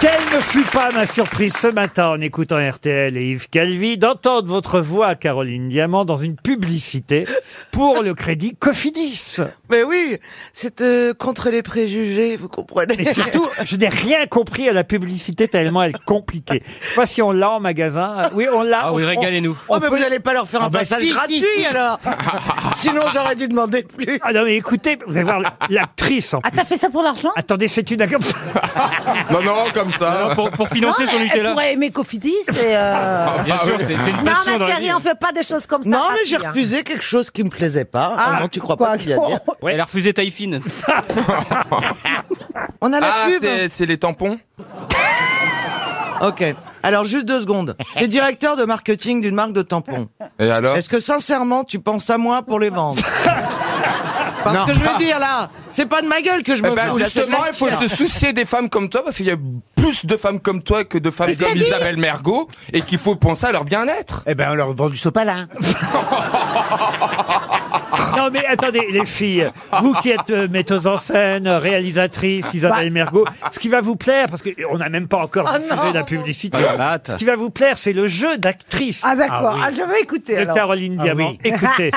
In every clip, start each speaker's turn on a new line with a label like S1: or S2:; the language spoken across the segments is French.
S1: Quelle ne fut pas ma surprise ce matin en écoutant RTL et Yves Calvi d'entendre votre voix, Caroline Diamant, dans une publicité pour le crédit Cofidis.
S2: Mais oui, c'est euh, contre les préjugés, vous comprenez.
S1: Et surtout, je n'ai rien compris à la publicité tellement elle est compliquée. Je sais pas si on l'a en magasin. Oui, on l'a.
S3: Ah oui,
S1: On- on-
S3: régalez-nous.
S1: on
S2: Oh, mais
S1: peut-
S2: vous n'allez pas leur faire un
S1: Ah bah
S2: passage
S1: si, si,
S2: gratuit alors Sinon j'aurais dû demander plus.
S1: Ah non, mais écoutez, vous allez voir l'actrice en
S4: Ah, t'as fait ça pour l'argent
S1: Attendez, c'est une...
S5: Non, non, comme ça.
S3: Alors, pour, pour financer son
S4: Elle
S3: Nutella.
S4: pourrait aimer Cofidis et... Euh...
S3: Ah,
S6: Ah,
S5: Ah,
S3: Bien sûr, c'est c'est une
S4: non,
S3: passion
S4: ma
S3: dans la
S4: chérie,
S3: vie.
S4: on fait pas des choses comme ça.
S2: Non, mais j'ai
S4: Raffi, hein.
S2: refusé quelque chose qui me plaisait pas. Ah, non, tu crois pas qu'il y a dire.
S3: Ouais, Elle a refusé taille fine.
S2: On a la
S5: Ah,
S2: pub.
S5: c'est- c'est les tampons
S2: Ok. Alors juste deux secondes. T'es directeur de marketing d'une marque de tampons.
S5: Et alors
S2: Est-ce que sincèrement tu penses à moi pour les vendre Parce que je veux dire là, c'est pas de ma gueule que je me
S5: Eh ben,
S2: fous, là, c'est de
S5: justement,
S2: la
S5: il faut
S2: tienne.
S5: se soucier des femmes comme toi parce qu'il y a plus de femmes comme toi que de femmes comme Isabelle Mergot et qu'il faut penser à leur bien-être.
S7: Eh ben, on leur vend du sopalin.
S1: Non mais attendez, les filles, vous qui êtes euh, metteuse en scène, euh, réalisatrice,
S4: Bah.
S1: Isabelle Mergot, ce qui va vous plaire, parce qu'on n'a même pas encore
S2: Ah
S1: diffusé
S2: non.
S1: la publicité,
S3: Mate.
S1: ce qui va vous plaire, c'est le jeu d'actrice
S4: Ah d'accord,
S1: oui.
S4: Ah, je vais écouter
S1: de
S4: alors.
S1: Caroline
S7: Ah
S3: Ah
S1: Diamant. Écoutez,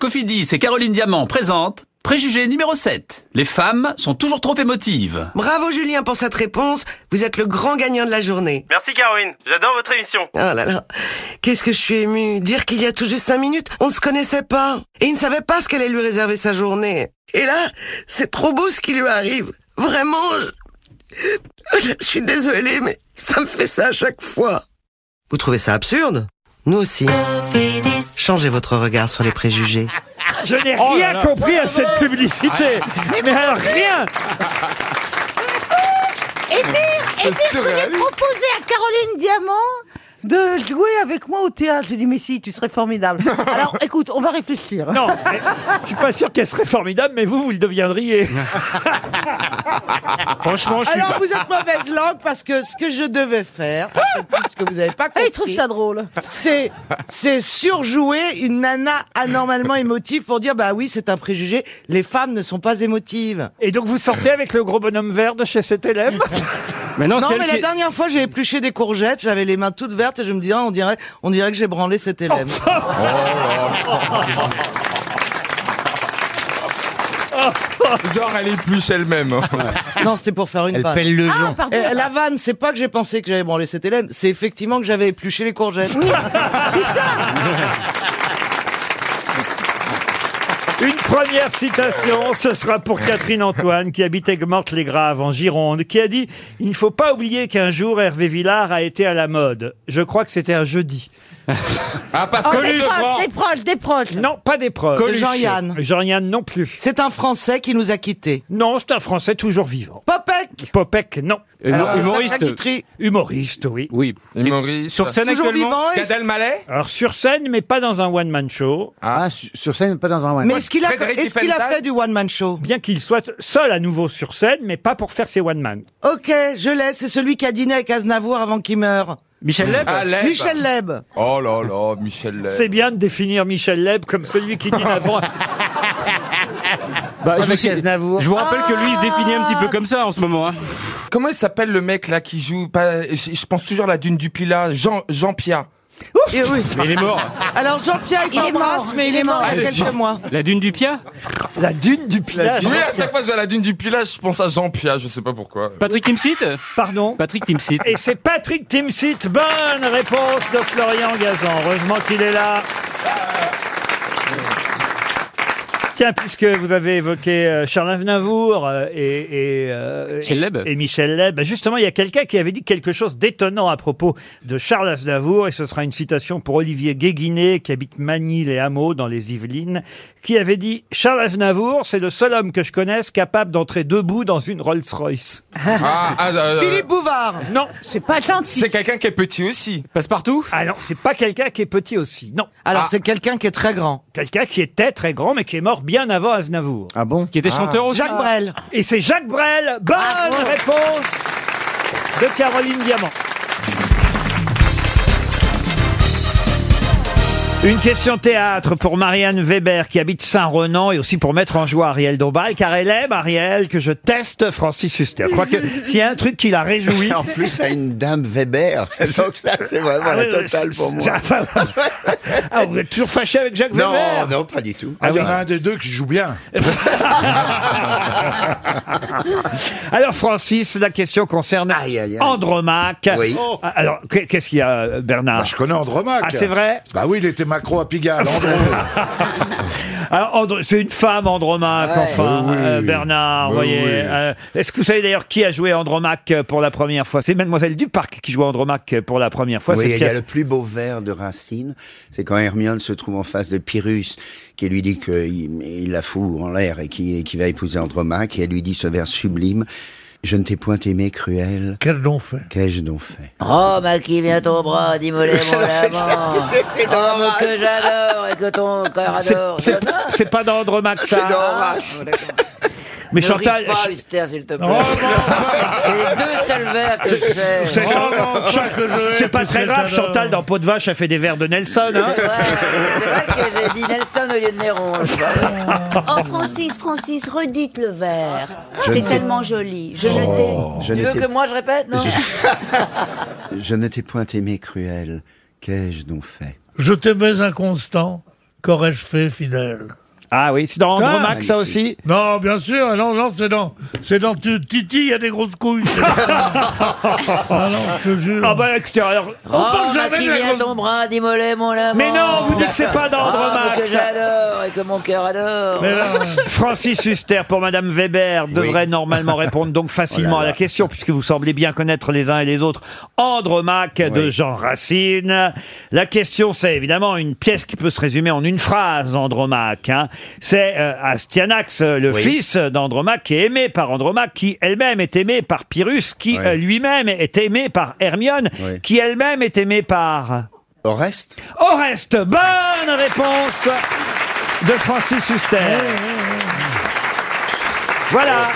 S8: Cofidis et Caroline Diamant présentent Préjugé numéro 7. Les femmes sont toujours trop émotives.
S9: Bravo Julien pour cette réponse, vous êtes le grand gagnant de la journée.
S10: Merci Caroline, j'adore votre émission.
S9: Oh là là, qu'est-ce que je suis émue. Dire qu'il y a tout juste cinq minutes, on se connaissait pas. Et il ne savait pas ce qu'allait lui réserver sa journée. Et là, c'est trop beau ce qui lui arrive. Vraiment, je, je suis désolée, mais ça me fait ça à chaque fois. Vous trouvez ça absurde Nous aussi. Changez votre regard sur les préjugés.
S1: je n'ai
S3: Oh
S1: rien compris à cette
S3: Ah,
S1: publicité, mais alors rien
S4: Et puis, et puis je voulais proposer à Caroline Diamant de jouer avec moi au théâtre. J'ai dit, mais si, tu serais formidable. Alors, écoute, on va réfléchir.
S1: Non, mais je suis pas sûr qu'elle serait formidable, mais vous, vous le deviendriez.
S3: Franchement, je suis
S2: Alors vous êtes mauvaise langue parce que ce que je devais faire, parce que vous n'avez pas
S4: Ah,
S2: compris,
S4: il trouve ça drôle.
S2: c'est c'est surjouer une nana anormalement émotive pour dire bah oui c'est un préjugé, les femmes ne sont pas émotives.
S1: Et donc vous sortez avec le gros bonhomme vert de chez cet élève
S3: Mais non,
S2: Non
S3: c'est elle
S2: mais
S3: qui
S2: la
S3: est-
S2: dernière fois j'ai épluché des courgettes, j'avais les mains toutes vertes et je me disais ah, on dirait on dirait que j'ai branlé cet élève.
S3: Oh
S5: Genre, elle épluche elle-même.
S2: Non c'était pour faire une
S7: Elle
S2: vanne.
S7: pèle le jonc.
S4: Pardon.
S2: Euh, la vanne, c'est pas que j'ai pensé que j'avais branlé cet élève, c'est effectivement que j'avais épluché les courgettes.
S1: Une première citation, ce sera pour Catherine Antoine, qui habite Aigues-Mortes-les-Graves, en Gironde, qui a dit « Il ne faut pas oublier qu'un jour, Hervé Villard a été à la mode. Je crois que c'était un jeudi.
S5: Ah, parce que
S4: Oh, des,
S5: je prends.
S4: proches, des proches, des proches. »
S1: Non, pas d'épreuve.
S2: Coluche. Jean-Yann.
S1: Jean-Yann non plus.
S2: C'est un Français qui nous a quittés.
S1: Non, c'est un Français toujours vivant.
S2: Popek
S1: Popek, non.
S3: Humo-
S2: Alors, Christophe
S3: Euh, humoriste.
S2: Lakitri,
S1: Humoriste, oui.
S3: Oui.
S5: Humoriste.
S3: Sur scène
S2: toujours
S3: actuellement.
S2: vivant. et-
S5: Gad Elmaleh
S1: Alors sur scène, mais pas dans un one-man show,
S7: Ah, su- sur scène, pas dans un one.
S2: Mais est-ce qu'il a,
S5: Frédéric
S2: est-ce qu'il a
S5: Diefenthal
S2: fait du one-man show
S1: bien qu'il soit seul à nouveau sur scène, mais pas pour faire ses one-man.
S2: Ok, je l'ai, c'est celui qui a dîné avec Aznavour avant qu'il meure.
S3: Michel Leb.
S5: Ah, Leb.
S2: Michel Leb.
S5: Oh là là, Michel Leb.
S1: C'est bien de définir Michel Leb comme celui qui dit avant.
S3: Bah, je,
S7: Avec
S3: vous cite-
S7: Aznavour.
S3: je vous rappelle que lui, il se définit un petit peu comme ça en ce moment. hein.
S5: Ah. Comment il s'appelle le mec là qui joue pas, je, je pense toujours à la dune du Pilat, Jean, Jean Eh Pierre.
S2: Et oui.
S3: Mais il est mort.
S2: Alors Jean-Pierre, il t'embrasse, mais il est mort il y a quelques mois.
S3: La dune du Pia.
S1: La dune du Pilat.
S5: Oui, à chaque fois que je vais à la dune du Pilat, je pense à Jean Pierre, je sais pas pourquoi.
S3: Patrick Timsit.
S1: Pardon
S3: Patrick Timsit.
S1: Et c'est Patrick Timsit. Bonne réponse de Florian Gazan. Heureusement qu'il est là. Tiens, puisque vous avez évoqué euh, Charles Aznavour euh, et, et, euh,
S3: Michel
S1: et-
S3: Leb.
S1: et Michel Leb, bah, justement, il y a quelqu'un qui avait dit quelque chose d'étonnant à propos de Charles Aznavour, et ce sera une citation pour Olivier Guéguinet, qui habite Manille et Hameaux, dans les Yvelines, qui avait dit « Charles Aznavour, c'est le seul homme que je connaisse capable d'entrer debout dans une Rolls-Royce
S5: Ah, ah, euh,
S2: Philippe Bouvard. ».
S1: Non,
S4: C'est pas gentil.
S5: c'est quelqu'un qui est petit aussi.
S3: Passe-partout.
S1: Ah non, c'est pas quelqu'un qui est petit aussi. Non,
S2: Alors
S7: Ah.
S2: c'est quelqu'un qui est très grand.
S1: quelqu'un qui était très grand mais qui est mort bien avant Aznavour.
S7: Ah bon
S3: Qui était chanteur aussi.
S2: Jacques Brel.
S1: Et c'est Jacques Brel. Bonne réponse de Caroline Diamant. Une question théâtre pour Marianne Weber qui habite Saint-Renan et aussi pour mettre en joie Ariel Dombal car elle aime Ariel que je teste Francis Huster. Je crois que s'il y a un truc qui la réjouit,
S7: En plus, à une dame Weber. Donc ça, c'est vraiment
S1: Ah ouais,
S7: la totale
S1: c'est-
S7: pour
S1: c'est-
S7: moi.
S1: enfin, ah, vous êtes toujours fâché avec Jacques Weber
S7: Non, non, pas du tout.
S11: Ah, il y en a un des deux qui joue bien.
S1: Alors Francis, la question concerne
S7: Aïe, aïe, aïe.
S1: Andromaque.
S7: Oui.
S1: Oh. Alors qu'est- qu'est-ce qu'il y a euh, Bernard
S11: Ah, je connais Andromaque.
S1: Ah, c'est vrai Ah,
S11: Bah oui, il était macro à Pigalle. Andro.
S1: Alors, Andro- C'est une femme Andromaque, enfin, euh,
S7: Bah
S1: Bernard, vous voyez. Euh, Est-ce que vous savez d'ailleurs qui a joué Andromaque euh, pour la première fois C'est Mademoiselle Duparc qui joue Andromaque euh, pour la première fois.
S7: Oui,
S1: cette
S7: il y a
S1: pièce.
S7: le plus beau vers de Racine, c'est quand Hermione se trouve en face de Pyrrhus, qui lui dit qu'il il la fout en l'air et qui, qui va épouser Andromaque, et elle lui dit ce vers sublime, « Je ne t'ai point aimé, cruel,
S11: Quel don fait
S7: qu'ai-je donc fait
S4: Rome qui vient au bras, d'immoler mon amant.
S7: C'est
S11: Ah,
S7: dans
S4: Rome Ah, que j'adore et que ton cœur
S1: C'est-
S4: adore.
S1: c'est- C'est pas dans Andromaque,
S7: C'est dans
S1: ça. hein
S7: Horace.
S1: Mais
S4: Ah, Ne ris
S1: Chantal.
S4: pas, Huster, s'il te plaît. C'est les deux seuls vers que je sais.
S1: Ah, c'est- C'est pas très grave, Chantal dans Peau de Vache a fait des vers de Nelson. hein.
S4: C'est vrai, c'est vrai que j'ai dit Nelson au lieu de Néron. je crois.
S12: Oh Francis, Francis, redites le verre.
S7: Je
S12: C'est
S7: ne-
S12: tellement joli. Je
S11: Oh.
S12: le dé-
S7: Oh. Je
S4: Tu
S7: ne
S4: veux
S7: t'ai-
S4: que moi je répète Non.
S7: Je ne t'ai point aimé, cruel, qu'ai-je donc fait
S11: Je t'aimais inconstant, qu'aurais-je fait fidèle
S1: Ah oui, c'est dans Andromaque, ça aussi.
S11: Non, bien sûr, non, non, c'est dans, c'est dans tu- Titi, il y a des grosses couilles. ah non, je te jure.
S1: Ah bah écoutez, alors. Oh,
S11: parle
S4: Rome
S11: jamais
S4: qui
S11: de la
S4: vient
S11: grosse-
S4: ton bras, d'immoler mon amant.
S1: Mais non, vous dites que c'est pas dans
S4: Rome
S1: Andromaque.
S4: que
S1: ça.
S4: j'adore et que mon cœur adore.
S11: Mais là,
S1: euh, Francis Huster pour Madame Weber devrait normalement répondre donc facilement
S7: Oh
S1: à la question puisque vous semblez bien connaître les uns et les autres Andromaque de Jean Racine. La question c'est évidemment une pièce qui peut se résumer en une phrase Andromaque. hein. C'est euh, Astyanax, euh, le fils d'Andromaque qui est aimé par Andromaque, qui elle-même est aimée par Pyrrhus, qui
S7: Oui.
S1: euh, lui-même est aimé par Hermione,
S7: Oui.
S1: qui elle-même est aimée par
S7: Au reste
S1: Oreste. Bonne réponse de Francis Huster. Voilà.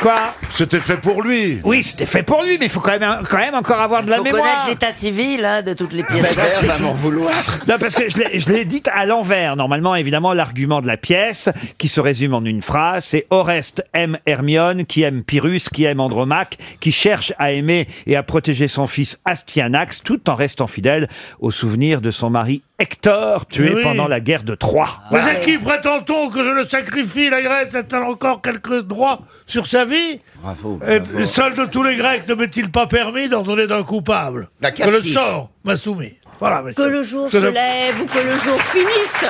S1: Quoi
S11: c'était fait pour lui.
S1: Oui, c'était fait pour lui, mais il faut quand même, quand même encore avoir de la
S4: Faut
S1: mémoire.
S4: connaître l'état civil hein, de toutes les pièces.
S7: Weber va m'en vouloir.
S1: Non, parce que je l'ai- je l'ai dit à l'envers. Normalement, évidemment, l'argument de la pièce, qui se résume en une phrase, c'est Oreste aime Hermione, qui aime Pyrrhus, qui aime Andromaque, qui cherche à aimer et à protéger son fils Astyanax, tout en restant fidèle au souvenir de son mari Hector, tué
S11: Mais oui.
S1: pendant la guerre de Troie.
S11: Mais à qui prétend-on que je le sacrifie La Grèce a-t-elle encore quelques droits sur sa vie
S7: Bravo.
S11: Et
S7: bravo.
S11: le sol de tous les Grecs ne m'est-il pas permis d'ordonner d'un coupable
S7: La
S11: Que le
S7: captif.
S11: sort m'a soumis. Voilà,
S12: Que
S11: monsieur.
S12: le jour
S11: Que
S12: se
S11: le-
S12: lève ou que le jour finisse.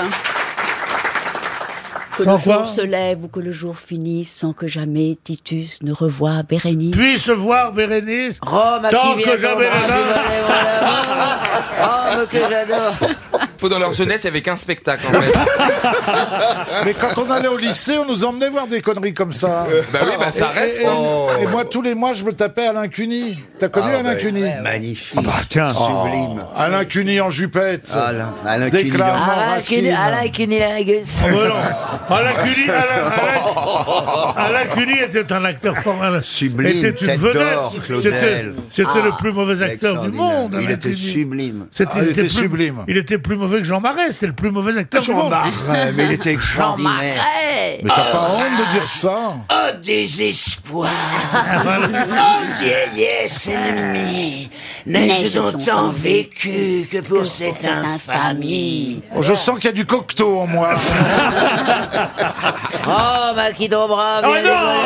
S12: Que
S11: Sans
S12: le jour
S11: quoi
S12: se lève ou que le jour finisse sans que jamais Titus ne revoie Bérénice.
S11: Puisse voir Bérénice.
S4: Rome à
S11: Tant
S4: qui vient
S11: que
S4: ton
S11: jamais
S4: bras,
S11: les uns-
S4: d'immoler mon amant. Rome que j'adore.
S5: Pendant leur jeunesse, il y avait qu'un spectacle en fait.
S11: Mais quand on allait au lycée, on nous emmenait voir des conneries comme ça.
S5: bah oui, bah ça reste.
S11: Et,
S5: hein.
S11: et moi, tous les mois, je me tapais Alain Cuny. T'as connu
S7: Ah,
S13: bah
S11: Alain
S7: ouais,
S11: Cuny
S7: Magnifique.
S1: Ah bah, tiens.
S7: Sublime.
S11: Alain Cuny en jupette.
S7: Alain, Alain
S11: Déclame.
S7: Cuny dans-
S4: Alain Cuny- Alain Cunilingus.
S11: Oh, mais non. Alain Cuny, Alain, Alain- Alain Cuny Ah, était un acteur formidable.
S7: Sublime,
S11: Était une
S7: tête
S11: vedette.
S7: d'or, Claudel. Ah,
S11: C'était c'était le plus mauvais acteur du
S7: Extraordinaire.
S11: monde.
S7: Il
S11: Alain
S7: était
S11: Cuny.
S7: sublime.
S11: C'était-
S7: Ah, il était
S11: plus-
S7: sublime.
S11: Il était plus mauvais que Jean Marais. C'était le plus mauvais acteur du
S7: Jean
S11: monde.
S7: Marais, mais il était extraordinaire.
S4: Hey
S11: Mais t'as pas honte de dire ça. Ah,
S7: Oh, désespoir Oh, vieillesse ennemie N'ai-je donc tant vécu que pour cette infamie
S11: Oh, Je sens qu'il y a du cocteau en moi.
S4: Rome à qui ton bras
S1: Oh
S4: vient d'immoler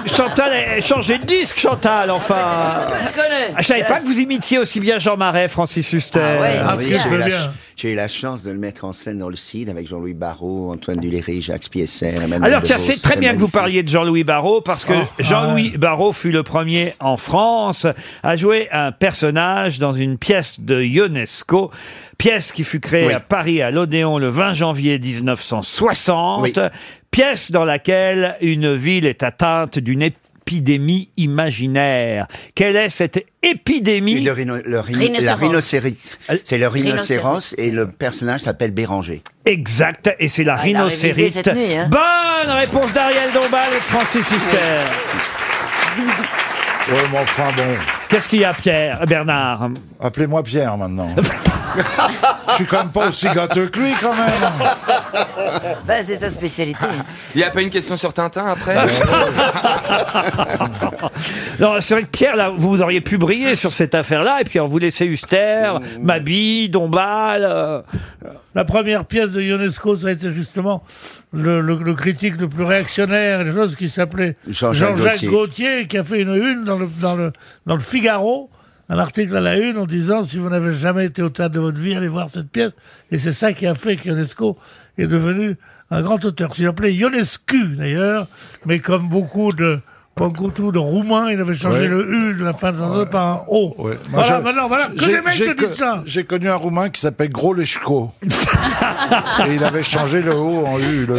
S1: non Chantal, elle- elle changeait de disque, Chantal, enfin
S4: Je connais.
S1: Ah, Je savais pas que vous imitiez aussi bien Jean Marais, Francis Huster.
S4: Ah ouais.
S11: Ah, parce que
S7: Oui, j'ai eu,
S11: je veux
S7: la
S11: bien.
S7: ch- j'ai eu la chance de le mettre en scène dans le CID avec Jean-Louis Barrault, Antoine Duléry, Jacques Spiesser. Emmanuel
S1: Alors tiens,
S7: Debos.
S1: c'est très bien que vous
S7: magnifique.
S1: parliez de Jean-Louis Barrault parce que
S7: Oh,
S1: Jean-Louis
S7: ah.
S1: Barrault fut le premier en France à jouer un personnage dans une pièce de Ionesco, pièce qui fut créée
S7: Oui.
S1: à Paris à l'Odéon le 20 janvier 1960,
S7: Oui.
S1: pièce dans laquelle une ville est atteinte d'une épidémie imaginaire. Quelle est cette
S7: Et
S1: épidémie
S7: le rhino- le rhino- la
S12: Rhinocéros.
S7: rhinocérie.
S1: Elle-
S7: C'est le
S12: Rhinocéros.
S7: rhinocéros et le personnage s'appelle Béranger.
S1: exacte Et c'est la
S4: Ah, il a révisé
S1: rhinocérite.
S4: cette nuit, hein.
S1: Bonne réponse d'Ariel Dombal et de Francis Huster.
S11: Ouais, mais enfin bon.
S1: Qu'est-ce qu'il y a, Pierre Bernard
S11: Appelez-moi Pierre maintenant. Je suis quand même pas aussi gâteux que lui, quand même.
S14: Bah, c'est sa spécialité.
S5: Il n'y a pas une question sur Tintin après
S1: Non, c'est vrai que Pierre, là, vous auriez pu briller sur cette affaire-là, et puis on vous laissait Huster,
S4: Mmh.
S1: Mabi, Dombal. euh,
S11: La première pièce de Ionesco, ça a été justement le, le- le critique le plus réactionnaire, quelque chose qui s'appelait
S7: Jean-Jacques Gaultier.
S11: Gaultier, qui a fait une une dans le, dans le, dans le Figaro, un article à la une en disant si vous n'avez jamais été au théâtre de votre vie, allez voir cette pièce. Et c'est ça qui a fait qu'Ionesco est devenu un grand auteur. Il s'appelait Ionescu d'ailleurs, mais comme beaucoup de beaucoup de Roumains, il avait changé
S15: Ouais.
S11: le U de la fin de son nom par un O.
S15: Moi,
S11: Voilà,
S15: je-
S11: maintenant, voilà, que
S15: j'ai-
S11: des mecs
S15: j'ai
S11: te
S15: co-
S11: disent ça
S15: J'ai connu un Roumain qui s'appelle Gros Lechko. Et il avait changé le haut en U. le-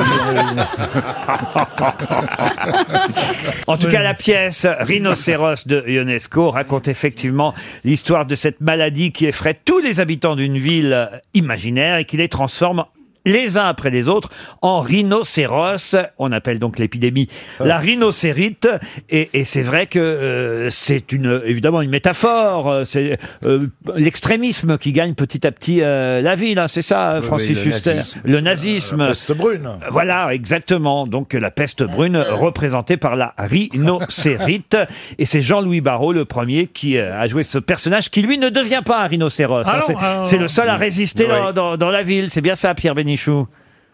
S1: En tout cas, la pièce Rhinocéros de Ionesco raconte effectivement l'histoire de cette maladie qui effraie tous les habitants d'une ville euh, imaginaire et qui les transforme les uns après les autres en rhinocéros. On appelle donc l'épidémie
S15: Ah.
S1: la rhinocérite. Et, et c'est vrai que euh, c'est une, évidemment une métaphore. euh, C'est euh, l'extrémisme qui gagne petit à petit euh, la ville. hein, c'est ça,
S15: Oui,
S1: Francis
S15: oui, le
S1: Huster
S15: nazisme.
S1: Le nazisme.
S15: La peste brune.
S1: Voilà, exactement. Donc la peste brune représentée par la rhinocérite. Et c'est Jean-Louis Barrault, le premier, qui euh, a joué ce personnage, qui lui ne devient pas un rhinocéros.
S11: Ah
S1: hein.
S11: non,
S1: C'est-
S11: ah non,
S1: c'est le
S11: non.
S1: seul à résister dans, dans- dans la ville. C'est bien ça, Pierre Bénichou.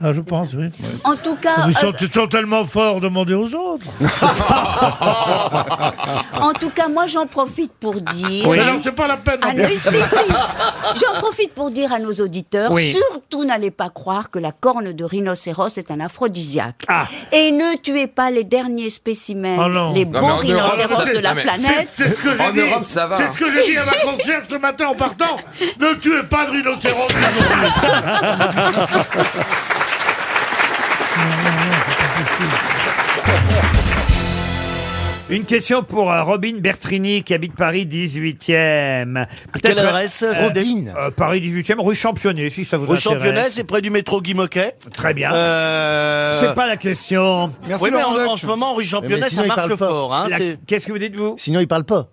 S11: Ah, je pense, oui.
S12: En tout cas,
S11: Ils sont,
S12: euh,
S11: ils sont tellement forts, demandez aux autres.
S12: en tout cas, moi j'en profite pour dire.
S11: Mais alors, c'est pas la peine.
S12: Ah, mais si, si. J'en profite pour dire à nos auditeurs,
S11: Oui.
S12: surtout n'allez pas croire que la corne de rhinocéros est un aphrodisiaque. Et ne tuez pas les derniers spécimens,
S11: Oh non.
S12: les
S11: Non,
S12: bons
S11: mais en Europe,
S12: rhinocéros
S11: c'est-
S12: de la
S11: non, mais
S12: planète.
S11: C'est c'est ce que j'ai
S5: En
S11: dit.
S5: Europe, ça va.
S11: C'est ce que j'ai dit à ma concierge ce matin en partant. Ne tuez pas de rhinocéros.
S1: Une question pour euh, Robin Bertrini, qui habite Paris 18e.
S13: Quelle adresse, Robin
S1: euh, Paris 18e, rue Championnet, si ça vous
S13: Au
S1: intéresse.
S13: championnat, c'est près du métro Guy Moquet. Euh,
S1: Très bien. C'est pas la question.
S13: oui, mais en, en ce moment, rue Championnat, ça marche fort. hein,
S1: La-
S13: c'est-
S1: Qu'est-ce que vous dites, vous
S13: Sinon, il parle pas.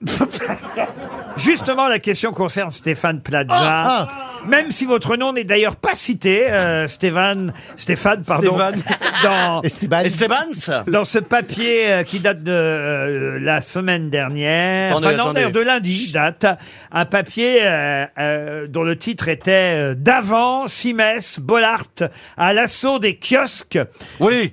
S1: Justement, la question concerne Stéphane Plaza.
S13: Ah,
S1: Même si votre nom n'est d'ailleurs pas cité, euh, Stéphane, Stéphane, pardon,
S13: Stéphane.
S1: dans,
S13: Estebans.
S1: dans ce papier euh, qui date de euh, la semaine dernière,
S13: Attendez,
S1: enfin, non,
S13: attendez.
S1: d'ailleurs, de lundi date, un papier euh, euh, dont le titre était euh, D'avant, Simès, Bollard, à l'assaut des kiosques.
S13: Oui.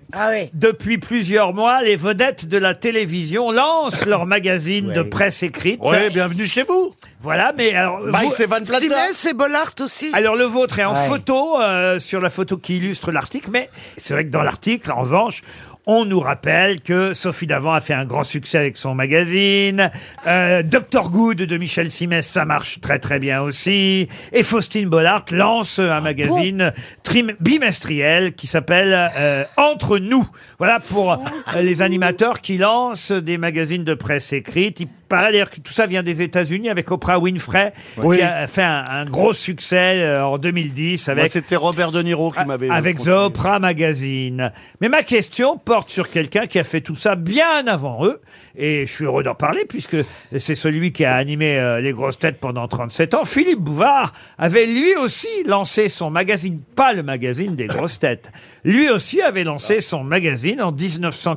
S1: Depuis plusieurs mois, les vedettes de la télévision lancent leur magazine de presse écrite.
S13: Ouais, bienvenue chez vous.
S1: Voilà, mais alors. vous-
S2: Simès et Bollard aussi.
S1: alors le vôtre est en
S2: Ouais.
S1: photo euh, sur la photo qui illustre l'article, mais c'est vrai que dans l'article, en revanche, on nous rappelle que Sophie Davant a fait un grand succès avec son magazine, euh, Dr Good de Michel Simès, ça marche très très bien aussi, et Faustine Bollard lance un magazine trim- bimestriel qui s'appelle euh, Entre nous. Voilà pour euh, les animateurs qui lancent des magazines de presse écrite. Il paraît d'ailleurs que tout ça vient des États-Unis avec Oprah Winfrey
S13: Oui.
S1: qui a fait un, un gros succès euh, en 2010
S13: Moi,
S1: avec,
S13: C'était Robert De Niro qui m'avait.
S1: avec The Oprah Magazine. Mais ma question porte sur quelqu'un qui a fait tout ça bien avant eux. Et je suis heureux d'en parler puisque c'est celui qui a animé euh, les grosses têtes pendant 37 ans. Philippe Bouvard avait lui aussi lancé son magazine, pas le magazine des grosses têtes. Lui aussi avait lancé son magazine en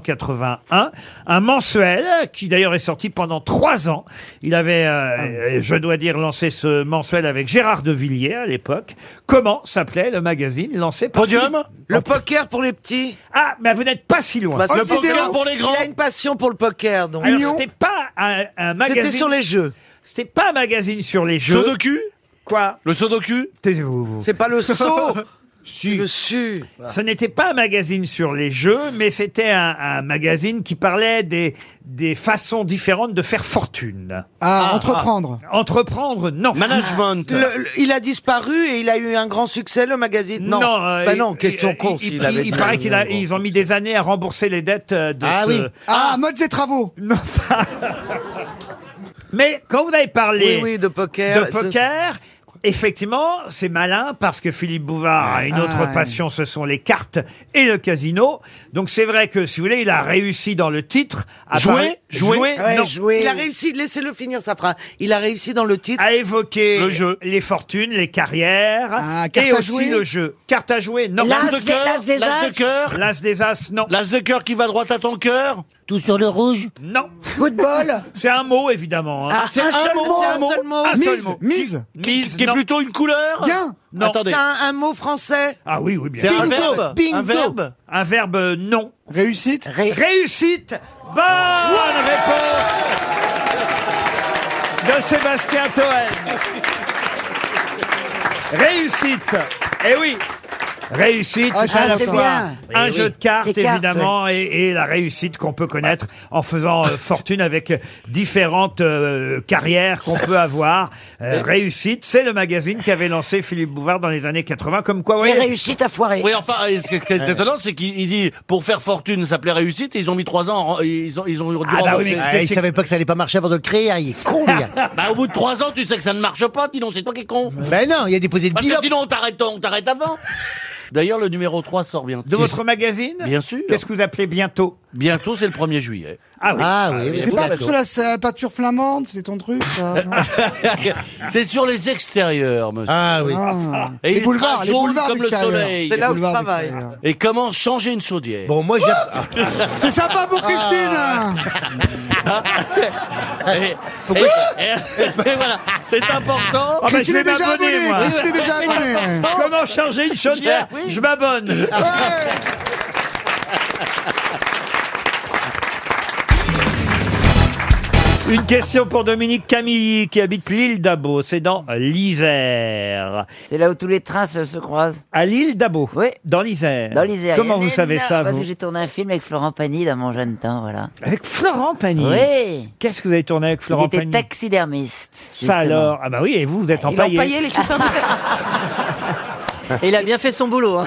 S1: 1981, un mensuel qui d'ailleurs est sorti pendant trois ans. Il avait, euh, euh, je dois dire, lancé ce mensuel avec Gérard de Villiers à l'époque. Comment s'appelait le magazine lancé par Philippe-
S2: Le poker pour les petits.
S1: Ah, mais vous n'êtes pas si loin.
S2: Bah,
S1: Le
S2: c'est
S1: poker
S2: vidéo.
S1: pour les grands.
S2: Il a une passion pour le poker, donc.
S1: Alors, c'était pas un, un magazine.
S2: sur les jeux.
S1: C'était pas un magazine sur les jeux.
S13: Sudoku
S1: Quoi
S13: Le Sudoku
S1: Taisez-vous. vous.
S2: C'est pas le saut. Le su.
S1: Ce n'était pas un magazine sur les jeux, mais c'était un, un magazine qui parlait des, des façons différentes de faire fortune.
S2: Ah, Ah, entreprendre.
S1: Entreprendre, non.
S13: Management.
S2: Le- le- il a disparu et il a eu un grand succès, le magazine. Non,
S1: euh,
S2: Bah
S1: il-
S2: non question
S1: il-
S2: con.
S1: Il,
S2: s'il
S1: il-
S2: avait
S1: il
S2: bien
S1: paraît
S2: eu
S1: qu'ils
S2: un grand-
S1: ont mis des années à rembourser les dettes euh, de
S2: Ah
S1: ce...
S2: oui.
S16: Ah, modes et travaux.
S1: Mais quand vous avez parlé
S2: Oui, oui, de poker.
S1: de poker, Effectivement, c'est malin parce que Philippe Bouvard a une autre
S2: Ah,
S1: passion, ce sont les cartes et le casino. Donc c'est vrai que, si vous voulez, il a réussi dans le titre. À
S2: Jouer
S1: parler- jouer,
S2: Ouais,
S1: non.
S2: Il a réussi, laissez-le finir sa phrase. Il a réussi dans le titre.
S1: À évoquer les fortunes, les carrières
S2: carte
S1: et
S2: à
S1: aussi
S2: jouer
S1: le jeu. Carte à jouer, non.
S13: L'as de cœur,
S1: L'as des
S13: l'as de
S1: as.
S13: cœur.
S1: L'as des as, non.
S13: L'as de cœur qui va droit à ton cœur.
S1: Tout sur le rouge Non. Football C'est un mot, évidemment. hein.
S13: Ah, c'est un seul mot, un mot.
S1: Un
S13: Mise,
S1: seul mot.
S13: mise.
S1: Mise,
S13: Qui est
S1: non.
S13: plutôt une couleur Bien.
S1: Non.
S13: Attendez.
S2: C'est un, un mot français.
S1: Ah oui, oui, bien
S13: C'est
S1: sûr.
S13: un Bingo. verbe. Bingo. Un verbe.
S1: Un verbe, euh, non. Réussite Réussite Bonne réponse de Sébastien Toen. Réussite Eh oui Réussite,
S16: Ah,
S1: c'est à
S16: ça,
S1: la
S16: c'est
S1: fois
S16: bien.
S1: un
S16: Eh
S1: jeu
S16: oui.
S1: de cartes,
S16: Des cartes,
S1: évidemment, et, et la réussite qu'on peut connaître en faisant euh, fortune avec différentes euh, carrières qu'on peut avoir. Euh, réussite, c'est le magazine qu'avait lancé Philippe Bouvard dans les années 80, comme quoi... oui.
S13: réussite à foirer. Oui, enfin, et ce qui ce qui est
S1: Ouais.
S13: étonnant, c'est qu'il il dit pour faire fortune, ça s'appelait réussite, et ils ont mis trois ans, en- ils ont, ils ont dû
S16: Ah bah oui,
S13: rembourser.
S16: mais écoutez, il savait pas que ça allait pas marcher avant de le créer, ah, il est con, lui.
S13: Bah, au bout de trois ans, tu sais que ça ne marche pas, dis donc, c'est toi qui es con.
S16: Ben non, il a déposé le
S13: Parce
S16: bilan.
S13: que sinon, on t'arrête, on t'arrête avant. D'ailleurs, le numéro 3 sort bientôt.
S1: De votre magazine
S13: Bien sûr.
S1: Qu'est-ce que vous appelez bientôt
S13: Bientôt, c'est le 1er juillet.
S1: Ah
S16: oui. Ah oui,
S13: oui,
S6: C'est pas
S13: bientôt.
S6: sur la, sa- peinture flamande, c'est ton truc. ça, non
S13: C'est sur les extérieurs, monsieur. Ah
S6: oui. Ah. Les
S13: Et il
S6: boulevards,
S13: sera
S6: les
S13: jaune
S6: boulevards
S13: comme le
S6: extérieurs.
S13: soleil.
S6: C'est là Les où je boulevards travaille. extérieurs.
S13: Hein. Et comment changer une chaudière
S16: Bon, moi, Ah,
S13: j'ai...
S6: C'est sympa pour Christine
S13: Et, et- et- et voilà, c'est important.
S1: Ah bah, je vais m'abonner, moi. Comment changer une chaudière
S13: Oui.
S1: Je m'abonne.
S14: Ah,
S1: Une question pour Dominique Camilly qui habite l'île d'Abo, c'est dans l'Isère.
S14: C'est là où tous les trains se, se croisent.
S1: À l'île d'Abo
S14: Oui.
S1: Dans l'Isère.
S14: Dans l'Isère. Il y
S1: Comment
S14: a
S1: vous
S14: des-
S1: savez ça,
S14: Parce
S1: vous
S14: que j'ai tourné un film avec Florent Pagny dans mon jeune temps, voilà.
S1: Avec Florent Pagny
S14: Oui.
S1: Qu'est-ce que vous avez tourné avec Florent
S14: il était
S1: Pagny
S14: taxidermiste. justement.
S1: Ça alors Ah bah oui, et vous, vous êtes
S14: Il
S1: empaillé.
S14: empaillait les chauffeurs.
S17: Il a bien fait son boulot. hein.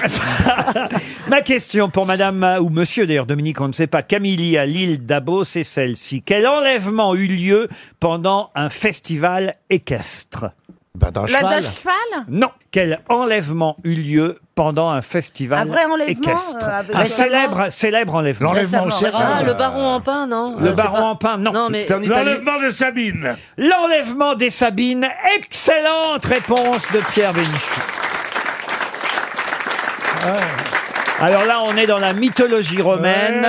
S1: Ma question pour madame euh, ou monsieur d'ailleurs, Dominique, on ne sait pas, Camille à l'île d'Abo, c'est celle-ci. Quel enlèvement eut lieu pendant un festival équestre
S16: La de cheval
S1: Non. Quel enlèvement eut lieu pendant un festival
S17: Un vrai enlèvement,
S1: équestre
S17: euh, avec-
S1: Un
S17: Récemment
S1: célèbre, célèbre enlèvement.
S17: Ah, le baron en pain, non
S1: Le
S17: Euh, c'est
S1: baron
S17: pas-
S1: en pain, non.
S17: Non, mais-
S1: L'enlèvement
S11: de Sabine.
S1: L'enlèvement des Sabines. Excellente réponse de Pierre Bénichou. Alors là, on est dans la mythologie romaine.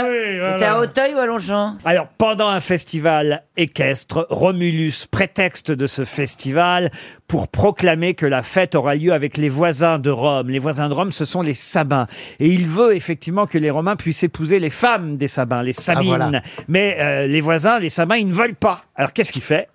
S14: C'était à Auteuil ou à Longchamp
S1: Alors, pendant un festival équestre, Romulus prétexte de ce festival pour proclamer que la fête aura lieu avec les voisins de Rome. Les voisins de Rome, ce sont les Sabins. Et il veut effectivement que les Romains puissent épouser les femmes des Sabins, les Sabines.
S16: Ah, voilà.
S1: Mais euh, les voisins, les Sabins, ils ne veulent pas. Alors, qu'est-ce qu'il fait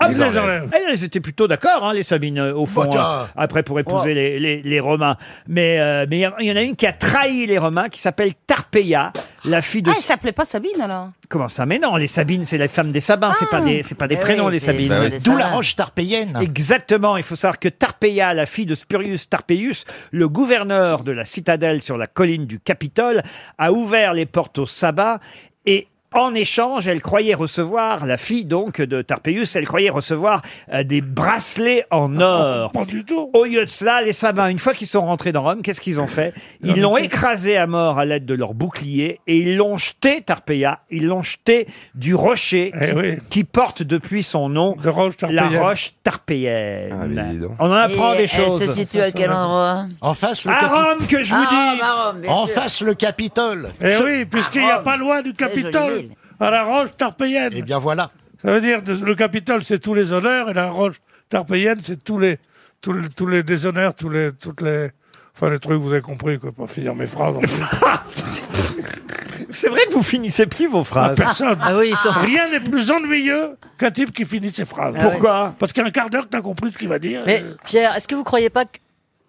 S1: Hop,
S16: Ils enlèvent. Bah,
S1: Eh, Ils étaient plutôt d'accord, hein, les Sabines, euh, au fond,
S16: Bâtard.
S1: hein, après pour épouser
S16: Oh.
S1: les, les- les Romains. Mais euh, mais il y, en a une qui a trahi les Romains, qui s'appelle Tarpeia, la fille de
S17: Ah, il s'appelait pas Sabine alors
S1: Comment ça Mais non, les Sabines, c'est les femmes des Sabins, c'est pas des, c'est pas des
S17: Eh
S1: prénoms,
S17: oui,
S1: les
S17: c'est
S1: Sabines.
S17: les femmes des
S16: Bah D'où la roche tarpéienne.
S1: Exactement, il faut savoir que Tarpeia, la fille de Spurius Tarpeius, le gouverneur de la citadelle sur la colline du Capitole, a ouvert les portes au sabbat et en échange, elle croyait recevoir, la fille donc de Tarpeius, elle croyait recevoir euh, des bracelets en
S11: Ah,
S1: or. Pas du tout. Au lieu de cela, les Sabins, une fois qu'ils sont rentrés dans Rome, qu'est-ce qu'ils ont fait Ils l'ont écrasé à mort à l'aide de leur bouclier et ils l'ont jeté, Tarpeia, ils l'ont jeté du rocher
S11: Eh
S1: qui, qui porte depuis son nom la
S11: Tarpeienne.
S1: roche Tarpéienne.
S16: Ah,
S1: On en apprend
S14: Et
S1: des
S14: elle
S1: choses.
S14: se situe à quel endroit
S16: En face, le
S1: À
S16: capi-
S1: Rome que je vous
S14: Ah, à
S1: dis
S13: Oh,
S14: Rome, bien
S16: En
S14: sûr. Ah,
S16: face, le Capitole.
S11: Eh oui, puisqu'il n'y a pas loin du
S14: joli
S11: Capitole, à la roche tarpéienne. Eh
S16: bien voilà.
S11: Ça veut dire que le Capitole, c'est tous les honneurs, et la roche tarpéienne, c'est tous les, tous les, tous les déshonneurs, tous les, toutes les. Enfin, les trucs, vous avez compris, quoi, pour finir mes phrases. en plus.
S1: C'est vrai que vous finissez plus vos phrases.
S11: Personne.
S1: Ah oui, ils sont-
S11: Rien n'est plus ennuyeux qu'un type qui finit ses phrases.
S17: Ah Pourquoi
S11: Parce qu'un quart d'heure, t'as compris ce qu'il va
S9: Euh,
S11: dire.
S17: Mais Pierre, est-ce que vous croyez pas que.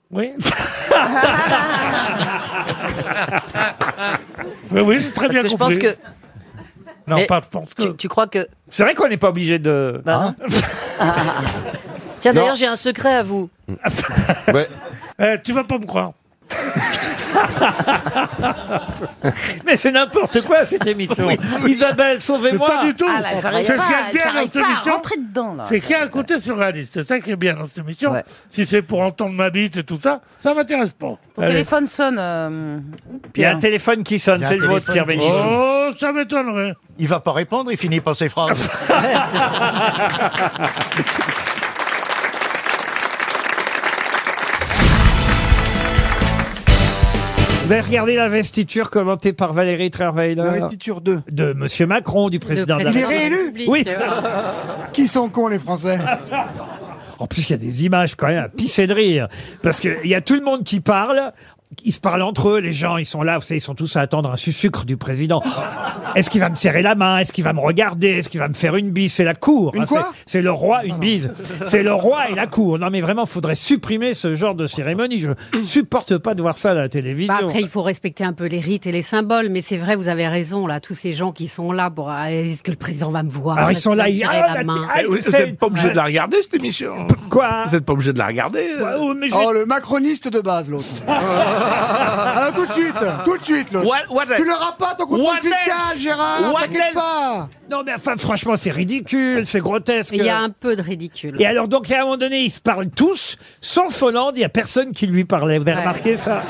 S11: Oui. Oui, oui, j'ai très
S17: Parce
S11: bien
S17: que je
S11: compris.
S17: pense que-
S11: Non,
S17: Mais
S11: pas, je pense que.
S17: Tu, tu crois que.
S1: C'est vrai qu'on n'est pas hein. obligé de.
S16: Hein
S17: Bah, non. Tiens,
S11: Non.
S17: d'ailleurs, j'ai un secret à vous.
S11: Eh, tu vas pas me croire.
S1: Mais c'est n'importe quoi cette émission. Isabelle, sauvez-moi.
S11: Mais Pas du tout.
S1: Ah là, j'arrive
S11: c'est ce
S1: pas,
S11: qui est bien dans
S1: j'arrive
S11: cette
S1: pas à
S11: émission.
S1: rentrer dedans, là.
S11: C'est qu'il y a un côté surréaliste. C'est ça qui est bien dans cette émission. Si c'est pour entendre ma bite et tout ça, ça m'intéresse pas.
S1: Ton téléphone
S11: sonne.
S4: euh,
S1: Il y a un téléphone qui sonne, c'est le vôtre, Pierre Bénichou.
S11: Oh, ça m'étonnerait.
S16: Il va pas répondre, il finit par ses phrases.
S1: Vous avez regardé l'investiture commentée par Valérie Trierweiler
S6: L'investiture de
S1: De Monsieur Macron, du président de la
S6: Il est
S1: République.
S6: réélu
S1: Oui.
S6: Qui sont cons, les Français
S1: En plus, il y a des images quand même à pisser de rire. Parce qu'il y a tout le monde qui parle. Ils se parlent entre eux, les gens, ils sont là, vous savez, ils sont tous à attendre un sucre du président. Est-ce qu'il va me serrer la main Est-ce qu'il va me regarder Est-ce qu'il va me faire une bise C'est la cour.
S6: Une
S1: c'est-
S6: quoi
S1: c'est le roi, une bise. C'est le roi et la cour. Non mais vraiment, faudrait supprimer ce genre de cérémonie. Je supporte pas de voir ça à la télévision.
S18: Bah, après, il faut respecter un peu les rites et les symboles, mais c'est vrai, vous avez raison, là, tous ces gens qui sont là, pour, ah, est-ce que le président va me voir
S1: Alors, ils
S18: Est-ce
S1: sont
S18: qu'il
S1: là,
S18: va me
S1: ils-
S18: serrer
S1: ah,
S18: la
S1: la-
S18: main
S1: ah,
S18: Et
S1: oui,
S18: c'est-
S1: c'est-
S13: Eh Vous n'êtes pas obligé de la regarder, cette émission.
S1: Quoi
S13: Vous n'êtes pas obligé de la regarder. euh.
S6: Oh, le macroniste de base, l'autre. Alors, tout de suite, tout de suite, l'autre.
S1: What- what
S6: tu
S1: else
S6: l'auras pas, ton contrôle
S1: What
S6: fiscal,
S1: else
S6: Gérard
S1: What
S6: T'inquiète
S1: else
S6: pas
S1: Non mais enfin, franchement, c'est ridicule, c'est grotesque.
S18: Il y a un peu de ridicule.
S1: Et alors, donc, à un moment donné, ils se parlent tous, sauf Hollande, il n'y a personne qui lui parlait. Vous avez
S18: Ouais.
S1: remarqué ça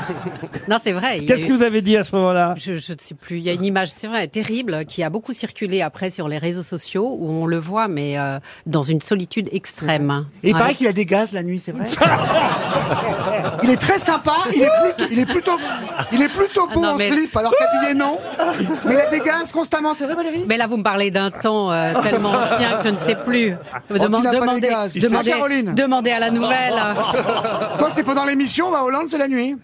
S18: Non, c'est vrai. il-
S1: Qu'est-ce que vous avez dit à ce moment-là
S18: je, je ne sais plus. Il y a une image, c'est vrai, terrible, qui a beaucoup circulé après sur les réseaux sociaux, où on le voit, mais euh, dans une solitude extrême.
S6: Et il
S18: Ouais.
S6: paraît qu'il a des gaz la nuit, c'est vrai Il est très sympa, il est plutôt, il est plutôt, il est plutôt beau
S18: Ah non,
S6: en
S18: mais-
S6: slip, alors qu'habillé non. Mais il a des gaz constamment, c'est vrai Valérie
S18: Mais là, vous me parlez d'un temps euh, tellement ancien que je ne sais plus.
S1: Ah.
S6: Oh, tu n'as pas les
S18: demandez,
S6: gaz. Il
S18: demandez-
S6: sait Caroline.
S18: demandez à la nouvelle.
S6: Quand c'est pendant l'émission, bah, Hollande c'est la nuit.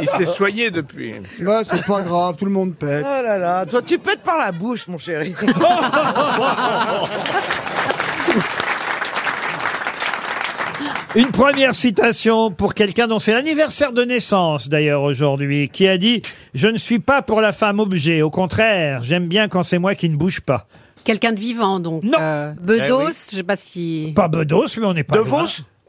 S13: Il s'est soigné depuis.
S6: Ouais, c'est pas grave, tout le monde pète.
S2: Oh là là, toi tu pètes par la bouche, mon chéri.
S1: Une première citation pour quelqu'un dont c'est l'anniversaire de naissance, d'ailleurs, aujourd'hui, qui a dit « Je ne suis pas pour la femme objet. Au contraire, j'aime bien quand c'est moi qui ne bouge pas.
S18: Quelqu'un de vivant, donc. Non. Bedos,
S1: Eh oui.
S18: je sais pas si. »
S1: Pas Bedos, lui, on n'est pas...
S18: De
S1: loin.
S18: Vos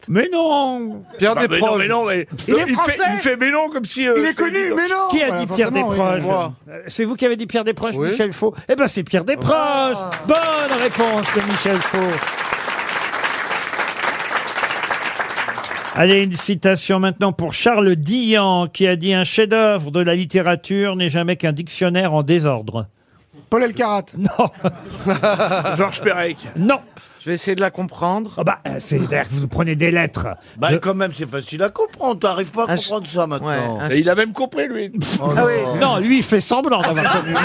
S1: Mais non
S13: Pierre Bah, mais Desproges. non, mais non, mais- Il est Il fait- français il fait
S1: mais non comme si...
S13: euh, Il est c'était connu, évident. mais non
S1: Qui a
S13: Voilà,
S1: dit Pierre
S13: forcément, oui.
S1: Desproges
S13: Moi.
S1: Euh, C'est vous qui avez dit Pierre Desproges,
S13: Oui.
S1: Michel Faux Eh ben, c'est Pierre Desproges
S13: Ah.
S1: Bonne réponse de Michel Faux Allez, une citation maintenant pour Charles Dian, qui a dit « Un chef-d'œuvre de la littérature n'est jamais qu'un dictionnaire en désordre.
S6: Paul Elkarat.
S1: Non.
S13: Georges Perec. »
S1: Non
S2: Je vais essayer de la comprendre.
S1: Ah bah, euh, c'est d'ailleurs que vous prenez des lettres.
S13: Bah, quand même, c'est facile à comprendre. T'arrives pas à comprendre ça maintenant. Et il a même compris, lui. Ah
S2: Ah
S1: Non, lui, il fait semblant d'avoir connu.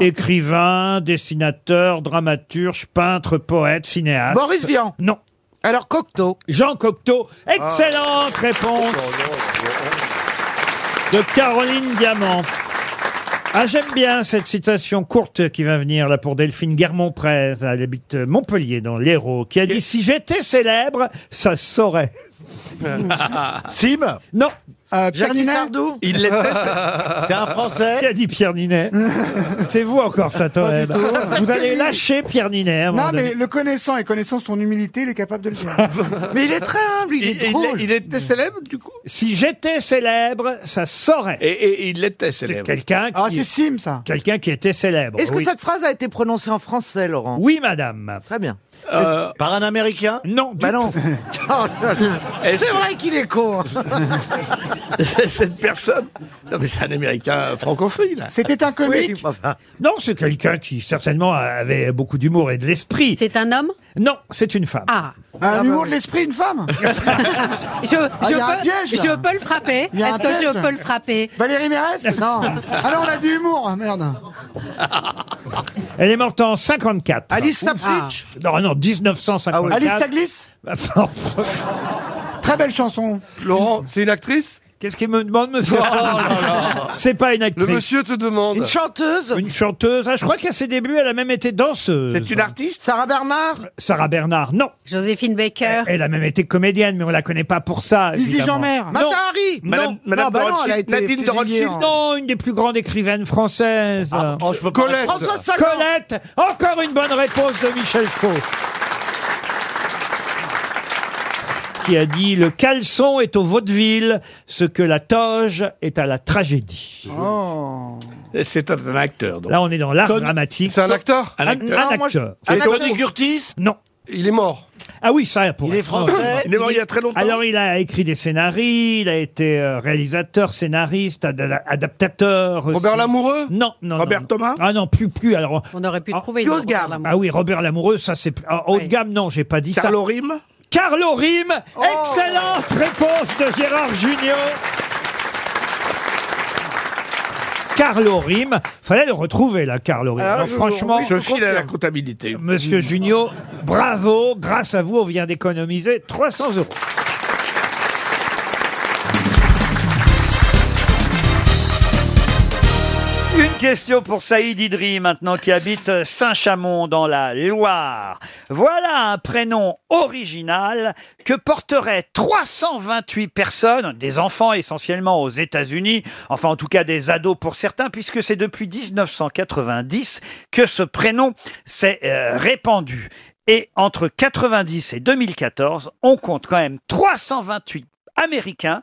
S1: Écrivain, dessinateur, dramaturge, peintre, poète, cinéaste.
S2: Boris Vian.
S1: Ah, Non.
S2: Alors Cocteau. Ah.
S1: Jean Cocteau. Excellente réponse de Caroline Diamant. Ah, j'aime bien cette citation courte qui va venir là pour Delphine Guermont-Prez. Elle habite Montpellier dans l'Hérault, qui a dit Si j'étais célèbre, ça se saurait.
S13: Sim
S1: Non.
S6: Jacques Ninet Sardou
S13: Il l'était. C'est un Français.
S1: Qui a dit Pierre Ninet C'est vous encore, ça, Toël.
S6: tout.
S1: Vous allez lâcher Pierre Ninet. à un moment
S6: Non, mais
S1: donné.
S6: le connaissant et connaissant son humilité, il est capable de le dire.
S2: Mais il est très humble, il est
S13: Il- il-
S2: drôle.
S13: il était célèbre, du coup
S1: Si j'étais célèbre, ça saurait.
S13: Et, et il l'était
S1: C'est
S13: célèbre.
S1: quelqu'un qui.
S2: Ah, c'est Sim,
S6: ça.
S1: Quelqu'un qui était célèbre.
S2: Est-ce que
S1: oui.
S2: cette phrase a été prononcée en français, Laurent
S1: Oui, madame.
S2: Très bien.
S13: Par un Américain
S1: Euh, Non.
S2: Bah non. Oh là là. C'est vrai qu'il est con.
S13: Cette personne. Non, mais c'est un Américain
S1: Ah,
S13: francophile.
S6: C'était un comique.
S1: Non, c'est quelqu'un qui certainement avait beaucoup d'humour et de l'esprit.
S18: C'est un homme
S1: Non, c'est une femme.
S18: Ah.
S6: Un humour de l'esprit, une femme Ah,
S18: Je, je,
S6: il y a un
S18: peux,
S6: piège, là.
S18: je peux le frapper.
S6: Il y a un
S18: Est-ce que je
S6: piège.
S18: peux le frapper
S6: Valérie Mérès Non. Ah non, on a du humour, ah, merde.
S1: Elle est morte en 54.
S6: Alice Sapritch
S1: Non, non,
S13: Ah
S1: 1954.
S6: Alice Saglis
S1: Enfin,
S6: Très belle chanson.
S19: Laurent, c'est une actrice
S1: Qu'est-ce qu'il me demande, monsieur
S19: Oh là là.
S1: C'est pas une actrice.
S19: Le monsieur te demande.
S1: chanteuse Une chanteuse. Ah, je crois qu'à ses débuts, elle a même été danseuse.
S13: artiste
S2: Sarah Bernard
S1: Euh, Sarah Bernard, non.
S18: Joséphine Baker.
S1: Elle a même été comédienne, mais on la connaît pas pour ça.
S18: Zizi
S1: évidemment.
S18: Jeanmaire.
S1: Non.
S2: Mata Hari
S1: Non.
S2: Madame- Madame Non, bah de non, Rothschild, elle a été Nadine de fusillée hein. Rothschild. en-
S1: Non, une des plus grandes écrivaines françaises.
S13: Ah, oh,
S1: Colette.
S2: Françoise Sagan.
S1: Colette. Encore une bonne réponse de Michel Faux. qui a dit Le caleçon est au vaudeville, ce que la toge est à la tragédie.
S13: C'est un, acteur.
S1: Oh. Là, on est dans l'art dramatique. C'est un acteur Un,
S13: Un acteur.
S1: un
S13: Non, moi, je-
S1: acteur.
S13: C'est Un acteur. Tony Curtis
S1: Non. Il est mort. Ah oui, ça pour
S13: Il est français. Il est mort il y a très longtemps.
S1: Alors, il a écrit des scénarios, il a été euh, réalisateur, scénariste, ad- adaptateur. Robert Lamoureux Non, non. Robert Thomas Ah non, plus, plus. Alors,
S18: On aurait pu trouver
S1: plus
S18: une
S1: haut
S18: Robert Lamoureux.
S1: Ah oui, Robert Lamoureux, ça c'est ah, haut de gamme. Non, j'ai pas dit ça.
S13: Carlo Oh.
S1: Rime. Carlo Rime. Excellente réponse de Gérard Junior. Eh, Carlo Rime, fallait le retrouver là, Carlo Rime. Alors, franchement,
S13: Ah, je file à la comptabilité.
S19: Mm.
S1: Monsieur Junio, bravo, grâce à vous, on vient d'économiser 300 euros. Une question pour Saïd Idri maintenant qui habite Saint-Chamond dans la Loire. Voilà un prénom original que porteraient 328 personnes, des enfants essentiellement aux États-Unis, enfin en tout cas des ados pour certains, puisque c'est depuis 1990 que ce prénom s'est euh, répandu. Et entre 90 et 2014, on compte quand même 328 Américains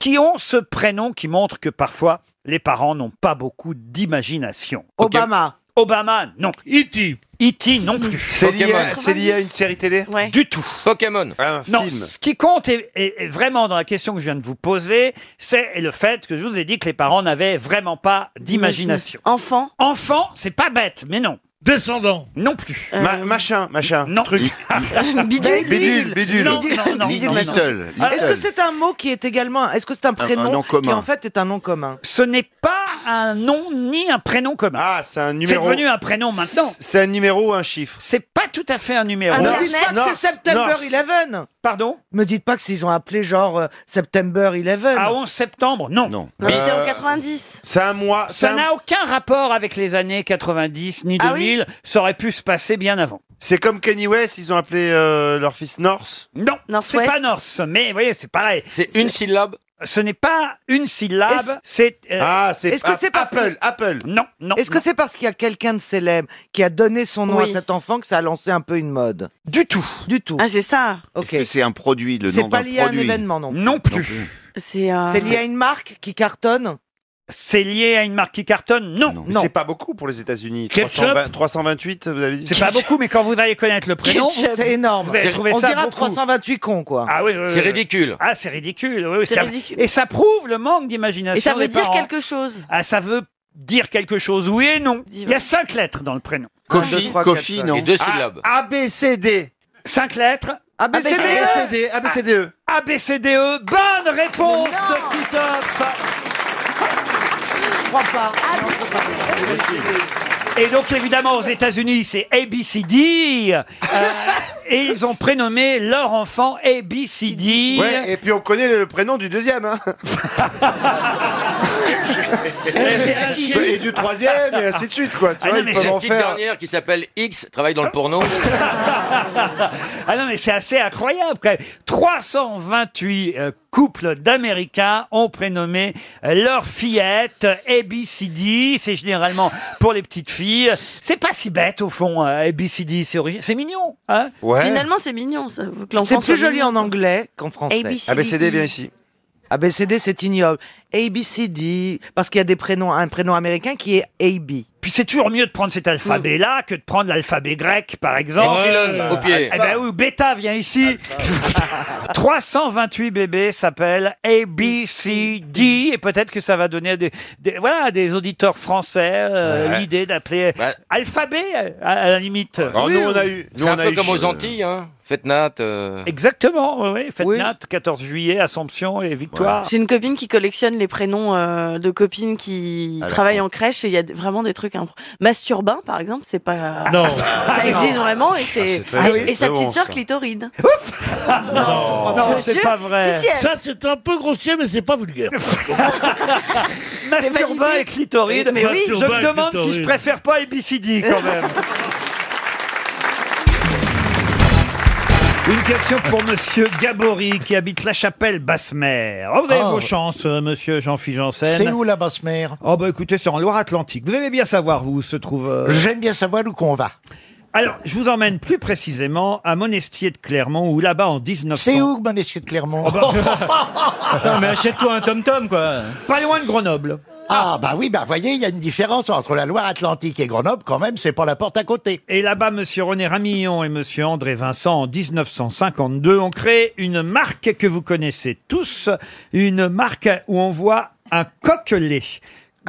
S1: qui ont ce prénom qui montre que parfois les parents n'ont pas beaucoup d'imagination. Obama. Obama, non. E.T. E.T. non plus.
S19: E C'est lié, à- c'est lié à une série télé
S1: Du tout.
S19: Pokémon. Un
S1: Non,
S19: film.
S1: ce qui compte est, est- est vraiment dans la question que je viens de vous poser, c'est le fait que je vous ai dit que les parents n'avaient vraiment pas d'imagination. Enfant Enfant, c'est pas bête, mais non. Descendant Non plus.
S2: Euh.
S19: Ma- machin, machin.
S1: Non.
S19: Truc.
S2: Bidule.
S19: Bidule, bidule.
S1: Non, non, non, non, non.
S2: Est-ce que c'est un mot qui est également. Est-ce que c'est un prénom
S19: nom
S2: qui
S19: commun.
S2: en fait est un nom commun
S1: Ce n'est pas un nom ni un prénom commun.
S19: Ah, c'est un numéro.
S1: C'est devenu un prénom maintenant.
S19: C'est- C'est un numéro ou un chiffre
S1: C'est pas tout à fait un numéro.
S2: Un ordinaire, c'est September 11.
S1: Pardon
S2: Me dites pas que s'ils ont appelé genre euh, September 11.
S1: À 11 septembre, non.
S19: Non.
S2: Mais c'était en
S19: 90. C'est un mois. c'est
S1: Ça
S19: un-
S1: n'a aucun rapport avec les années 90 ni 2000.
S19: Ah oui
S1: Ça aurait pu se passer bien avant.
S19: C'est comme Kanye West, ils ont appelé euh, leur fils North.
S1: Non, c'est pas Norse, mais vous voyez, c'est pareil. C'est une syllabe Ce n'est pas une syllabe,
S2: Est-ce-
S1: c'est... euh,
S19: Ah, c'est
S2: Est-ce que c'est parce
S19: Apple, Ah,
S2: que-
S19: Apple.
S1: Non, non.
S2: Est-ce que c'est parce qu'il y a quelqu'un de célèbre qui a donné son nom
S19: Oui.
S2: à cet enfant que ça a lancé un peu une mode
S1: Du tout.
S2: Du tout. Ah, c'est ça.
S20: Est-ce que c'est un produit, le
S2: C'est
S20: nom
S2: pas
S20: d'un
S2: lié à un
S20: produit
S2: événement non plus.
S1: Non plus.
S2: C'est lié à une marque qui cartonne
S1: C'est lié à une marque qui cartonne Non.
S19: Mais C'est pas beaucoup pour les États-Unis.
S1: Ketchup
S19: 320 328, vous avez dit
S1: C'est pas beaucoup, mais quand vous allez connaître le prénom,
S2: Ketchup. C'est énorme.
S1: Vous allez trouver
S2: On
S1: ça
S2: dira
S1: beaucoup.
S2: 328 cons, quoi.
S1: Ah oui, oui, oui,
S2: C'est
S1: oui.
S2: ridicule.
S1: Ah, c'est ridicule. oui, oui,
S2: C'est
S1: ça-
S2: ridicule.
S1: Et ça prouve le manque d'imagination.
S21: Et ça veut
S1: des
S21: dire
S1: parents.
S21: quelque chose.
S1: Ah, ça veut dire quelque chose, oui et non. Il y a cinq lettres dans le prénom.
S20: Kofi, Un, deux, trois, Kofi, quatre, cinq. non. Et deux
S1: Ah,
S20: syllabes.
S1: A, B, C, D. Cinq lettres. A,
S19: B, C, D, E.
S1: A, B, C, D, E. A, B, C, D, E. Bonne réponse de Titoff.
S2: Je crois pas.
S1: Et donc, évidemment, aux États-Unis, c'est ABCD. Euh, et ils ont prénommé leur enfant ABCD.
S19: Ouais, et puis on connaît le prénom du deuxième. Hein. et du
S15: Eh,
S19: troisième, et ainsi de suite, quoi. Tu
S1: Ah
S19: vois,
S1: non,
S19: ils
S1: mais
S19: peuvent
S1: c'est
S19: en
S1: qui
S19: faire.
S20: dernière qui s'appelle X travaille dans le porno.
S1: Ah non, mais c'est assez incroyable quand même. 328 euh, couples d'Américains ont prénommé euh, leur fillette ABCD. C'est généralement pour les petites filles. C'est pas si bête au fond, euh, ABCD. C'est origi- c'est mignon. Hein
S21: Finalement, c'est mignon. Ça, que l'enfant
S2: C'est plus
S21: soit
S2: joli
S21: mignon.
S2: en anglais qu'en français.
S21: ABCD. ABCD, viens
S2: ici. ABCD, c'est ignoble. ABCD, parce qu'il y a des prénoms, un prénom américain qui est AB.
S1: Puis c'est toujours mieux de prendre cet alphabet-là que de prendre l'alphabet grec, par exemple.
S20: Epsilon, au pied.
S1: Eh ben oui, ou bêta, viens ici. 328 bébés s'appellent A, B, C, D. Et peut-être que ça va donner à des, des- voilà, à des auditeurs français euh,
S20: Ouais.
S1: l'idée d'appeler alphabet, à, à la limite.
S5: Oh,
S19: Alors, Oh, nous, on a eu. nous,
S20: C'est un
S19: on a
S20: peu
S19: eu
S20: comme
S19: ch-
S20: aux Antilles, hein. Faites Nat. euh,
S1: Exactement, oui, oui. Fête Nat, 14 juillet, Assomption et Victoire.
S21: J'ai une copine qui collectionne les prénoms euh, de copines qui
S1: À la
S21: travaillent en crèche et il y a d- vraiment des trucs. impro- Masturbin, par exemple, c'est pas.
S1: Non.
S14: Ah,
S1: Ah,
S21: Ça existe
S1: non.
S21: vraiment et c'est.
S1: c'est
S13: Ah
S1: très-
S21: et-
S1: c'est
S21: et sa
S1: bon,
S21: petite sœur
S1: ça.
S21: clitoride.
S1: Non,
S21: Je vous
S1: c'est
S21: jure.
S1: pas vrai.
S21: Si, si, elle-
S11: Ça, c'est un peu grossier, mais c'est pas vulgaire.
S1: Eh Masturbin et clitoride.
S11: Mais oui.
S1: Eh, je
S11: Masturbin
S1: me
S11: et
S1: demande si je
S11: clitoride.
S1: préfère pas ABCD quand même. Une question pour Monsieur Gabory qui habite La Chapelle Basse-Mer. Oh, vous avez
S16: Oh.
S1: vos chances, euh, Monsieur Jean-Philippe Janssen.
S16: C'est où la basse mer
S1: Oh bah écoutez, c'est en Loire-Atlantique. Vous aimez bien savoir vous, où se trouve. euh,
S16: J'aime bien savoir où qu'on va.
S1: Alors, je vous emmène plus précisément à Monestier de Clermont, où là-bas en Oh, 1900... C'est où Monestier de Clermont
S3: Attends, mais achète-toi un tom-tom, quoi.
S1: Pas loin de Grenoble.
S16: Ah, bah oui, bah voyez, il y a une différence entre la Loire-Atlantique et Grenoble, quand même, c'est pas la porte à côté.
S1: Et là-bas, Monsieur René Ramillon et Monsieur André Vincent, en 1952, ont créé une marque que vous connaissez tous, une marque où on voit un coquelet.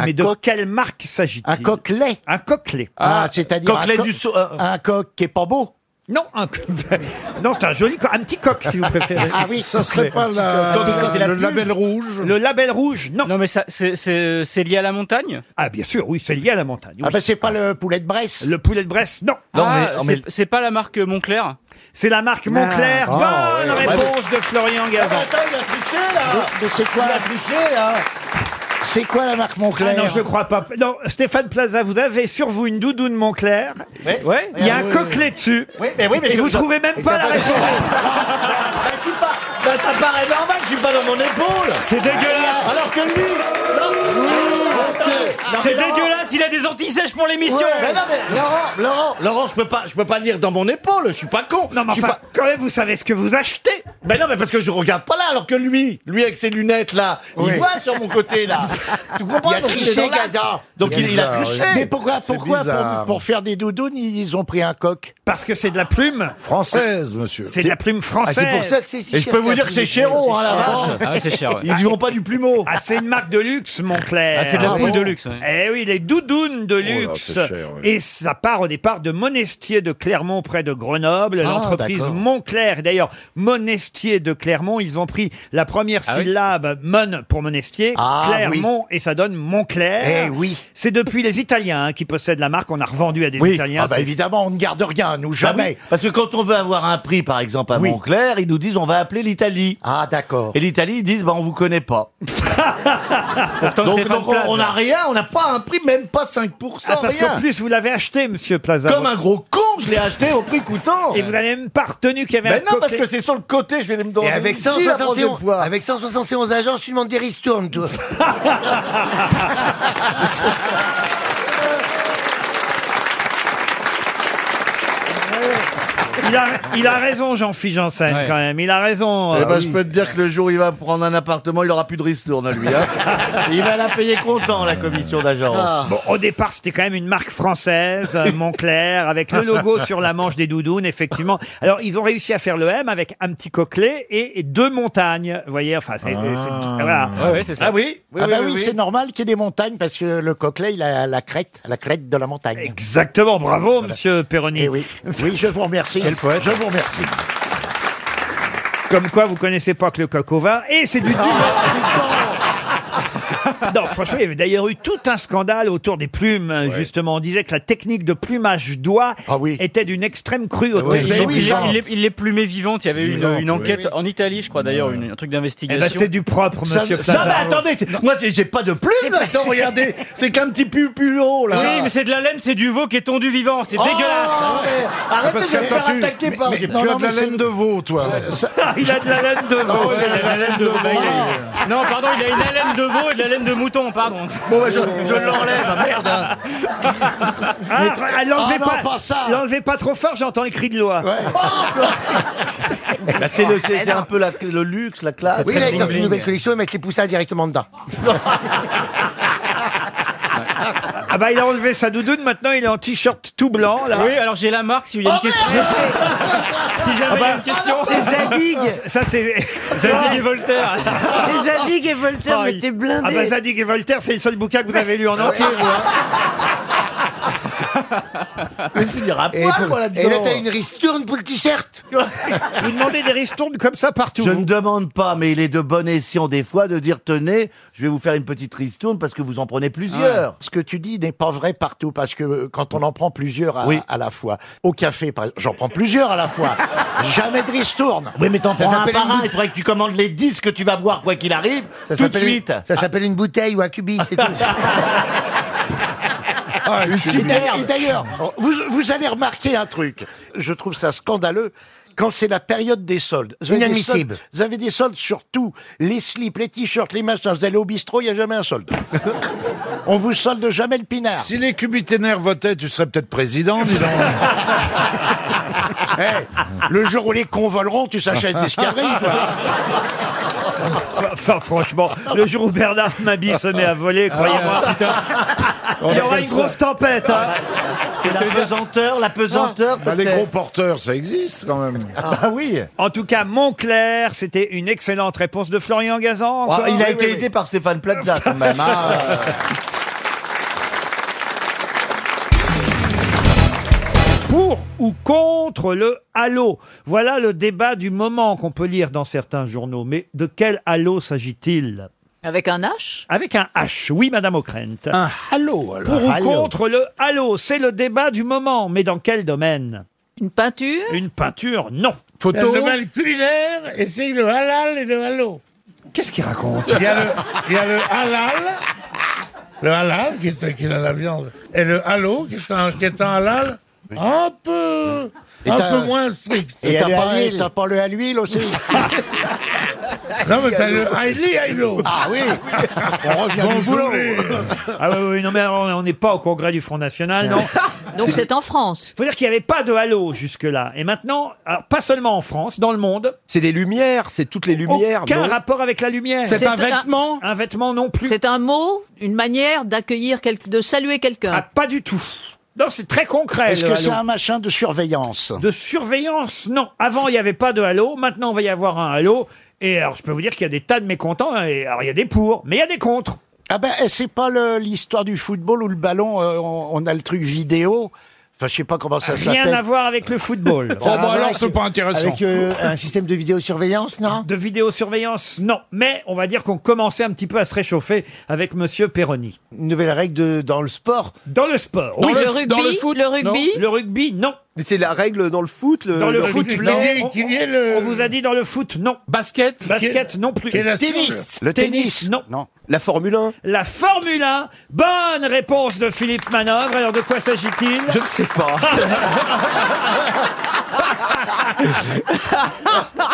S1: Mais de quelle marque s'agit-il Un coquelet Un coquelet.
S16: Ah, c'est-à-dire un, co- un coq qui est pas beau
S1: euh, Non, un Non, c'est un joli coq, un petit coq si vous préférez.
S16: Ah oui,
S15: Ce serait pas la- le label rouge
S1: Le label rouge, non.
S3: Non, mais ça, c'est- c'est c'est lié à la montagne
S1: Ah bien sûr, oui, c'est lié à la montagne.
S16: Ah bah c'est pas le poulet de Bresse
S1: Le poulet de Bresse, non.
S3: Ah, c'est- C'est pas la marque Montclair
S1: C'est la marque Montclair.
S16: Oh,
S3: Ah.
S1: Bonne
S3: Ah, ouais.
S1: réponse de Florian Gazan.
S16: Ah, il a triché, là Mais c'est quoi Il a triché, là hein. C'est quoi la marque Montclair
S1: Ah non, je ne crois pas. Non, Stéphane Plaza, vous avez sur vous une doudoune Montclair.
S16: Ouais. Ah,
S1: Il y a un
S16: Oui,
S1: coquelet dessus.
S16: Oui, mais oui, mais
S1: Et
S16: je-
S1: vous
S16: je-
S1: trouvez même
S16: Et
S1: pas
S16: ça
S1: la
S16: va-
S1: réponse.
S16: Bah,
S6: Ben, ça paraît normal, je suis pas dans mon épaule.
S1: C'est dégueulasse.
S6: Alors que lui. Non.
S3: C'est
S6: Non, mais Laurent-
S3: dégueulasse, il a des antisèches pour l'émission
S6: Ouais, mais non, mais Laurent, Laurent, Laurent, je peux pas, je peux pas lire dans mon épaule, je suis pas con. Non, mais
S1: enfin, quand même, vous savez ce que vous achetez.
S6: Ben non, mais parce que je regarde pas là, alors que lui, lui avec ses lunettes là,
S16: Oui.
S6: il voit sur mon côté là. tu comprends
S16: Il a
S6: Donc, est
S16: triché,
S6: dans l'axe.
S16: Gaza.
S6: Donc il, il a
S16: Bizarre,
S6: triché.
S16: oui. Mais pourquoi, pourquoi pour,
S6: bizarre.
S16: pour faire des doudounes, ils ils ont pris un coq
S1: Parce que c'est de la plume
S15: Française, monsieur.
S1: C'est de la plume française.
S16: Ah, c'est pour ça que c'est si
S6: Et je peux vous dire que c'est chéron, hein, la vache.
S3: Ah ouais, c'est cher, ouais.
S6: Ils ne vont pas du plumeau.
S1: Ah, c'est une marque de luxe, Montclair.
S3: Ah, c'est de la plume de luxe, ouais.
S1: Eh oui, les doudounes
S6: Oh
S1: de luxe.
S15: c'est cher, ouais.
S1: Et ça part au départ de Monestier de Clermont, près de Grenoble,
S16: Ah,
S1: l'entreprise
S16: d'accord.
S1: Montclair. Et D'ailleurs, Monestier de Clermont, ils ont pris la première
S16: Ah oui.
S1: syllabe Mon pour Monestier,
S16: Ah,
S1: Clermont, et ça donne Montclair.
S16: Eh oui.
S1: C'est depuis les Italiens hein, qui possèdent la marque. On a revendu à des
S16: Oui,
S1: Italiens.
S16: ah bah
S1: c'est- Ah
S16: évidemment, on ne garde rien, nous, jamais.
S13: Ah Parce que quand on veut avoir un prix, par exemple, à
S16: Oui.
S13: Montclair, ils nous disent on va appeler l'Italie.
S16: Ah, d'accord.
S13: Et l'Italie, ils disent bah, on vous connaît pas.
S1: Pourtant,
S13: donc
S1: Stéphane
S13: donc, on- on
S1: Plaza.
S13: n'a rien, on n'a pas un prix, même pas 5%.
S1: Ah, parce
S13: rien.
S1: qu'en plus, vous l'avez acheté, monsieur Plaza.
S13: Comme un gros con, je l'ai acheté au prix coûtant.
S1: Et vous n'avez même pas retenu qu'il y avait
S13: Mais
S1: un
S13: non, parce
S1: coquelet.
S13: que c'est sur le côté, je vais me donner
S6: Et avec
S13: ici la prochaine
S6: 171,
S13: fois.
S6: avec 171 agents, tu demandes des ristournes, toi.
S1: Il a, il a raison, Jean-Philippe Janssen, quand même. Il a raison.
S13: Eh
S1: euh,
S13: ben, je peux te dire que le jour où il va prendre un appartement, il aura plus de ristourne, lui. hein. il va la payer content, la commission d'agence.
S16: Ah.
S1: Bon, au départ, c'était quand même une marque française, euh, Montclair, avec le logo sur la manche des doudounes, effectivement. Alors, ils ont réussi à faire le M avec un petit coquelet et, et deux montagnes. Vous voyez, enfin, c'est. c'est- voilà.
S13: Ah oui, oui,
S16: ah
S13: oui,
S16: bah
S13: oui,
S16: oui,
S13: oui.
S16: c'est normal qu'il y ait des montagnes parce que le coquelet, il a la crête, la crête de la montagne.
S1: Exactement, bravo, monsieur Perroni.
S16: Eh oui, oui, je vous remercie. Je vous remercie.
S1: Comme quoi, vous connaissez pas que le coq au vin, et c'est du
S16: Oh,
S1: duvet. Non, franchement, il y avait d'ailleurs eu tout un scandale autour des plumes, justement. On disait que la technique de plumage d'oie
S16: Ah
S1: était d'une extrême
S16: Eh
S1: cruauté.
S3: Ouais, il est- il est- il est- il est plumé vivante. Il y avait eu une, une enquête en Italie, je crois d'ailleurs, une- un truc
S1: Eh ben,
S3: d'investigation.
S1: c'est du propre, monsieur
S6: Ça,
S1: Plaza.
S6: mais attendez, c'est- moi j'ai j'ai pas de plume là-dedans, regardez, c'est qu'un petit pupulon là.
S3: Oui, mais c'est de la laine, c'est du veau qui est tondu vivant, c'est dégueulasse. hein. Ah,
S15: Oh, Ah,
S6: Arrête de
S15: Parce
S6: me
S15: que
S6: faire
S15: attends, tu-
S6: attaquer par.
S15: mais- mais tu as de la laine de veau, toi.
S3: Ah,
S1: Il a de la laine de
S6: Ah
S1: veau.
S3: Ouais, il a de la laine de veau. Bah, il a- Non, pardon, il a une haleine de veau et de la laine de mouton, pardon.
S6: Bon, bah, je, je l'enlève, merde. hein.
S1: Ah, ah, l'enlevez
S16: Ah non,
S1: Ah, pas,
S16: pas ça.
S1: l'enlevez pas trop fort, j'entends les cris de loi.
S13: Bah, c'est le- c'est- c'est un peu la- le luxe, la classe.
S6: Oui, là, ils sortent une nouvelle collection et mettent les poussins directement dedans.
S1: Ah bah il a enlevé sa doudoune, maintenant il est en t-shirt tout blanc là. Oh,
S3: Oui, alors j'ai la marque si il y a une question. Si
S1: Ah
S3: jamais il y a une question. Ah,
S4: C'est Zadig
S1: bah, Ça c'est
S3: Zadig et Voltaire.
S4: C'est Zadig et Voltaire,
S1: Ah,
S4: mais
S1: il-
S4: t'es
S1: Ah bah
S4: blindé
S1: Zadig et Voltaire, c'est le seul bouquin que vous avez lu en
S3: Ah,
S1: entier. vous, hein.
S13: Il y aura
S6: Et,
S13: poil,
S6: pour-
S13: moi,
S6: et là,
S13: là-dedans.
S6: t'as une ristourne pour le t-shirt.
S1: vous demandez des ristournes comme ça partout.
S13: Je
S1: vous.
S13: ne demande pas, mais il est de bon escient des fois de dire tenez, je vais vous faire une petite ristourne parce que vous en prenez plusieurs.
S16: Ce que tu dis n'est pas vrai partout parce que euh, quand on en prend plusieurs à,
S13: Oui.
S16: à la fois, au café, par- j'en prends plusieurs à la fois. Jamais de ristourne.
S13: Oui, mais t'en
S16: Ça
S13: prends un
S16: s'appelle
S13: par
S16: une
S13: un,
S16: bou-
S13: il faudrait que tu commandes les 10 que tu vas boire, quoi qu'il arrive,
S6: Ça
S13: tout de
S6: s'appelle une-
S13: suite.
S6: Ça s'appelle une bouteille ou un cubi, c'est tout.
S16: Ah, Et d'a- et d'ailleurs, vous, vous allez remarquer un truc. Je trouve ça scandaleux quand c'est la période des soldes. Vous avez des
S6: Inadmissible.
S16: soldes- Vous avez des soldes sur tout. Les slips, les t-shirts, les machins. Vous allez au bistrot, il n'y a jamais un solde. On vous solde jamais le pinard.
S15: Si les cubiténaires votaient, tu serais peut-être président, dis donc.
S16: Eh, le jour où les cons voleront, tu s'achètes
S15: Ah.
S16: des scaries, toi.
S1: Enfin, franchement, le jour où Bernard Mabie se met à voler,
S3: Ah,
S16: Ah.
S1: croyez-moi, il y aura une grosse tempête. hein.
S13: C'est la pesanteur, la pesanteur.
S15: Bah, les
S13: peut-être.
S15: gros porteurs, ça existe quand même.
S1: Ah oui. En tout cas, Montclair, c'était une excellente réponse de Florian Gazan.
S13: Ah,
S1: encore.
S13: il a
S1: Oui,
S13: été
S1: oui, oui.
S13: aidé par Stéphane Plaza quand même. hein.
S1: Pour ou contre le halo Voilà le débat du moment qu'on peut lire dans certains journaux. Mais de quel halo s'agit-il
S14: Avec un H
S1: Avec un H, oui, Madame O'Krent.
S22: Ah.
S1: Un
S15: halo,
S1: Pour ou
S14: Halo.
S1: contre le halo C'est le débat du moment, mais dans quel domaine
S14: Une peinture
S1: Une peinture, non.
S11: Il y a Euh, le domaine culinaire, et c'est le halal et le halo.
S1: Qu'est-ce qu'il raconte
S11: Il y a le, il y a le halal, le halal qui est, qui est la viande, et le halo qui est un, qui est un halal un peu,
S16: Et
S11: un
S16: t'as-
S11: peu moins strict.
S16: Et t'as pas, et t'as pas le à l'huile aussi
S11: Non, mais t'as le Hailey Hailo.
S16: Ah oui On revient
S11: Bon
S16: du boulot
S1: Ah oui, oui, non, mais alors, on n'est pas au congrès du Front National, non
S14: Donc c'est en France.
S1: faut dire qu'il n'y avait pas de halo jusque-là. Et maintenant, alors, pas seulement en France, dans le monde.
S8: C'est les lumières, c'est toutes les lumières.
S1: Aucun
S8: non
S1: rapport avec la lumière.
S8: C'est C'est un un- vêtement
S1: Un vêtement non plus.
S14: C'est un mot, une manière d'accueillir, quel- de saluer quelqu'un.
S1: Ah, Pas du tout. Non, c'est très concret.
S16: Est-ce
S1: le
S16: que c'est
S1: halo.
S16: un machin de surveillance
S1: De surveillance, non. Avant, il n'y avait pas de halo. Maintenant, il va y avoir un halo. Et alors, je peux vous dire qu'il y a des tas de mécontents. hein, Et, alors, il y a des pour, mais il y a des contre.
S16: Ah ben, eh, c'est pas le- l'histoire du football où le ballon, euh, on, on a le truc vidéo. Enfin, je sais pas comment ça s'appelle.
S1: Rien à voir avec le football.
S16: Oh, bah alors, c'est pas intéressant.
S6: Ah, Avec euh, un système de vidéosurveillance, non
S1: De vidéosurveillance, non. Mais on va dire qu'on commençait un petit peu à se réchauffer avec Monsieur Perroni.
S6: Une nouvelle règle de- dans le sport
S1: Dans le sport,
S8: Dans
S1: oui.
S8: le- dans le foot, non
S1: Le rugby, non.
S8: Mais c'est la règle dans le foot. Le,
S1: Dans le
S8: le
S1: foot,
S8: rugby.
S1: non. Oh, On- On vous a dit dans le foot, non. Basket Basket, non plus.
S8: Quelle nation,
S1: Tennis
S8: le- Le
S1: tennis,
S8: tennis.
S1: non.
S8: La Formule 1.
S1: La Formule 1, bonne réponse de Philippe Manœuvre. Alors de quoi s'agit-il Je ne sais pas.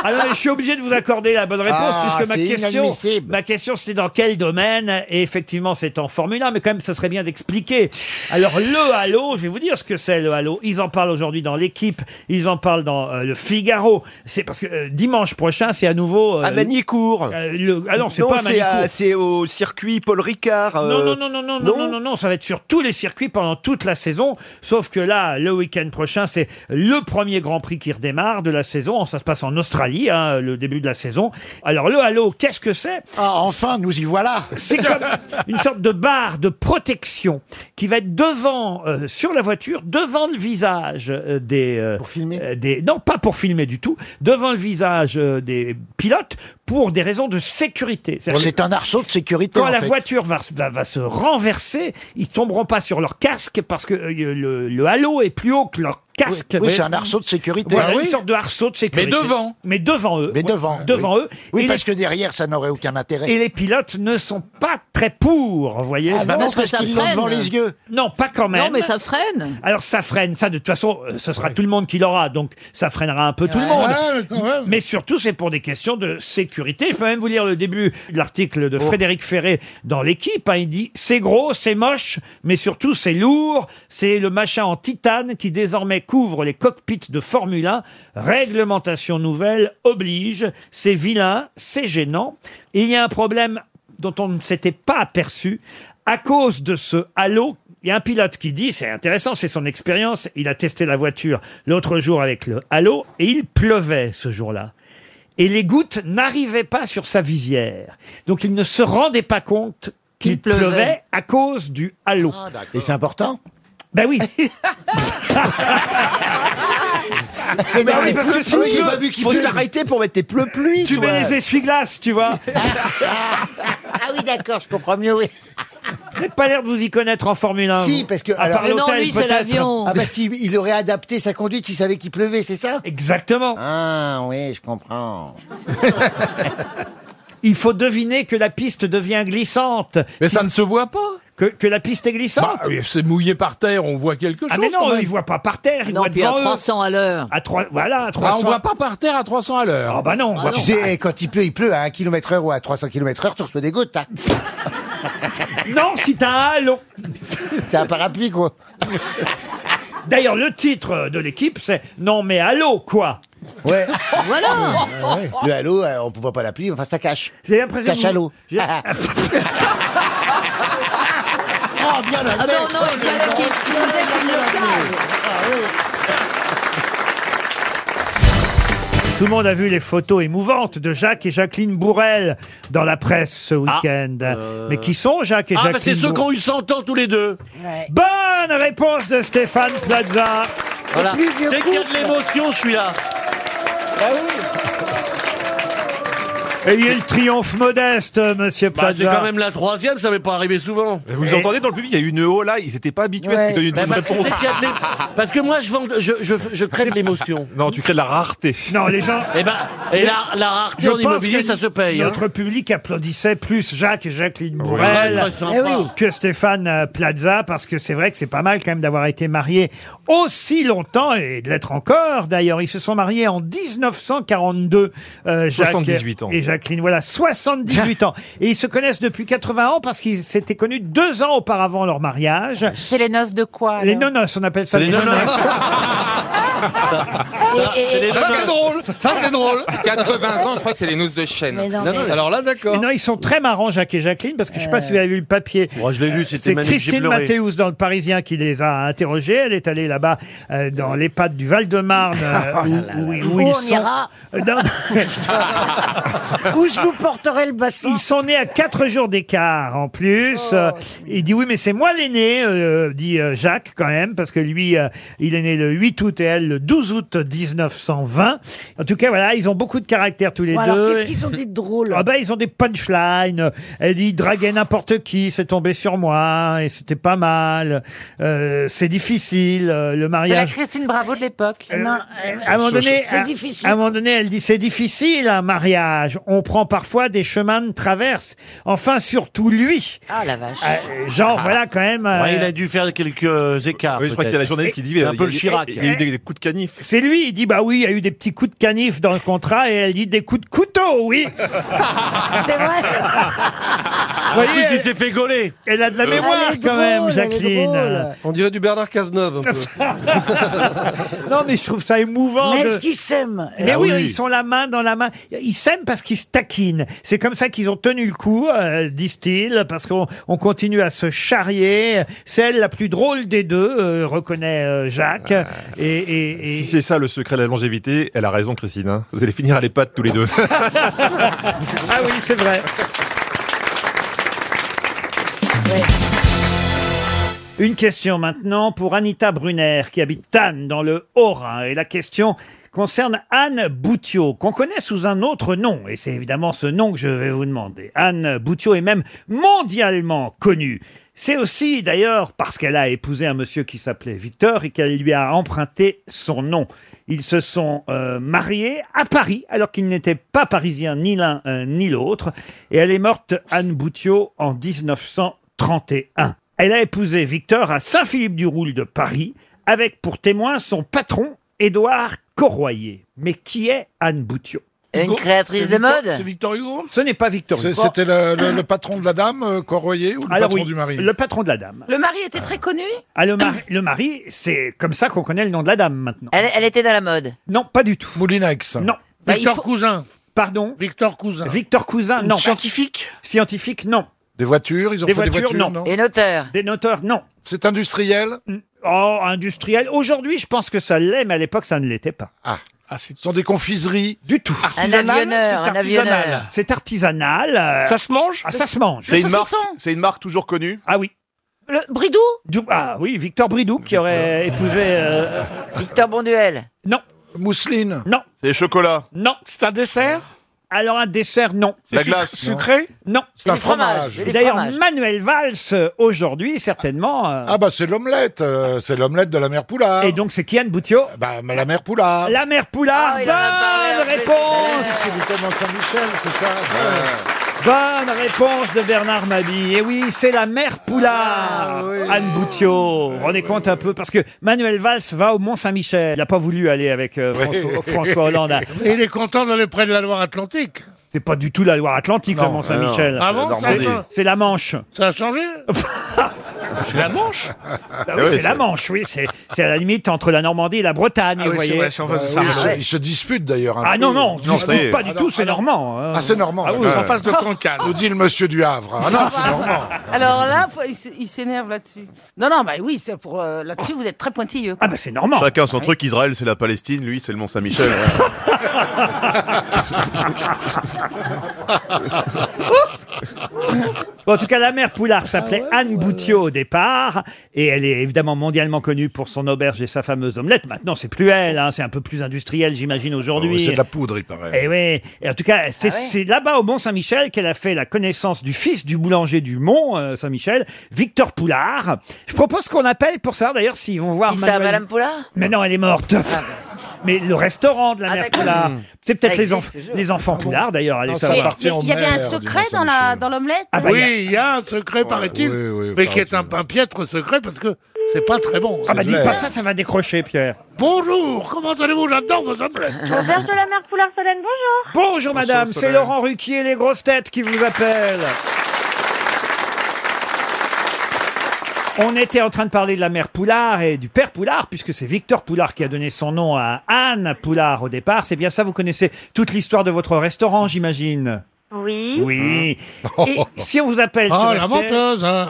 S1: Alors je suis obligé de vous accorder la bonne réponse
S6: Ah,
S1: puisque ma
S6: c'est
S1: question,
S6: inadmissible.
S1: ma question c'était dans quel domaine et effectivement c'est en Formule 1 mais quand même ce serait bien d'expliquer. Alors le halo, je vais vous dire ce que c'est le halo. Ils en parlent aujourd'hui dans l'équipe, ils en parlent dans euh, le Figaro. C'est parce que euh, dimanche prochain c'est à nouveau. euh,
S8: À Magnicourt.
S1: euh, le- ah non c'est pas
S16: euh,
S1: à
S8: à-
S1: Magnicourt.
S8: C'est au circuit Paul Ricard.
S1: Non,
S8: euh,
S1: non, non, non, non, non, non, non, non, ça va être sur tous les circuits pendant toute la saison. Sauf que là, le week-end prochain, c'est le premier Grand Prix qui redémarre de la saison. Oh, Ça se passe en Australie, hein, le début de la saison. Alors, le halo, qu'est-ce que c'est
S16: Ah, enfin, nous y voilà
S1: c'est comme une sorte de barre de protection qui va être devant, euh, sur la voiture, devant le visage euh, des... pour filmer des, Non, pas pour filmer du tout. Devant le visage euh, des pilotes pour des raisons de sécurité. C'est-à-dire
S16: C'est
S1: que-
S16: un arceau de sécurité.
S1: quand
S16: en
S1: la
S16: fait.
S1: voiture va, se- va, va se renverser, ils tomberont pas sur leur casque parce que euh, le, le halo est plus haut que leur casque.
S16: Oui, c'est un arceau de sécurité.
S1: Voilà,
S16: Ah oui.
S1: une sorte de arceau de sécurité.
S16: Mais devant.
S1: Mais devant eux.
S16: Mais
S1: Ouais,
S16: devant.
S1: Devant eux.
S16: Ah Oui,
S1: et,
S16: parce
S1: les,
S16: que derrière, ça n'aurait aucun intérêt.
S1: et les pilotes ne sont pas très pour, vous voyez.
S16: Ah bah non, Parce que parce ça qu'ils l'ont freine. devant les yeux.
S1: Non, pas quand même.
S14: Non, mais ça freine.
S1: Alors ça freine, ça de toute façon, euh, ce sera tout le monde qui l'aura, donc ça freinera un peu tout le
S14: Ouais.
S1: monde.
S11: Ouais, mais quand même.
S1: Mais surtout, c'est pour des questions de sécurité. Je peux même vous lire le début de l'article de
S11: Oh.
S1: Frédéric Ferré dans l'équipe. hein. Il dit c'est gros, c'est moche, mais surtout c'est lourd. C'est le machin en titane qui désormais couvre les cockpits de Formule 1. Réglementation nouvelle oblige. C'est vilain, c'est gênant. Il y a un problème dont on ne s'était pas aperçu à cause de ce halo. Il y a un pilote qui dit, c'est intéressant, c'est son expérience, il a testé la voiture l'autre jour avec le halo et il pleuvait ce jour-là. Et les gouttes n'arrivaient pas sur sa visière. Donc il ne se rendait pas compte qu'il pleuvait. à cause du halo.
S6: Ah, Et c'est important
S1: Ben oui.
S8: Mais
S1: Ben
S8: oui, parce que si tu
S1: tu
S8: veux, faut s'arrêter pour mettre tes pleux-pluies.
S1: tu mets les essuie-glaces, tu vois.
S6: Ah oui, d'accord, je comprends mieux, oui.
S1: Vous n'avez pas l'air de vous y connaître en Formule 1.
S6: Si,
S1: vous.
S6: parce que.
S1: À part l'hôtel, peut-être.
S6: Ah, parce qu'il il aurait adapté sa conduite s'il savait qu'il pleuvait, c'est ça
S1: Exactement.
S6: Ah, oui, je comprends.
S1: Il faut deviner que la piste devient glissante. Mais ça ne se voit pas. Que, que la piste est glissante.
S10: Bah, oui, c'est mouillé par terre, on voit quelque chose.
S1: ah mais
S10: quand
S1: non,
S10: même.
S1: ils voient pas par terre, ils
S10: Non,
S1: voient
S10: puis
S1: devant
S10: à
S1: eux. Ah,
S10: 300
S1: à l'heure. À trois, voilà, à 300.
S10: Ah, on voit pas par terre à 300 à l'heure.
S1: Ah bah non.
S10: Ah
S6: tu
S10: non.
S6: sais, quand il pleut, il pleut à 1 km heure ou à 300 km heure, tu reçois des gouttes. hein.
S1: non, si t'as un halo.
S6: C'est un parapluie, quoi.
S1: D'ailleurs, le titre de l'équipe, c'est Non, mais allô, quoi
S6: Ouais.
S1: Ah,
S6: Ah,
S14: Voilà.
S6: Le halo, euh, on ne voit pas la pluie, enfin ça cache.
S1: J'ai l'impression
S6: Cache
S1: que
S6: à
S1: vous-
S6: l'eau.
S4: Oh,
S14: Ah,
S6: bien la
S14: Ah
S6: tête.
S14: non, non, il fallait qu'il- il
S1: Ah,
S14: fallait qu'il le cale.
S1: Tout le monde a vu les photos émouvantes de Jacques et Jacqueline Bourrel dans la presse ce week-end. Mais qui sont Jacques et
S13: Ah,
S1: Jacqueline
S13: bah c'est ceux qui ont
S1: Bourrel
S13: eu 100 ans tous les deux.
S1: Bonne réponse de Stéphane Plaza.
S13: Voilà. Dès qu'il y a de l'émotion, je suis là.
S1: Ayez le triomphe modeste, monsieur
S13: Bah, c'est
S1: Plaza.
S13: quand même la troisième, ça m'est pas arrivé souvent.
S1: vous Et- entendez
S13: dans le public, il y a eu une haut là, ils n'étaient pas habitués
S1: à ce qu'ils donnent une bonne
S13: parce que
S1: réponse.
S13: dès qu'il y a de l'é- parce que moi, je, vends, je, je, je crée de l'émotion.
S10: Non, tu crées de la rareté.
S1: Non, les gens.
S13: Et, ben, et la, la rareté
S1: Je
S13: en
S1: pense
S13: immobilier,
S1: que
S13: ça se paye. hein.
S1: Notre public applaudissait plus Jacques et Jacqueline Bourrel
S13: Ouais, très sympa. Eh oui.
S1: que Stéphane euh, Plaza, parce que c'est vrai que c'est pas mal quand même d'avoir été marié aussi longtemps et de l'être encore d'ailleurs. Ils se sont mariés en 1942, euh, Jacques
S10: 78 ans.
S1: et Jacqueline. Voilà, 78 ans. Et ils se connaissent depuis 80 ans parce qu'ils s'étaient connus deux ans auparavant leur mariage.
S22: C'est les noces de quoi
S1: Les nonos, on appelle ça les nonos. Ah,
S5: Ça Ah, c'est drôle, ça c'est drôle. 80 ans, je crois que c'est les noces de chêne. Alors là, d'accord.
S1: Mais non, ils sont très marrants, Jacques et Jacqueline, parce que je sais pas si vous avez vu le papier. Euh,
S13: Moi, je l'ai lu, c'était
S1: C'est
S13: magnifique, j'ai
S1: Christine
S13: pleuré.
S1: Mathéus dans le Parisien qui les a interrogés. Elle est allée là-bas euh, dans l'EHPAD du Val-de-Marne
S23: Oh
S1: euh, où- où, où
S23: Où
S1: ils
S23: on
S1: sont.
S23: ira
S1: Euh, non.
S23: Où je vous porterai le bassin. Oh.
S1: Ils sont nés à quatre jours d'écart en plus. Euh, il dit oui, mais c'est moi l'aîné, euh, dit euh, Jacques quand même, parce que lui, euh, il est né le 8 août et elle le 12 août 1920. En tout cas, voilà, ils ont beaucoup de caractère tous les
S23: Bon,
S1: deux.
S23: alors, qu'est-ce qu'ils ont dit de drôle
S1: Ah ben ils ont des punchlines. Elle dit draguer n'importe qui, c'est tombé sur moi et c'était pas mal. Euh, c'est difficile euh, le
S22: C'est la
S1: mariage.
S22: Christine Bravo de l'époque.
S1: Eh Euh, À un moment donné,
S23: euh, c'est
S1: à-
S23: difficile.
S1: à un moment donné, elle dit c'est difficile un mariage. On prend parfois des chemins de traverse. Enfin surtout lui.
S23: Ah la vache.
S1: Euh, genre voilà quand même. euh,
S13: Ah. Ouais, il a dû faire quelques euh, écarts.
S10: Oui, je crois que
S13: peut-être.
S10: t'as la journaliste qui dit.
S13: C'est
S10: euh,
S13: un peu le
S10: il y a-
S13: Chirac.
S10: Il y a eu des, des coups de canif.
S1: C'est lui, il dit bah oui, il y a eu des petits coups de canif dans le contrat et elle dit des coups de couteau, oui.
S23: C'est vrai.
S13: En
S1: Voyez,
S13: plus, il
S1: elle-
S13: s'est fait gauler.
S1: Elle a de la
S13: Euh,
S1: mémoire
S13: elle est
S1: quand
S13: drôle,
S1: même,
S13: elle est
S1: Jacqueline.
S13: drôle.
S1: On dirait du Bernard Cazeneuve un peu. non mais je trouve ça émouvant.
S23: Mais
S1: de-
S23: est-ce qu'ils s'aiment
S1: Mais oui, ils sont la main dans la main. Ils s'aiment parce qu'ils se taquinent. C'est comme ça qu'ils ont tenu le coup, euh, disent-ils, parce qu'on on continue à se charrier. Celle la plus drôle des deux, euh, reconnaît euh, Jacques. Et, et- et-
S10: Si c'est ça le secret de la longévité, elle a raison, Christine. hein. Vous allez finir à l'EHPAD tous les deux.
S1: Ah oui, c'est vrai. Une question maintenant pour Anita Brunner qui habite Tannes dans le Haut-Rhin. Et la question concerne Anne Boutiot, qu'on connaît sous un autre nom. Et c'est évidemment ce nom que je vais vous demander. Anne Boutiot est même mondialement connue. C'est aussi d'ailleurs parce qu'elle a épousé un monsieur qui s'appelait Victor et qu'elle lui a emprunté son nom. Ils se sont euh, mariés à Paris alors qu'ils n'étaient pas parisiens ni l'un euh, ni l'autre. Et elle est morte, Anne Boutiot, en 1931. Elle a épousé Victor à Saint-Philippe-du-Roule de Paris, avec pour témoin son patron, Édouard Corroyer. Mais qui est Anne Boutiot
S22: Une créatrice de mode
S1: Victor Hugo Ce n'est pas Victor
S15: C'est-
S1: Hugo.
S15: C'était le, le- le patron de la dame, euh, Corroyer, ou le
S1: Alors
S15: patron
S1: oui,
S15: du mari
S1: Le patron de la dame.
S22: Le mari était très connu
S1: Ah, le mari, le mari, c'est comme ça qu'on connaît le nom de la dame maintenant.
S22: elle, elle était dans la mode.
S1: Non, pas du tout. Moulinex. Non.
S22: Bah, il
S11: Victor
S22: faut-
S11: Cousin.
S1: Pardon
S11: Victor Cousin.
S1: Victor Cousin, non.
S11: Scientifique
S1: Scientifique, non.
S15: Des voitures, ils ont
S1: Des
S15: fait
S1: voitures,
S15: des voitures,
S1: non.
S15: non,
S1: Et
S22: noteur
S1: Des noteurs, non.
S15: C'est industriel
S1: Oh, industriel. Aujourd'hui, je pense que ça l'est, mais à l'époque, ça ne l'était pas.
S15: Ah. ce sont des confiseries
S1: Du tout.
S22: Artisanal avionneur,
S1: C'est
S22: un
S1: artisanal.
S22: avionneur.
S1: C'est artisanal. euh,
S8: Ça se mange
S1: Ah, ça se mange.
S8: C'est une, marque, c'est une marque toujours connue.
S1: Ah oui.
S22: Le Bridou
S1: Du- ah oui, Victor Bridou qui aurait épousé. euh,
S22: Victor Bonduel.
S1: Non.
S15: Mousseline
S1: Non.
S8: C'est des chocolats.
S1: Non.
S22: C'est un dessert
S1: Alors un dessert, non.
S8: C'est La sucré- glace, non. sucré
S1: Non.
S8: C'est un Du fromage, fromage. du
S1: D'ailleurs,
S8: fromage.
S1: Manuel Valls, euh, aujourd'hui, certainement... euh,
S15: Ah bah c'est l'omelette, euh, c'est l'omelette de la mère Poulard. Et
S1: donc c'est Kian Boutiot
S15: Bah mais la mère Poulard.
S1: La mère Poulard,
S15: Ah, il en a
S1: bonne
S15: parlé un peu tout
S1: réponse
S15: Saint-Michel, c'est ça
S1: Bonne réponse de Bernard Mabille. Et oui, c'est la mère Poulard, Anne Boutiot. Vous rendez compte un peu Parce que Manuel Valls va au Mont-Saint-Michel. Il n'a pas voulu aller avec euh, François, François Hollande. hein. à-
S11: Et il est content d'aller près de la Loire-Atlantique.
S1: C'est pas du tout la Loire-Atlantique, le
S11: Non,
S1: Mont-Saint-Michel.
S11: non. Ah bon,
S1: C'est-
S11: ça a changé
S1: C'est la Manche.
S11: Ça a changé C'est la Manche
S1: Bah oui, c'est la Manche, oui. C'est c'est à la limite entre la Normandie et la Bretagne, Ah, vous voyez.
S15: Euh, oui, ils, se, ils se disputent d'ailleurs. un
S1: Ah
S15: peu.
S1: non, non, on se discute pas du tout, c'est normand. hein.
S15: Ah c'est normand.
S1: Ah oui,
S15: d'accord.
S1: en face de Cancale.
S15: Nous dit le monsieur du Havre. Ah non, c'est normand.
S4: Alors là, faut- il s- il s'énerve là-dessus. Non, non, bah oui, c'est pour euh, là-dessus, vous êtes très pointilleux. quoi.
S1: Ah bah c'est normal.
S7: Chacun son
S4: Oui.
S7: truc, Israël c'est la Palestine, lui c'est le Mont-Saint-Michel.
S24: Ah,
S1: Bon, en tout cas, la mère
S22: Ah
S1: Poulard s'appelait Anne Boutiot au départ, et elle est évidemment mondialement connue pour son auberge et sa fameuse omelette. Maintenant, c'est plus elle, hein, c'est un peu plus industriel, j'imagine, aujourd'hui.
S15: Oh, C'est de la poudre, il paraît.
S1: Et oui, et en tout cas,
S22: Ah
S1: c'est c'est là-bas au Mont-Saint-Michel qu'elle a fait la connaissance du fils du boulanger du Mont euh, Saint-Michel, Victor Poulard. Je propose qu'on appelle pour savoir d'ailleurs s'ils vont voir
S22: Qui ça,
S1: Manuel-
S22: Madame Poulard Ah bah.
S1: Mais non, elle est morte. Mais le restaurant de la mère
S22: d'accord.
S1: Poulard.
S22: Mmh.
S1: C'est peut-être
S22: Ça
S1: les,
S22: existe
S1: enf-
S22: toujours. Ah
S1: les enfants Poulard d'ailleurs, allez
S11: Non, ça
S1: savoir.
S11: appartient
S22: Il y avait un secret dans la- dans l'omelette
S1: Ah bah,
S11: oui, il y a un secret, paraît-il,
S1: oui, oui,
S11: mais qui est un pain piètre secret parce que c'est pas très bon.
S1: Ah bah dites pas ça, ça va décrocher, Pierre.
S11: Bonjour, comment allez-vous J'adore vos omelettes.
S9: Auberge de la mère Poulard Solène, bonjour.
S1: Bonjour madame, c'est Laurent Ruquier, les grosses têtes qui vous appellent. On était en train de parler de la mère Poulard et du père Poulard, puisque c'est Victor Poulard qui a donné son nom à Anne Poulard au départ. C'est bien ça, vous connaissez toute l'histoire de votre restaurant, j'imagine
S9: Oui.
S1: Oui.
S7: Hein
S1: Et si on vous
S24: bah,
S1: appelle
S11: Ah,
S1: sur
S11: la
S1: RTL,
S11: menteuse hein.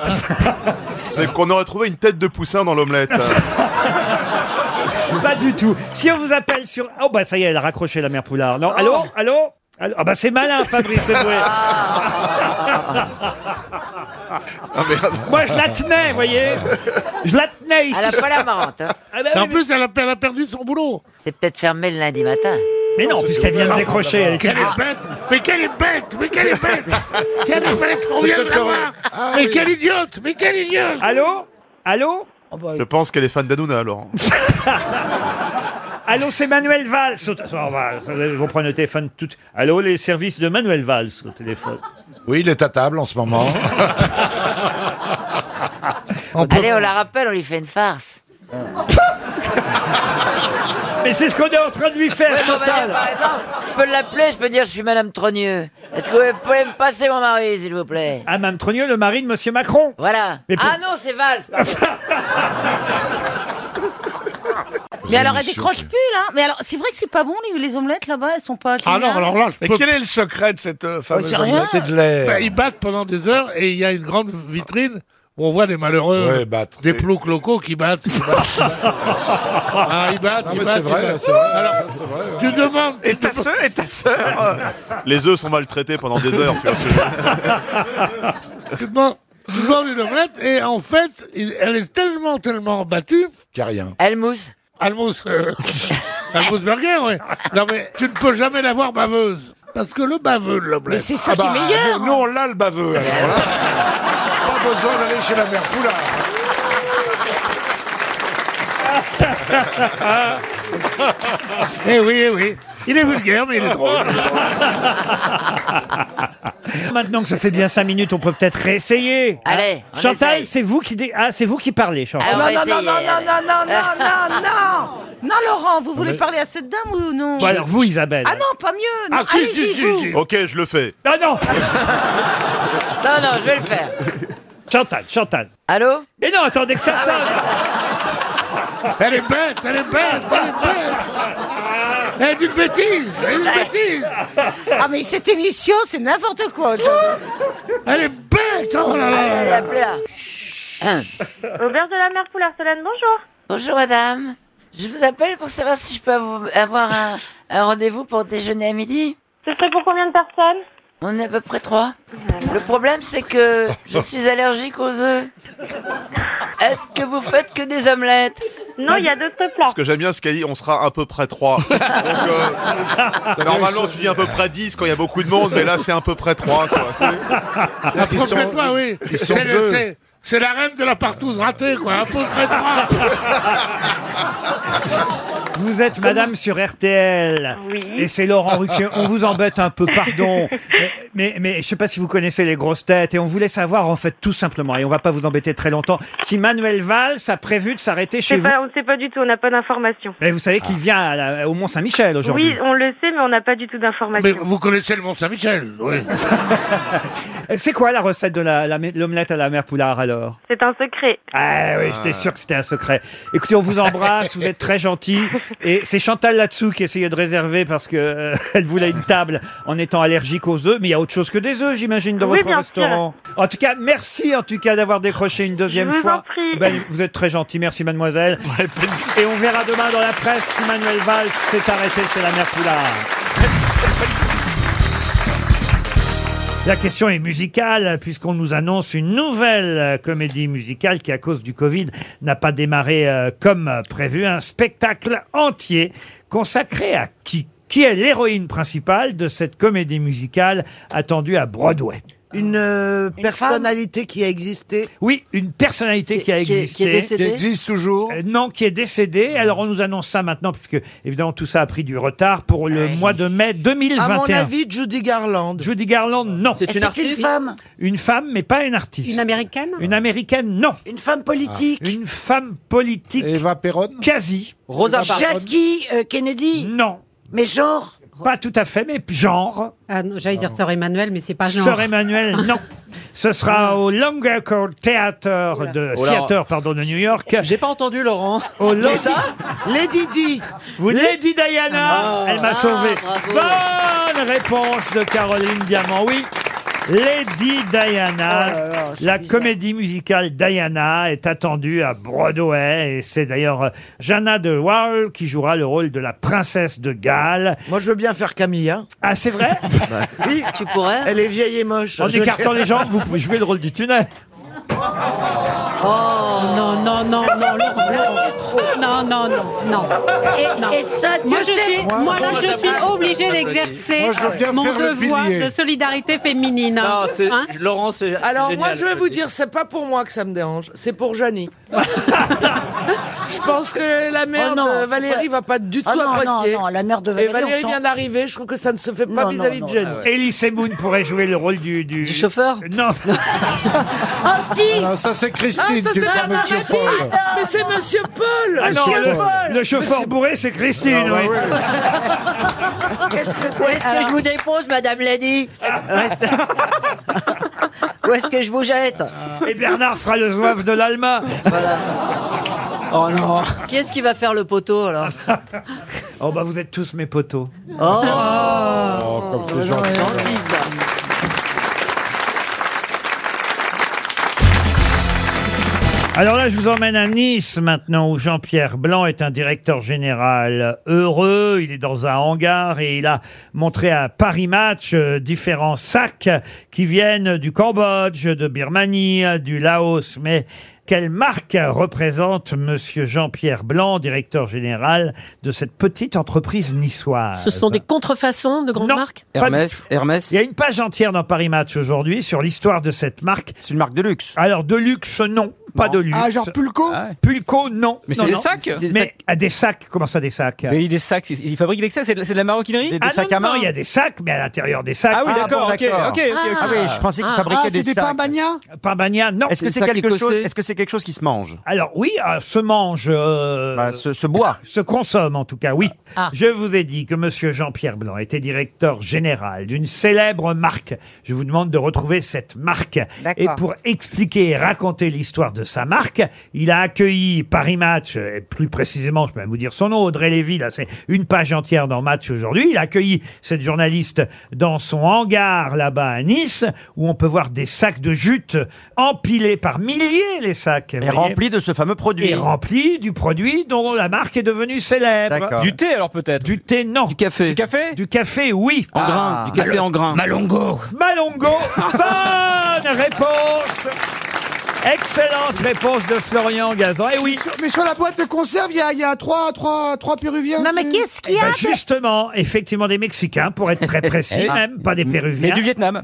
S7: c'est qu'on aurait trouvé une tête de poussin dans l'omelette.
S1: Pas du tout. Si on vous appelle sur... Oh bah ça y est, elle a raccroché la mère Poulard.
S7: Oh.
S1: Non, allô Allô Allô Ah bah c'est malin, Fabrice, c'est vrai.
S15: Ah,
S1: Moi, je la tenais, vous voyez Ah bah Je la tenais ici.
S22: Elle a pas la marrante. hein.
S11: en plus, elle a, elle a perdu son boulot.
S22: C'est peut-être fermé le lundi matin. Ah,
S1: Mais non, puisqu'elle
S11: Ah,
S1: vient de décrocher. Elle Ah.
S11: Quelle est bête Mais quelle est bête Mais quelle est bête Quelle est bête On
S7: c'est
S11: vient de
S7: peut-être
S11: la
S7: le-
S11: voir
S7: Ah
S11: Mais
S7: oui.
S11: quelle idiote Mais quelle idiote
S1: Allô Allô
S7: Je pense qu'elle est fan d'Anouna, Laurent.
S1: Allô, c'est Manuel Valls. au t- on va- Vous allez- vous prenez le téléphone tout. Allô, les services de Manuel Valls au téléphone.
S15: Oui, il est à table en ce moment.
S22: Allez, on la rappelle, on lui fait une farce.
S1: Mais c'est ce qu'on est en train de lui faire,
S22: Ouais, mais on va
S1: Chantal.
S22: dire, par exemple, je peux l'appeler, je peux dire je suis Madame Trogneux. Est-ce que vous pouvez me passer mon mari, s'il vous plaît
S1: Ah, Mme Trogneux, le mari de Monsieur Macron.
S22: Voilà.
S1: Mais pour-
S22: Ah non, c'est Valls. pardon.
S4: Mais alors, elle décroche plus, là. Mais alors, c'est vrai que c'est pas bon, les, les omelettes, là-bas, elles sont pas...
S11: Ah
S4: géniales.
S11: Mais quel est le secret de cette
S15: Oh,
S11: euh,
S4: c'est rien.
S11: omelette
S4: C'est de
S15: l'air.
S11: Bah, ils battent pendant des heures et il y a une grande vitrine où on voit des malheureux,
S15: Ouais,
S11: euh, des ploucs locaux qui battent. qui battent, qui battent. ah, ils battent,
S15: Non,
S11: ils
S15: mais
S11: battent.
S15: c'est vrai,
S11: ils battent.
S15: c'est vrai,
S11: Alors,
S15: c'est vrai, ouais.
S11: tu demandes. Et ta
S7: sœur, et ta sœur. Les œufs sont maltraités pendant des heures. Tu vois ce que je veux dire.
S11: tu demandes, tu demandes une omelette et en fait, il- elle est tellement, tellement battue.
S15: Qu'il n'y a rien.
S11: Almousse. Almousse. euh, Almousse Burger, oui. Non, mais tu ne peux jamais l'avoir baveuse. Parce que le baveux de l'omelette.
S15: Mais c'est ça Ah qui est bah, meilleur. nous- nous, on l'a, le baveux. hein. Pas besoin d'aller chez la mère Poulard.
S11: eh oui, eh oui. Il est vulgaire, mais il est drôle.
S1: Maintenant que ça fait bien cinq minutes, on peut peut-être réessayer.
S22: Allez, on
S1: Chantal,
S22: essaye.
S1: c'est vous qui dé- ah, c'est vous qui parlez, Chantal.
S22: Ah, on
S4: non,
S22: va
S4: non,
S22: essayer,
S4: non, non,
S22: allez.
S4: non, non, non, non, non Non, Laurent, vous voulez parler à cette dame ou non
S1: Bon, alors vous, Isabelle.
S4: Ah non, pas mieux non, Allez-y, vous
S7: Ok, je le fais.
S1: Ah non
S22: Non, non, je vais le faire.
S1: Chantal, Chantal.
S22: Allô
S1: Mais non, attendez que ça
S22: Ah,
S1: sonne.
S11: Elle est bête, elle est bête, elle est bête. Elle est Eh, d'une bêtise, elle est d'une bêtise.
S4: Ah mais cette émission, c'est n'importe quoi aujourd'hui.
S11: Elle est bête, oh là là là
S22: Allez,
S11: là.
S22: appelez-la.
S9: Auberge de la mère Poulard Solène, bonjour.
S22: Bonjour madame, je vous appelle pour savoir si je peux avou- avoir un, un rendez-vous pour déjeuner à midi.
S9: Ce serait pour combien de personnes
S22: On est à peu près trois. Le problème, c'est que je suis allergique aux œufs. Est-ce que vous faites que des omelettes Non, il y a d'autres plats.
S7: Ce que j'aime bien, c'est qu'elle dit on sera à peu près 3. Donc, euh, normalement, tu dis à peu près 10 quand il y a beaucoup de monde, mais là, c'est à peu près 3.
S11: À peu près trois, oui.
S7: ils sont
S11: C'est le-
S7: deux.
S11: c'est- C'est la reine de la partouze ratée, quoi. À peu près trois.
S1: Vous êtes madame sur RTL.
S11: Oui.
S1: Et c'est Laurent Ruquier. On vous embête un peu, pardon. Mais, mais, mais je sais pas si vous connaissez les grosses têtes. Et on voulait savoir, en fait, tout simplement, et on va pas vous embêter très longtemps, si Manuel Valls a prévu de s'arrêter chez
S9: C'est
S1: vous.
S9: pas- on ne sait pas du tout, on n'a pas d'informations.
S1: Mais vous savez qu'il
S11: Ah.
S1: vient à la- au Mont-Saint-Michel aujourd'hui.
S9: Oui, on le sait, mais on n'a pas du tout
S11: Mais
S9: d'informations.
S11: vous connaissez le Mont-Saint-Michel, oui.
S1: C'est quoi la recette de la- la- l'omelette à la mère Poulard, alors
S9: C'est un secret.
S1: Ah oui, j'étais sûr que c'était un secret. Écoutez, on vous embrasse, vous êtes très gentils. Et c'est Chantal là-dessous qui essayait de réserver parce que euh, elle voulait une table en étant allergique aux œufs. Mais il y a autre chose que des œufs, j'imagine, dans
S9: Oui,
S1: votre
S9: bien
S1: restaurant. En tout cas, merci en tout cas d'avoir décroché une deuxième
S9: Je vous
S1: fois.
S9: en prie.
S1: Ben, vous êtes très gentil, merci mademoiselle. Et on verra demain dans la presse si Manuel Valls s'est arrêté chez la mère Poulard. La question est musicale, puisqu'on nous annonce une nouvelle euh, comédie musicale qui, à cause du Covid, n'a pas démarré euh, comme euh, prévu. Un spectacle entier consacré à qui Qui est l'héroïne principale de cette comédie musicale attendue à Broadway
S2: Une euh, personnalité qui a existé.
S1: oui, une personnalité qui a
S2: qui est- qui est
S1: existé.
S2: décédée Qui existe
S1: toujours Non, qui est décédée. Alors, on nous annonce ça maintenant, puisque, évidemment, tout ça a pris du retard pour le mois de mai 2021.
S2: Ah À mon avis, Judy Garland.
S1: Judy Garland, non.
S2: C'est une Est-ce que c'est artiste une femme
S1: Une femme, mais pas une artiste.
S2: Une
S1: américaine Une américaine, non. Une femme
S23: politique
S1: Une femme politique. Eva Perron Quasi.
S23: Rosa Parks. Jasky,
S2: euh,
S1: Kennedy
S23: Non.
S1: Mais genre Pas tout à fait, mais genre.
S12: Ah non, j'allais dire Sœur Emmanuel, mais c'est pas genre.
S1: Sœur Emmanuel, non. Ce sera au Longer Court Theater de
S12: Oula.
S1: Theater, pardon, de New York. J'ai pas entendu Laurent. Au
S2: C'est ça
S1: Lady Di. Vous Lady Diana,
S2: Ah.
S1: elle m'a
S2: Ah,
S1: sauvé.
S2: bravo.
S1: Bonne réponse de Caroline Diamant. Oui. Lady Diana,
S2: Oh là là, c'est
S1: la
S2: bizarre.
S1: comédie musicale Diana est attendue à Broadway et c'est d'ailleurs euh, Jana de Waal qui jouera le rôle de la princesse de Galles. Moi, je veux bien faire Camilla. Ah, c'est vrai
S2: Oui,
S21: Ah,
S2: tu pourrais. Elle est vieille et moche.
S1: En écartant les jambes, vous pouvez jouer le rôle du tunnel.
S4: Oh,
S12: Non, non, non, non, Laurent, Laurent. Non, non, non, non.
S23: Et-
S12: Non.
S23: et ça, Dieu
S12: moi, je
S23: sait.
S12: suis,
S23: Moi,
S12: moi, là,
S23: moi,
S12: je
S23: j'aime
S12: suis
S23: bien.
S12: obligée
S23: Moi, je
S12: d'exercer
S23: veux bien
S12: mon
S23: faire le
S12: devoir
S23: pilier.
S12: de solidarité féminine. hein. Hein
S2: Laurent, c'est. Alors, moi,
S12: génial,
S2: je vais
S12: je
S2: vous
S12: dis.
S2: dire, c'est pas pour moi que ça me dérange, c'est pour Janie. je pense que la mère
S23: Oh non,
S2: de Valérie
S23: ouais.
S2: va pas du tout
S23: Ah non,
S2: apprécier.
S23: non, non, la mère de
S2: Et
S23: Valérie,
S2: Valérie
S23: on
S2: vient
S23: sent-
S2: d'arriver, je trouve que ça ne se fait pas
S23: Non,
S2: vis-à-vis
S23: non,
S2: de
S23: non,
S2: Janie.
S1: Elise Moon pourrait jouer le rôle du... Du, chauffeur Non.
S23: Ah
S1: ça
S23: si
S1: c'est
S2: ah, ça c'est pas Monsieur Paul Mais c'est Monsieur Paul
S1: Ah non,
S2: Monsieur
S1: le,
S2: Paul.
S1: le chauffeur bourré, c'est Christine. Ah, bah oui.
S23: Qu'est-ce que
S22: Où est-ce que je vous dépose, Madame Lady Où est-ce que je vous jette
S1: Et Bernard sera le zouave de l'Alma. Oh non.
S22: Qui est-ce qui va faire le poteau, alors
S1: Oh bah vous êtes tous mes poteaux.
S22: Oh,
S1: Oh, Alors là, je vous emmène à Nice maintenant, où Jean-Pierre Blanc est un directeur général heureux. Il est dans un hangar et il a montré à Paris Match euh, différents sacs qui viennent du Cambodge, de Birmanie, du Laos. Mais quelle marque représente Monsieur Jean-Pierre Blanc, directeur général de cette petite entreprise niçoise
S12: Ce sont des contrefaçons de grandes marques
S1: Hermès, Hermès. Il y a une page entière dans Paris Match aujourd'hui sur l'histoire de cette marque. C'est une marque de luxe. Alors de luxe, non, pas de luxe.
S6: Ah, genre Pulco
S1: Pulco, non.
S6: Mais
S1: Non,
S6: c'est des
S1: non.
S6: sacs C'est des
S1: Mais
S6: sacs.
S1: à des sacs, comment ça des sacs
S6: Mais il est sac, c'est- il fabrique des sacs, c'est de, la- c'est de la maroquinerie
S1: Ah non, non, il y a des sacs, mais à l'intérieur des sacs.
S6: Ah oui, Ah, d'accord, bon, ok, d'accord. ok, ok, ok. Ah oui, je pensais qu'ils Ah, fabriquaient ah, c'est des des sacs. pains
S1: Pambania Pambania, non.
S6: Est-ce que c'est quelque chose Est-ce que
S1: c'est quelque chose qui se mange Alors oui, euh, se mange.
S6: Bah,
S1: se, boit. Se consomme en tout cas, oui. Je vous ai dit que Monsieur Jean-Pierre Blanc était directeur général d'une célèbre marque. Je vous demande de retrouver cette marque. Et
S17: D'accord.
S1: pour expliquer et raconter l'histoire de de sa marque. Il a accueilli Paris Match, euh, et plus précisément, je peux même vous dire son nom, Audrey Lévy, là c'est une page entière dans Match aujourd'hui. Il a accueilli cette journaliste dans son hangar là-bas à Nice, où on peut voir des sacs de jute empilés par milliers les sacs.
S13: Et remplis de ce fameux produit.
S1: Et remplis du produit dont la marque est devenue célèbre.
S13: D'accord.
S1: Du thé alors peut-être Du thé non. Du café. Du café Du café oui.
S17: En grains,
S13: Ah,
S17: du café en grains. Malongo.
S1: Malongo. Bonne réponse. Excellente réponse de Florian
S13: Eh
S1: Gazan. Et oui.
S6: Mais sur la boîte de conserve, il y a, il y a trois, trois, trois Péruviens. Non, mais qu'est-ce
S1: Eh ben, justement, effectivement des Mexicains, pour être très précis,
S6: Ah.
S1: même pas des Péruviens.
S6: Mais du
S1: Vietnam.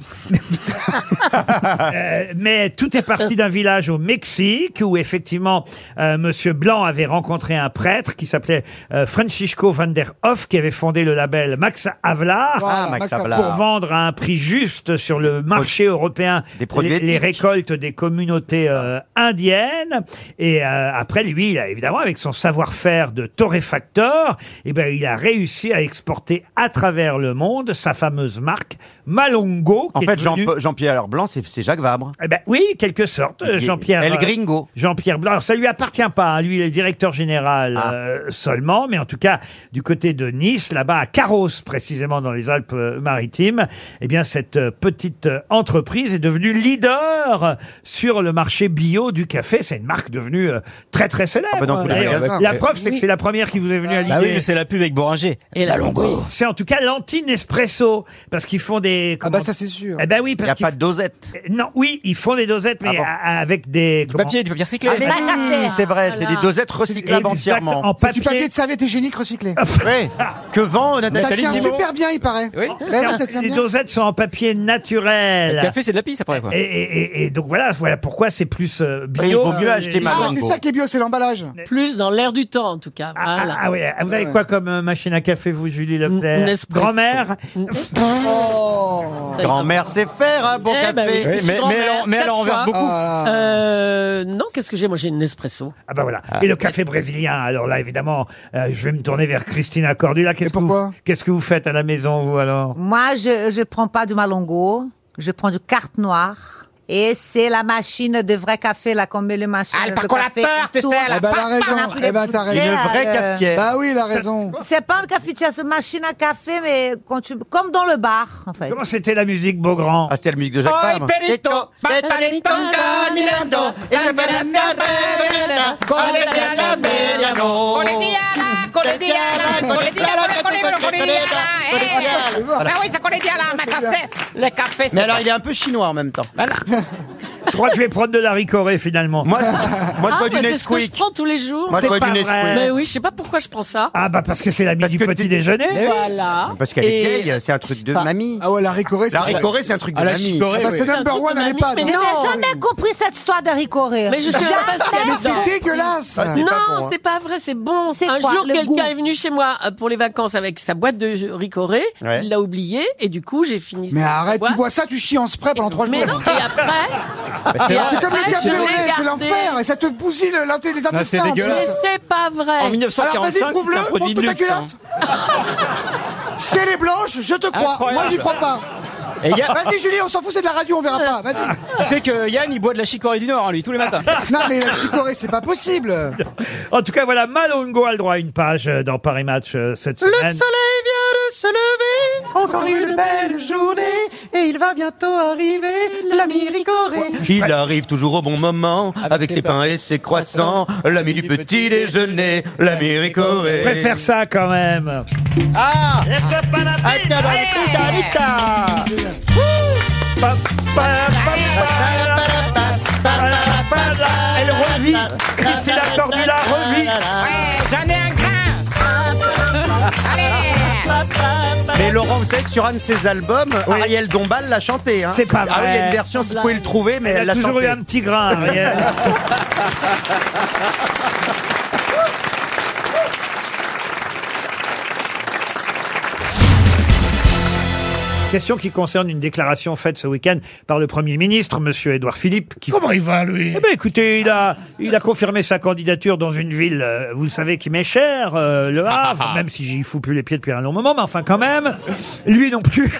S1: euh, mais tout est parti d'un village au Mexique où effectivement euh, Monsieur Blanc avait rencontré un prêtre qui s'appelait euh, Francisco van der Hoff qui avait fondé le label Max Havelaar
S13: Ah, Max Havelaar.
S1: pour vendre à un prix juste sur le marché européen
S13: Des produits
S1: les, les
S13: éthiques.
S1: récoltes des communautés euh, indiennes. Et euh, après, lui, il a, évidemment, avec son savoir-faire de torréfacteur, eh ben, il a réussi à exporter à travers le monde sa fameuse marque Malongo.
S13: En
S1: qui est
S13: fait, Jean-
S1: devenue-
S13: Jean-Pierre Blanc, c'est c'est Jacques Vabre.
S1: eh ben, oui, quelque sorte, euh,
S13: Il est
S1: Jean-Pierre.
S13: El
S1: euh,
S13: Gringo.
S1: Jean-Pierre Blanc. Alors, ça lui appartient pas. hein. Lui, il est directeur général
S13: Ah.
S1: euh, seulement, mais en tout cas, du côté de Nice, là-bas, à Carros, précisément dans les Alpes-Maritimes, eh bien, cette euh, petite euh, entreprise est devenue leader sur le marché bio du café. C'est une marque devenue euh, très, très célèbre.
S13: Ah, bah, dans tous les
S1: Et, euh,
S13: magasins.
S1: la
S13: Oui.
S1: preuve, c'est que c'est la première qui vous est venue à l'idée.
S17: Bah oui, mais c'est la pub avec Boranger.
S1: Et la longo. C'est en tout cas l'anti-Nespresso. Parce qu'ils font des. Ah, bah ça,
S6: c'est sûr.
S1: Eh ben oui, parce
S13: Il y a
S1: qu'ils-
S13: pas de dosette.
S1: Euh, Non, oui, ils font des dosettes, mais
S13: Ah bon.
S1: a- a- avec des. Du
S13: papier, du papier recyclé. Ah, mais oui, c'est vrai, c'est des dosettes recyclables entièrement. Ah,
S1: En
S6: C'est du
S1: papier.
S6: papier de serviette hygiénique recyclé.
S13: Ouais. Que vend euh,
S18: Ah,
S6: Ça
S18: bah,
S13: Nathalie
S6: tient
S13: Simon
S6: super bien, il paraît.
S1: Oui.
S18: Eh
S6: Ouais,
S1: C'est en-
S18: ben,
S6: ça tient
S1: les
S6: ben, bien.
S1: dosettes sont en papier naturel.
S17: Le café, c'est de la pisse après, quoi.
S1: Et, et- et- et donc voilà, voilà pourquoi c'est plus euh, bio. Euh, et-
S6: Ah, c'est ça qui est bio, c'est l'emballage.
S18: Plus dans l'air du temps, en tout cas.
S1: Ah,
S18: Voilà.
S1: ah oui, vous avez quoi comme euh, machine à café, vous, Julie
S18: Mm,
S1: Leclerc
S18: Nespresso.
S1: Grand-mère
S6: Oh.
S13: Grand-mère sait faire un bon
S18: Eh ben oui,
S13: café. Ah.
S18: je suis grand-mère, quatre fois. Euh, non, qu'est-ce que j'ai Moi, j'ai une Nespresso.
S1: Ah bah voilà. Et le café brésilien, alors là, évidemment, euh, je vais me tourner vers Christina Cordula. Qu'est-ce que, vous- qu'est-ce que vous faites à la maison, vous, alors
S19: Moi, je ne prends pas du malongo, je prends du carte noire. Et c'est la machine de vrai café, là, qu'on met le machine
S6: Ah,
S19: de
S6: le
S19: café.
S6: percolateur, tu
S19: il tourne,
S6: sais, là, Eh ben, elle a
S19: pan,
S6: raison,
S19: pan, après
S6: eh ben,
S19: les
S6: t'as raison. Une
S19: gouttières,
S6: vraie
S19: euh,
S6: cafetière. Bah oui, elle a raison.
S19: C'est pas une cafetière, c'est une machine à café, mais quand tu, comme dans le bar, en fait.
S1: Comment c'était la musique, Beaugrand
S13: Ah, c'était la musique de
S19: Oi,
S13: Jacques Vabre.
S19: perito,
S18: eh.
S17: Le café,
S1: Mais alors, il
S17: est un peu chinois en même temps.
S18: Bah
S1: Je crois que je vais prendre de la ricorée, finalement. Moi,
S18: Ah, bah, c'est ce que je prends tous les jours.
S1: Moi, je
S18: C'est
S1: bois du
S18: pas
S1: Nesquik.
S18: vrai. Mais oui, je sais pas pourquoi je prends ça.
S1: Ah bah parce que c'est la musique du petit déjeuner.
S18: Voilà.
S13: Parce qu'elle est
S18: Et-
S13: vieille, c'est un truc de
S19: pas.
S13: mamie.
S6: Ah ouais, la ricorée,
S13: La ricorée, c'est un truc de
S6: Ah, la
S13: mamie.
S6: chicorée, Ah bah, oui. c'est number one à l'EHPAD.
S19: Je n'ai jamais compris cette histoire de ricoré.
S18: Mais je sais pas ce qu'il y a dedans.
S6: C'est dégueulasse.
S18: non,
S23: hein.
S22: hein.
S18: c'est pas vrai, c'est bon.
S19: C'est
S18: un
S19: quoi,
S18: jour,
S19: le goût
S18: quelqu'un est venu chez moi euh, pour les vacances avec sa boîte de ricoré.
S6: Ouais.
S18: Il l'a oublié et du coup, j'ai fini.
S6: Mais
S18: sa
S6: arrête, tu
S18: boîte.
S6: bois ça, tu chies en spray pendant trois jours.
S18: Mais non, et après,
S6: C'est
S18: Et après,
S6: comme le
S18: je
S6: café au lait, c'est
S18: regardais.
S6: l'enfer. Et ça te bousille l'inté- les intestins. en plus.
S18: Mais c'est pas vrai.
S17: En 1945,
S6: Alors, vas-y, prouve-le,
S17: c'est un produit
S6: montre ta
S17: de luxe, hein.
S6: culotte. Si elle est blanche, je te crois.
S17: Incroyable.
S6: Moi, j'y crois pas.
S17: Et y a-
S6: Vas-y, Julie, on s'en fout, c'est de la radio, on verra pas. Vas-y.
S17: Tu sais que Euh, Yann, il boit de la chicorée du Nord, hein, lui, tous les matins.
S6: Non, mais la chicorée, c'est pas possible.
S1: En tout cas, voilà, Malongo a le droit à une page euh, dans Paris Match euh, cette
S25: Le soleil vient
S1: semaine.
S25: de se lever, encore une belle journée, et il va bientôt arriver, l'ami Ricoré.
S13: Il arrive toujours au bon moment, avec ses pains et ses croissants, l'ami du petit déjeuner, l'ami
S1: Je
S13: ricoré.
S1: préfère ça quand même.
S13: Ah
S1: Elle revit Christina Cordula revit
S17: J'en ai un grain
S13: Mais Laurent, vous savez que sur un de ses albums, Ariel Dombal l'a chanté. Hein.
S1: C'est pas
S13: Ah oui, il y a
S1: vrai.
S13: une version, si vous pouvez le trouver, mais
S1: Elle a
S13: elle, l'a
S1: toujours
S13: chanté.
S1: eu un petit grain, Ariel. Question qui concerne une déclaration faite ce week-end par le Premier ministre, Monsieur Édouard Philippe. Qui... Comment
S11: il va, lui
S1: Eh ben, écoutez, il a, il a confirmé sa candidature dans une ville, euh, vous le savez, qui m'est chère, euh, Le
S11: Ah,
S1: Havre, même si j'y fous plus les pieds depuis un long moment, mais enfin quand même, lui non plus.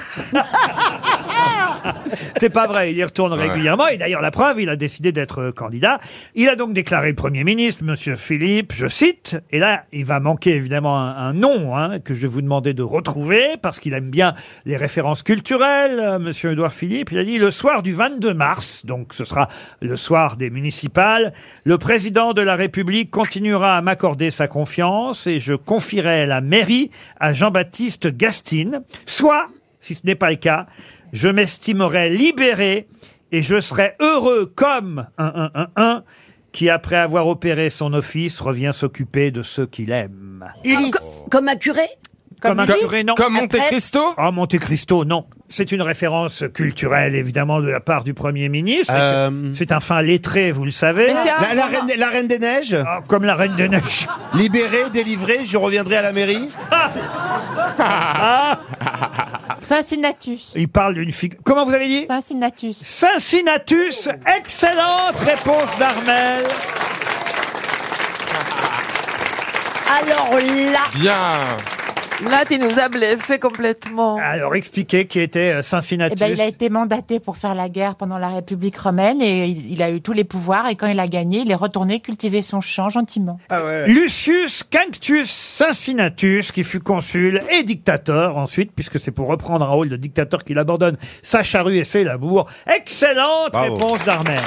S1: C'est pas vrai, il y retourne
S10: Ouais.
S1: régulièrement. Et d'ailleurs, la preuve, il a décidé d'être euh, candidat. Il a donc déclaré le Premier ministre, Monsieur Philippe, je cite, et là, il va manquer évidemment un, un nom hein, que je vais vous demander de retrouver, parce qu'il aime bien les références culturelles, euh, Monsieur Édouard Philippe. Il a dit, le soir du 22 mars, donc ce sera le soir des municipales, le président de la République continuera à m'accorder sa confiance et je confierai la mairie à Jean-Baptiste Gastine, soit si ce n'est pas le cas, je m'estimerai libéré et je serai heureux comme un, un, un, un, qui, après avoir opéré son office, revient s'occuper de ceux qu'il aime.
S23: Co- Comme un curé Un prêtre
S1: Ah, Monte Cristo, non. C'est une référence culturelle, évidemment, de la part du Premier ministre. C'est un fin lettré, vous le savez.
S3: Mais
S1: Ah,
S3: c'est un- Euh, La- la reine des- la reine des Neiges
S1: Comme la Reine des Neiges.
S3: Libéré, délivré, je reviendrai à la mairie.
S1: Ah.
S16: Cincinnatus.
S1: Il parle d'une figure. Comment vous avez dit
S16: Cincinnatus.
S1: Cincinnatus, excellente réponse d'Armel.
S20: Alors là,
S1: Bien.
S20: là tu nous as bluffé complètement.
S1: Alors expliquez qui était euh,
S16: Eh
S1: Cincinnatus.
S16: ben, il a été mandaté pour faire la guerre pendant la République romaine et il il a eu tous les pouvoirs. Et quand il a gagné, il est retourné cultiver son champ gentiment.
S26: Ah
S1: Lucius Canctus Cincinnatus, qui fut consul et dictateur ensuite, puisque c'est pour reprendre un rôle de dictateur qu'il abandonne sa charrue et ses labours. Excellente
S21: Bravo.
S1: réponse d'Armel.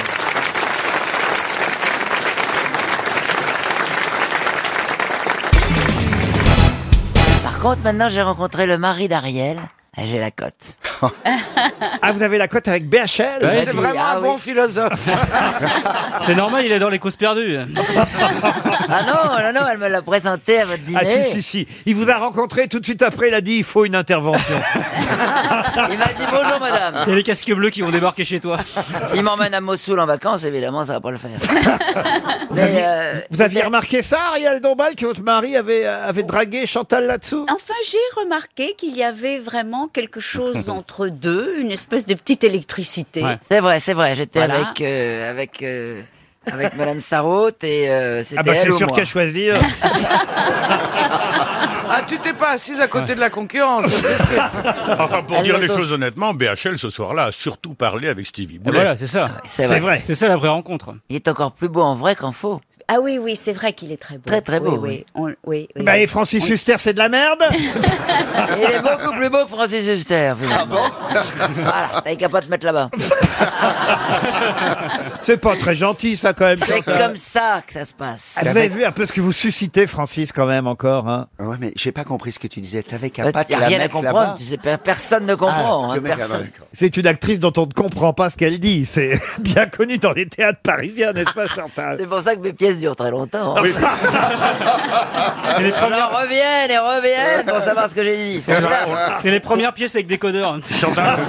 S22: Par contre, maintenant, j'ai rencontré le mari d'Ariel. et J'ai la cote.
S1: ah, vous avez la cote avec BHL
S22: Ouais,
S2: Eh, c'est vraiment un bon philosophe.
S17: C'est normal, il est dans les causes perdues.
S22: Ah non, non, non, elle me l'a présenté à votre dîner.
S1: Ah si, si, si. Il vous a rencontré tout de suite après, il a dit, il faut une intervention.
S22: Il m'a dit bonjour, madame.
S17: Il y a les casques bleus qui vont débarquer chez toi.
S22: S'il m'emmène à Mossoul en vacances, évidemment, ça va pas le faire.
S1: Vous aviez-
S27: euh,
S1: vous aviez remarqué ça, Ariel Dombal, que votre mari avait, euh, avait dragué Chantal là-dessous
S27: Enfin, j'ai remarqué qu'il y avait vraiment quelque chose entre deux, Euh, une espèce de petite électricité.
S22: C'est vrai, c'est vrai. J'étais
S27: Voilà.
S22: avec, euh, avec, euh, avec Madame Sarraute et euh, c'était
S1: Ah bah,
S22: elle
S1: c'est
S22: ou
S1: sûr
S22: moi.
S1: qu'à choisir.
S2: Ah, tu t'es pas assise à côté de la concurrence, c'est sûr.
S24: Enfin, pour
S2: Elle
S24: dire les
S2: l'auto-
S24: choses honnêtement, BHL ce soir-là a surtout parlé avec Stevie Boulet.
S17: voilà, c'est ça.
S22: C'est vrai.
S17: C'est ça la vraie rencontre.
S22: Il est encore plus beau en vrai qu'en faux.
S27: Ah oui, oui, c'est vrai qu'il est très beau.
S22: Très, très beau,
S27: Oui, oui.
S22: oui.
S27: on- oui, oui.
S1: Bah, et Francis
S22: Oui.
S1: Huster, c'est de la merde
S22: Il est beaucoup plus beau que Francis Huster, finalement.
S26: Ah
S22: Voilà, t'as qu'à pas te mettre là-bas.
S1: C'est pas très gentil, ça, quand même.
S22: C'est
S1: Chantal.
S22: comme ça que ça se passe.
S1: Ah, Vous avez vu un peu ce que vous suscitez, Francis, quand même, encore. Hein.
S26: Ouais, mais j'ai pas compris ce que tu disais. T'avais qu'à
S22: Il
S26: pas te
S22: n'y Bah,
S26: la
S22: a rien à
S26: mettre là-bas.
S22: comprendre, tu sais, per- personne ne comprend.
S26: Ah,
S22: hein,
S26: te mettre
S22: personne.
S26: là-bas,
S1: C'est une actrice dont on ne comprend pas ce qu'elle dit. C'est bien connu dans les théâtres parisiens, n'est-ce pas, Chantal
S22: C'est pour ça que mes pièces durent très longtemps. hein.
S17: C'est les
S22: Alors
S17: premières.
S22: reviennent et
S1: Euh,
S22: reviennent pour savoir ce que j'ai dit.
S17: C'est les premières pièces avec hein. des codeurs.
S24: Chantal,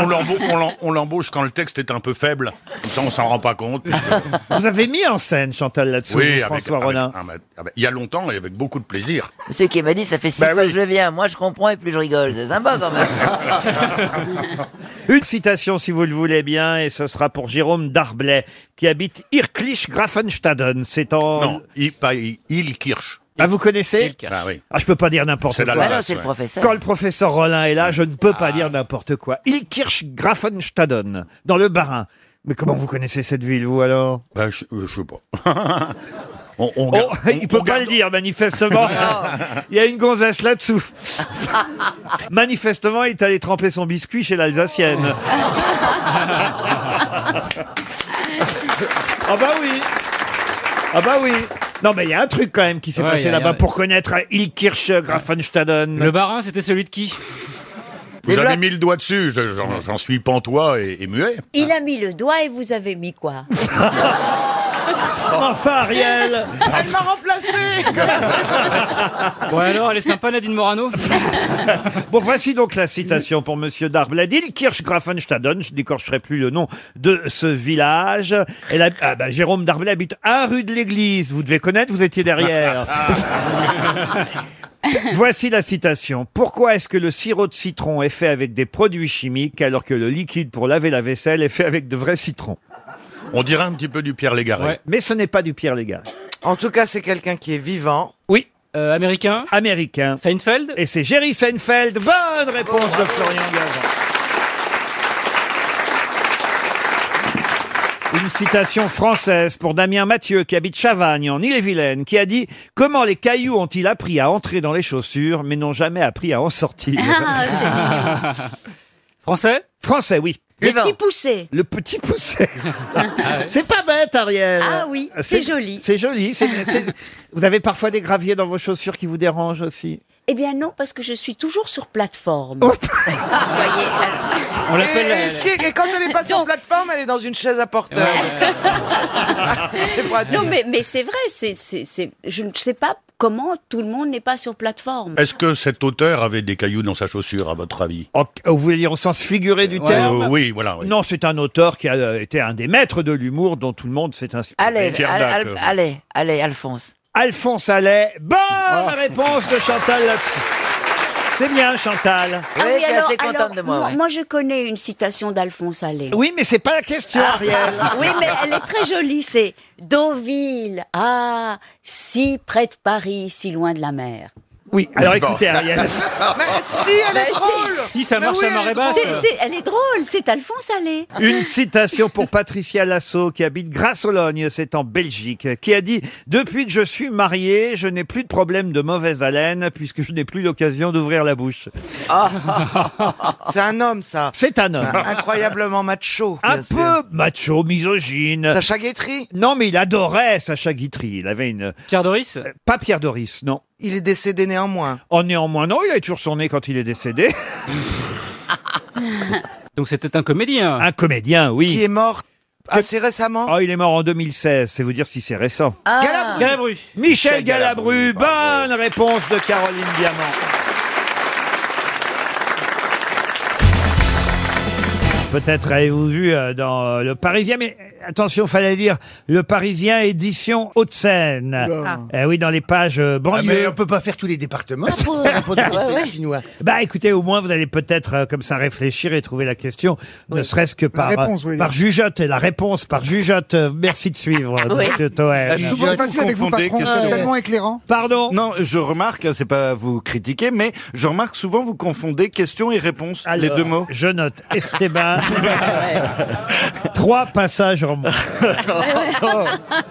S24: on l'embau- on l'en- on l'embauche quand le texte est un peu faible. Comme ça, on s'en rend pas compte. puisque-
S1: Vous avez mis en scène, Chantal, là-dessus,
S24: Oui, avec,
S1: François
S24: avec-
S1: Rollin.
S24: ah, bah, ah, bah, il y a longtemps et avec beaucoup de plaisir.
S22: Monsieur qui m'a dit, ça fait six
S1: Bah
S22: fois que je viens. Moi, je comprends et plus je rigole. C'est sympa quand même.
S1: Une citation, si vous le voulez bien, et ce sera pour Jérôme Darblay, qui habite Irklich Grafenstaden. C'est en...
S24: Non, il, pas il- il Kirsch.
S1: Ah, vous connaissez
S24: Bah oui.
S1: Ah, je peux pas dire n'importe
S24: C'est
S1: quoi.
S24: l'Alsace, Ah non, c'est le ouais. professeur. Ah.
S1: Quand le professeur Rollin est là, je ne peux pas dire n'importe quoi. Ilkirch Grafenstaden, dans le Bas-Rhin. Mais comment vous connaissez cette ville, vous, alors
S24: Bah, je, je sais pas. on, on garde-
S1: Oh, il peut pas le dire, manifestement. il y a une gonzesse là-dessous. manifestement, il est allé tremper son biscuit chez l'Alsacienne. Ah bah oui Ah bah oui Non, mais il y a un truc quand même qui s'est
S17: Ouais, y
S1: passé
S17: a- y a-
S1: là-bas pour connaître Ilkirch Grafenstaden.
S17: Le barin, c'était celui de qui
S24: Vous
S17: Développe.
S24: avez mis le doigt dessus, je- j'en j'en suis pantois et, et muet.
S27: Il a mis le doigt et vous avez mis quoi
S1: Enfin, Ariel
S27: Elle m'a remplacé
S17: Bon alors, elle est sympa Nadine Morano
S1: Bon, voici donc la citation pour Monsieur Darbladil, Kirch Grafenstaden, je n'écorcherai plus le nom de ce village. Elle hab- ah bah, Jérôme Darblay habite un rue de l'église, vous devez connaître, vous étiez derrière.
S24: Ah,
S1: voici la citation. Pourquoi est-ce que le sirop de citron est fait avec des produits chimiques alors que le liquide pour laver la vaisselle est fait avec de vrais citrons
S24: On dirait un petit peu du Pierre Légaré.
S1: Mais ce n'est pas du Pierre Légaré.
S2: En tout cas, c'est quelqu'un qui est vivant.
S1: Oui. américain Américain.
S17: Seinfeld
S1: Et c'est Jerry Seinfeld. Bonne réponse de Florian Gazan. une citation française pour Damien Mathieu, qui habite Chavagne, en Ille-et-Vilaine, qui a dit « Comment les cailloux ont-ils appris à entrer dans les chaussures, mais n'ont jamais appris à en sortir
S25: Ah,
S1: Français Français, oui.
S25: Les petits poussés.
S1: Le petit poussé. Ah
S25: C'est pas bête, Ariel. Ah oui, c'est joli.
S1: Euh, C'est joli. c'est- c'est- Vous avez parfois des graviers dans vos chaussures qui vous dérangent aussi
S27: Eh bien non, parce que je suis toujours sur plateforme. Vous voyez,
S1: On l'appelle la-
S2: Et, si- et quand elle n'est pas sur plateforme, elle est dans une chaise à porteur.
S27: Non, mais, mais c'est vrai, c'est, c'est, c'est- je ne sais pas comment tout le monde n'est pas sur plateforme.
S1: Euh,
S24: Est-ce que cet auteur avait des cailloux dans sa chaussure, à votre avis
S1: Oh, Vous voulez dire au sens figuré du
S24: Ouais.
S1: terme
S24: Euh, oui, voilà, oui.
S1: Non, c'est un auteur qui a euh, été un des maîtres de l'humour dont tout le monde s'est inspiré.
S22: Allez, allez, allez, allez, Alphonse. Ah.
S1: Alphonse Allais. Bonne réponse de Chantal là-dessus. C'est bien, Chantal.
S27: Ah oui, alors- alors, Moi, je connais une citation d'Alphonse Allais. Ah.
S1: Oui, mais c'est pas la question, Ariel.
S27: oui, mais elle est très jolie. C'est Deauville, ah, si près de Paris, si loin de la mer.
S1: Oui, alors
S27: Bon.
S1: écoutez, Ariel.
S27: Mais Bah, si,
S25: elle est drôle.
S27: ben, Si,
S25: ça Mais marche oui, à elle marée est basse. drôle.
S27: Elle est drôle, c'est Alphonse Allais.
S1: Une citation pour Patricia Lasso, qui habite Grasse-Ologne, c'est en Belgique, qui a dit « Depuis que je suis mariée, je n'ai plus de problème de mauvaise haleine, puisque je n'ai plus l'occasion d'ouvrir la bouche.
S23: Ah.
S2: C'est un homme, ça.
S1: C'est un homme.
S2: Ah. Incroyablement macho.
S1: Un peu macho, misogyne.
S2: Sacha Guitry
S1: Non, mais il adorait Sacha Guitry. Il avait une... Pierre Doris Pas Pierre Doris, non.
S2: Il est décédé néanmoins.
S1: En néanmoins, non, il avait toujours son nez quand il est décédé.
S17: Donc c'était un comédien.
S1: Un comédien, oui.
S2: Qui est mort assez récemment
S1: Oh, il est mort en 2016, c'est vous dire si c'est récent.
S6: Ah.
S2: Galabru.
S1: Michel Galabru, bonne réponse de Caroline Diamant. Peut-être avez-vous vu euh, dans euh, Le Parisien, mais euh, attention, fallait dire Le Parisien édition Haute-Seine.
S6: Oula.
S1: Eh oui, dans les pages euh,
S6: Ah, mais
S1: banlieue.
S6: on peut pas faire tous les départements pour répondre aux Chinois.
S1: Bah écoutez, au moins vous allez peut-être euh, comme ça réfléchir et trouver la question, ne serait-ce que par, euh,
S6: réponse, oui.
S1: par jugeote et la réponse par jugeote. Euh, Merci de suivre, euh,
S6: Oui.
S1: monsieur Toen.
S6: Je suis souvent facile avec vous, patron, c'est tellement éclairant.
S1: Pardon
S13: Non, je remarque, hein, c'est pas à vous critiquer, mais je remarque souvent vous confondez questions et réponses, les
S1: Alors,
S13: deux mots.
S1: Je note Esteban. Trois passages en moins.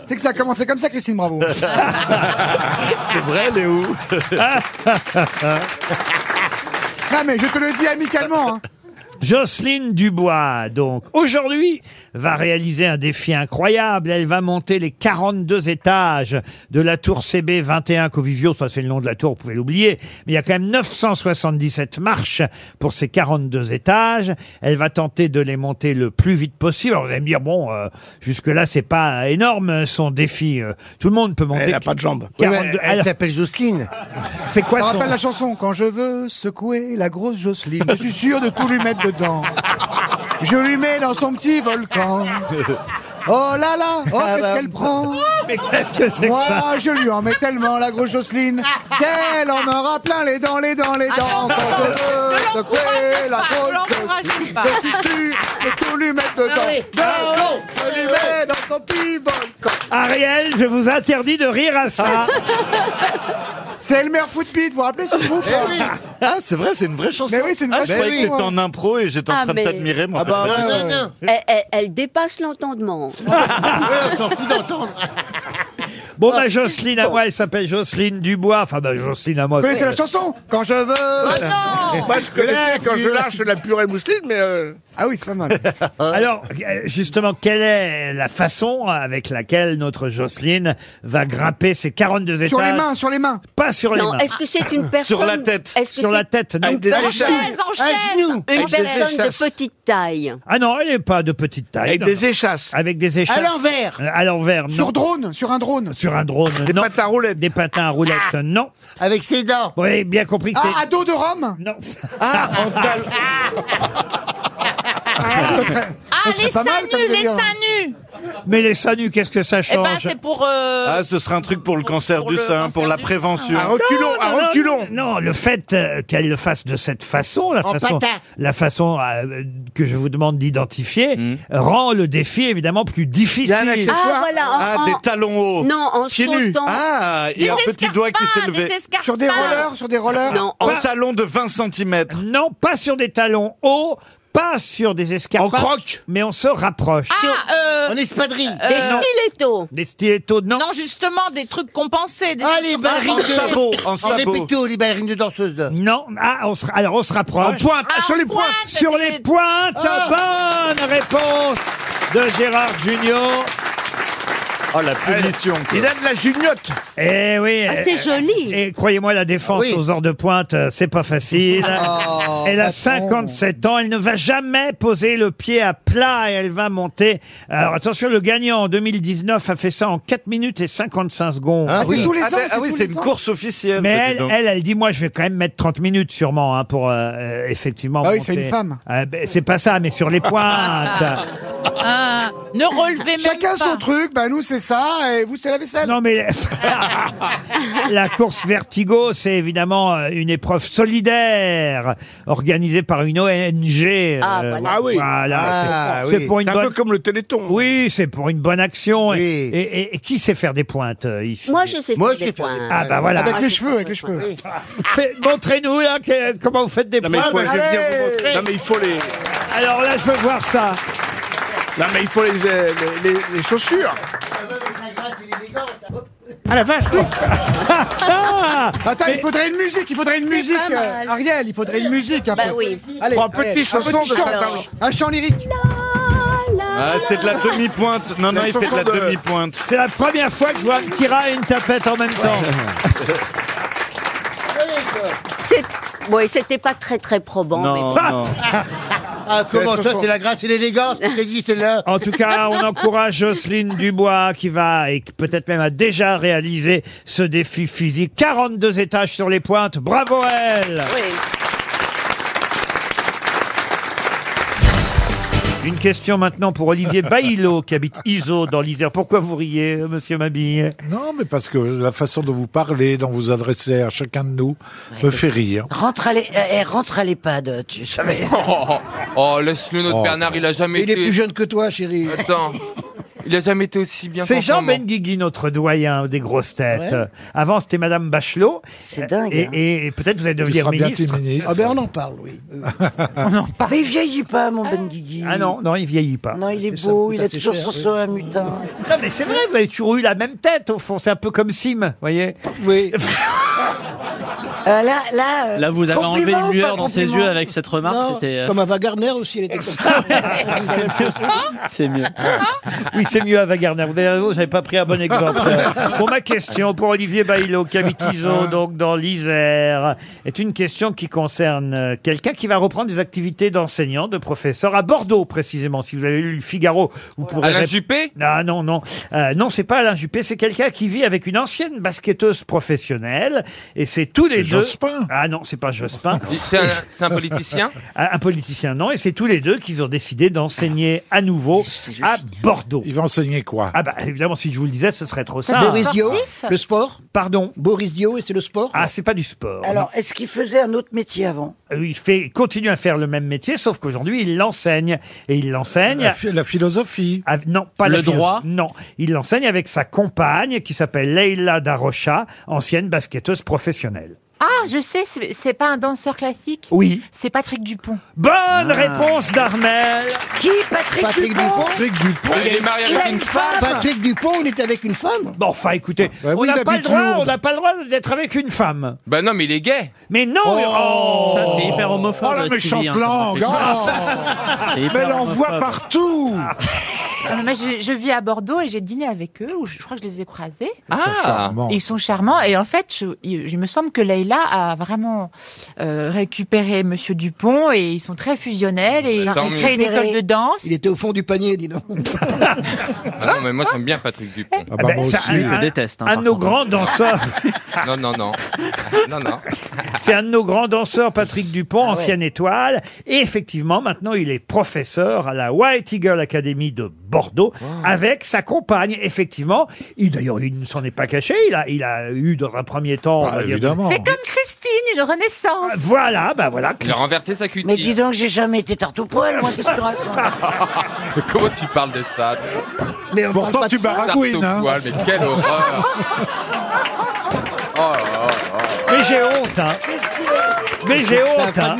S6: C'est que ça a commencé comme ça, Christine Bravo.
S13: C'est vrai, Léo
S6: Non, mais je te le dis amicalement. hein.
S1: Jocelyne Dubois, donc, aujourd'hui, va réaliser un défi incroyable. Elle va monter les 42 étages de la tour CB21 Covivio. Ça, c'est le nom de la tour, vous pouvez l'oublier. Mais il y a quand même 977 marches pour ces 42 étages. Elle va tenter de les monter le plus vite possible. Alors, vous allez me dire, bon, euh, jusque-là, c'est pas énorme, son défi. Euh, tout le monde peut monter.
S6: Elle a pas de
S1: jambes.
S6: Oui, mais elle s'appelle
S1: Jocelyne. C'est quoi
S6: Ça
S1: son...
S6: rappelle la chanson Quand je veux secouer la grosse Jocelyne. Je suis sûr de tout lui mettre dedans. Je lui mets dans son petit volcan. Oh là là, oh
S1: Ah bah.
S6: qu'est-ce qu'elle prend
S1: Mais qu'est-ce que c'est que
S6: Moi,
S1: ça
S6: je lui en mets tellement la grosse Jocelyne qu'elle en aura plein les dents, les dents, les dents. Quand je veux secouer la grosse Jocelyne. Je suis Ah sûr de tout lui mettre dedans. Dedans, je lui mets dans son petit volcan.
S1: Ariel, je vous interdis de rire à ça.
S6: Ah. C'est Elmer Footbeat, vous vous rappelez ce groupe hein
S13: Ah, c'est vrai, c'est une vraie chanson.
S6: Mais oui, c'est une vraie
S13: Ah, je croyais
S6: chanson,
S13: que t'étais
S6: ouais.
S13: en impro et j'étais en
S27: Ah,
S13: train
S27: mais-
S13: de t'admirer, moi.
S6: Ah bah,
S13: en fait.
S27: Non, non. Elle, elle- elle dépasse l'entendement.
S1: Bon,
S6: Ah.
S1: bah, Jocelyne à moi, elle s'appelle Jocelyne Dubois. Enfin, bah, Jocelyne à moi.
S6: Vous connaissez la chanson Quand je veux.
S5: Ah
S4: Moi, je connaissais quand je lâche la purée mousseline, mais. euh,
S6: Ah oui, c'est pas mal.
S1: Alors, euh, justement, quelle est la façon avec laquelle notre Jocelyne va grimper ses 42
S6: Sur
S1: étages
S6: les mains, sur les mains.
S1: Pas sur les
S27: Non,
S1: mains.
S27: est-ce que c'est une personne Est-ce que
S1: Sur
S27: c'est
S1: la tête, non.
S27: Une personne,
S6: genou.
S27: une
S1: Avec des
S27: personne de
S1: échasses.
S27: petite taille.
S1: Ah non, elle n'est pas de petite taille.
S4: Avec
S1: non,
S4: des
S1: non.
S4: échasses.
S1: Avec des échasses.
S6: À l'envers.
S1: À l'envers, non.
S6: Sur drone, sur un drone.
S1: Sur un drone. Des patins à roulettes. Des patins à roulettes, non.
S6: Ah. Avec ses dents.
S1: Vous avez bien compris que c'est.
S6: Ah, à dos de Rome
S1: Non.
S6: Ah, en dalle.
S5: Ah,
S6: serait
S5: les seins
S6: pas mal comme
S5: nus, les
S6: délire.
S5: seins nus
S1: Mais les seins nus, qu'est-ce que ça
S5: Eh ben,
S1: change
S5: c'est pour... euh,
S13: Ah, ce serait un truc pour le cancer du
S5: le
S13: sein, pour la prévention.
S1: Ah,
S13: Un reculons,
S1: Non, non, Non, le fait euh, qu'elle le fasse de cette façon, la
S5: En
S1: façon,
S5: patin.
S1: la façon euh, que je vous demande d'identifier,
S13: Hmm.
S1: rend le défi évidemment plus difficile.
S27: Ah, voilà, en-
S13: Ah,
S27: en-
S13: des talons hauts.
S27: Non, en
S13: Pieds
S27: sautant.
S13: nus. Ah, et
S5: Des
S13: un petit doigt qui s'est levé.
S6: Sur
S1: Oh
S6: des rollers, sur des rollers.
S27: Non, en-
S13: Un talon de 20 cm.
S1: Non, pas sur des talons hauts, pas sur des escarpins. On croque. Mais on se rapproche.
S28: Ah, euh,
S1: En espadrille.
S28: Des stilettos.
S1: Des stilettos, non.
S28: Non, justement, des trucs compensés. Des
S29: Ah, les ballerines de
S28: sabot
S29: En répéto, les ballerines de danseuses.
S1: Non, ah, on se, alors on se rapproche.
S29: En pointe,
S28: Ah, sur les en pointes. pointe,
S1: Sur les pointes,
S13: Ah.
S1: bonne réponse de Gérard Junior. Oh, la
S13: punition, quoi. Il a de la juniote.
S1: Eh oui.
S13: Ah, c'est
S1: eh,
S13: joli.
S1: Et croyez-moi, la défense
S13: Ah oui.
S1: aux heures de pointe, euh, c'est pas facile.
S13: Oh,
S1: elle a
S13: attends.
S1: 57 ans. Elle ne va jamais poser le pied à plat et elle va monter. Alors attention, le gagnant en 2019 a fait ça en 4 minutes et 55 secondes.
S30: Ah, Ah c'est oui. tous les Ah ans, ben, c'est ah oui, tous c'est les une ans. course
S1: officielle. Mais
S30: dis
S1: elle,
S30: donc.
S1: elle, elle dit, moi, je vais quand même mettre 30 minutes sûrement hein, pour euh, euh, effectivement
S6: Ah oui,
S1: monter.
S6: c'est une femme.
S1: Ah, ben, c'est pas ça, mais sur les pointes.
S5: Ah,
S28: ne relevez même
S6: Chacun
S28: pas.
S6: son truc, bah nous c'est ça, et vous c'est la vaisselle.
S1: Non mais... La course Vertigo, c'est évidemment euh, une épreuve solidaire organisée par une ONG. euh,
S13: Ah, voilà. Ah oui.
S1: voilà,
S13: Ah,
S1: c'est- c'est
S13: oui.
S1: pour une
S13: C'est un peu
S1: bonne...
S13: comme le Téléthon.
S1: Oui, c'est pour une bonne action. Et- Et, et- et qui sait faire des pointes euh, ici
S27: Moi, je sais
S1: Moi,
S27: faire des
S1: je
S27: Ah,
S1: sais faire des
S27: points.
S1: points. Ah, bah voilà.
S27: Moi,
S1: Avec les
S27: je sais
S1: cheveux,
S27: faire
S1: avec
S27: des
S1: les cheveux.
S27: points,
S1: Fait- Montrez-nous là, que- comment vous faites des
S13: Non, mais il
S1: points.
S13: faut, je vais venir vous montrer. Non, mais il faut les.
S1: Alors là, je veux voir ça.
S13: Non, mais il faut les, euh, les, les- les chaussures.
S6: Ah la vache, oui. Ah, Attends,
S13: Mais-
S6: il faudrait une musique, il faudrait une musique,
S27: pas mal.
S6: euh, Ariel, il faudrait une musique un
S27: Bah
S6: peu.
S27: oui.
S6: Allez,
S13: Prends un petit
S6: allez,
S13: chanson
S6: petit
S13: de
S6: chant,
S13: Chantal.
S6: Un chant lyrique.
S30: Ah, c'est de la demi-pointe. Non, non, il fait de la demi-pointe.
S1: C'est la première fois que je vois un petit rat et une tapette en même temps.
S27: C'est... Oui, c'était pas très très probant.
S30: Non,
S27: mais...
S30: non.
S29: Ah, comment ça, c'est la grâce et l'élégance
S1: En tout cas, on encourage Jocelyne Dubois qui va et qui peut-être même a déjà réalisé ce défi physique. 42 étages sur les pointes. Bravo à elle Une question maintenant pour Olivier Baillot qui habite Iso dans l'Isère. Pourquoi vous riez, euh, monsieur Mabille
S15: Non, mais parce que la façon dont vous parlez, dont vous adressez à chacun de nous, me fait rire.
S27: Rentre à l'é- euh, eh, rentre à l'EHPAD, tu savais.
S5: Oh, oh, laisse-le, notre
S15: Oh.
S5: Bernard, il a jamais été.
S6: jeune que toi, chérie.
S5: Attends, il a jamais été aussi Eh bien
S1: C'est
S5: qu'en ce
S1: Jean
S5: moment.
S1: Benguigui, notre doyen des grosses têtes.
S5: Ouais.
S1: Euh, Avant, c'était Madame Bachelot.
S27: C'est dingue,
S1: Et,
S27: hein.
S1: et- et peut-être vous allez
S15: Tu
S1: devenir
S15: seras bientôt
S1: ministre.
S15: ministre.
S6: Ah ben on en parle, oui.
S27: Mais il vieillit pas, mon Ben Guigui.
S1: Ah non, non, il vieillit pas.
S27: Non, il est
S6: ça
S27: beau,
S6: coûte
S27: il a
S6: assez
S27: toujours
S6: cher,
S27: son
S6: oui.
S27: soin mutin.
S1: Non, mais c'est vrai, vous avez toujours eu la même tête, au fond. C'est un peu comme Sim, voyez
S6: Oui.
S27: Euh, là, là, euh,
S24: Là, vous avez enlevé
S27: compliment
S24: une
S27: ou
S24: lueur
S27: pas
S24: dans ses
S27: compliment
S24: yeux avec cette remarque. C'était. euh,
S6: Ava Gardner aussi, elle était comme ça.
S24: C'est mieux.
S1: Oui, c'est mieux à Garner. Vous avez raison, j'avais pas pris un bon exemple. Euh, Bon, ma question pour Olivier Baillot, qui habite Iso, donc dans l'Isère, est une question qui concerne euh, quelqu'un qui va reprendre des activités d'enseignant, de professeur, à Bordeaux précisément. Si vous avez lu le Figaro, vous pourrez...
S5: Alain
S1: rép-
S5: Juppé
S1: Ah non, non. Euh, non, c'est pas Alain Juppé, c'est quelqu'un qui vit avec une ancienne basketteuse professionnelle, et c'est tous les deux...
S15: Jospin
S1: Ah non, c'est pas Jospin.
S5: C'est un, c'est un politicien
S1: Un un politicien, non. Et c'est tous les deux qu'ils ont décidé d'enseigner à nouveau à Bordeaux.
S15: Il va enseigner quoi
S1: Ah bah évidemment, si je vous le disais, ce serait trop simple.
S27: Boris Dio, Sportif le
S1: sport Pardon
S6: Boris Dio, et c'est le sport
S1: Ah, c'est pas du sport.
S27: Alors, est-ce qu'il faisait un autre métier avant
S1: Euh, Il fait, il continue à faire le même métier, sauf qu'aujourd'hui, il l'enseigne. Et il l'enseigne...
S15: La, phi- la philosophie.
S1: Ah, non, pas
S24: Le
S1: la philosophie.
S24: droit
S1: Non, il l'enseigne avec sa compagne qui s'appelle Leila Darocha, ancienne basketteuse professionnelle.
S23: Ah, je sais, c'est c'est pas un danseur classique
S1: Oui.
S23: C'est Patrick Dupont.
S1: Bonne
S15: Ah.
S1: réponse d'Armel.
S27: Qui Patrick,
S6: Patrick Dupont
S15: Patrick Dupont.
S5: Il est marié
S27: Il a
S5: avec
S27: une
S5: une
S27: femme
S6: Patrick Dupont, il était avec une femme
S1: Bon, enfin, écoutez,
S15: Bah oui,
S1: on
S15: il
S1: n'a pas le
S15: habite
S1: droit, on
S15: Lourdes.
S1: n'a pas le droit d'être avec une femme.
S5: Bah non, mais il est gay.
S1: Mais non, oh
S24: Ça, c'est hyper homophobe.
S15: Oh la
S24: ce qu'il dit, hein,
S15: méchante
S24: comme
S15: langue
S24: réflexion.
S15: oh
S24: C'est
S5: Ah,
S24: hyper
S15: Mais elle en voit
S24: homophobe.
S15: partout
S23: Non, mais moi, je, je vis à Bordeaux et j'ai dîné avec eux, ou je, je crois que je les ai croisés.
S5: Ah
S15: Charmant.
S23: Ils sont charmants et en fait, je- il, il me semble que Leïla a vraiment euh, récupéré Monsieur Dupont et ils sont très fusionnels et ils
S5: Tant
S23: ont
S5: mieux.
S23: créé une école de danse.
S6: Il était au fond du panier, dis donc.
S5: Ah Non, mais moi j'aime bien Patrick Dupont.
S15: Ah
S1: Ah
S15: bah,
S1: ben,
S15: moi
S1: ça,
S15: aussi.
S1: un-
S24: Lui, il te
S1: un-
S24: déteste, hein,
S1: un
S24: par
S1: de nos
S24: contre.
S1: grands danseurs,
S5: Non, non, non. Non, non.
S1: c'est un de nos grands danseurs, Patrick Dupont,
S27: ouais.
S1: ancienne étoile. Et effectivement, maintenant, il est professeur à la White Eagle Academy de Bordeaux avec sa compagne. Effectivement, il d'ailleurs, il ne s'en est pas caché. Il a, il a eu dans un premier temps, on
S15: Ah,
S1: va dire-
S15: évidemment.
S23: C'est comme Christine, une renaissance.
S1: Voilà, bah voilà.
S5: Il a renversé sa
S27: Mais dis
S5: cutie.
S27: donc, j'ai jamais été tarte au poil, moi, qu'est-ce que tu racontes
S5: Comment tu parles de ça
S6: Mais on
S15: Pourtant,
S6: parle pas
S15: tu
S6: de ça.
S15: baragouines,
S5: Tarte au
S15: hein.
S5: poil, mais quelle horreur Oh là là.
S1: Mais j'ai honte, hein. Mais j'ai honte, hein.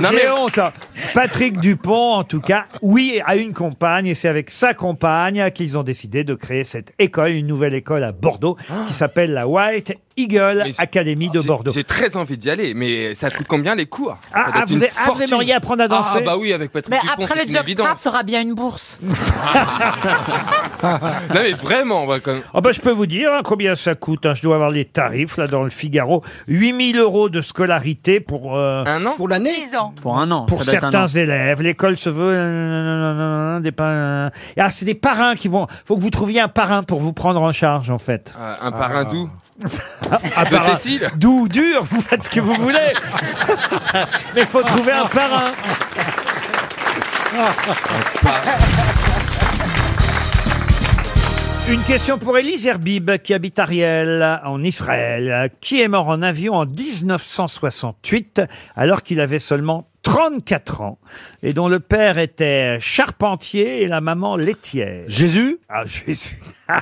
S5: Non,
S1: J'ai
S5: mais-
S1: honte. hein. Patrick Dupont, en tout cas, oui, a une compagne, et c'est avec sa compagne qu'ils ont décidé de créer cette école, une nouvelle école à Bordeaux,
S9: Ah.
S1: qui s'appelle la White Eagle Academy de Bordeaux.
S9: J'ai très envie d'y aller, mais ça coûte combien les cours Ça
S1: Ah,
S9: doit
S1: ah,
S9: être
S1: vous
S9: une
S1: avez- ah, vous
S9: fortune.
S1: aimeriez apprendre à danser
S9: Ah bah oui, avec Patrick
S16: Mais
S9: Dupont,
S16: après
S9: c'est
S16: le
S9: une
S16: job
S9: évidence.
S16: aura bien une bourse.
S9: non mais vraiment, on va quand même...
S1: Ah bah, je peux vous dire hein, combien ça coûte. hein. Je dois avoir les tarifs là dans le Figaro. 8000 euros de scolarité pour
S9: un an
S1: pour l'année
S16: ans.
S17: Pour un an.
S1: Pour
S17: ça doit être un
S1: certains
S17: an.
S1: élèves, l'école se veut euh, des pa- ah c'est des parrains qui vont. Faut que vous trouviez un parrain pour vous prendre en charge en fait. Ah,
S9: Euh,
S3: Ah.
S9: un parrain doux
S1: Un
S9: De
S1: parrain
S9: Cécile
S1: Doux, dur, vous faites ce que vous voulez. Mais faut trouver un parrain. Une question pour Élise Herbib, qui habite Ariel, en Israël, qui est mort en avion en 1968, alors qu'il avait seulement 34 ans, et dont le père était charpentier et la maman laitière. Jésus Ah, Jésus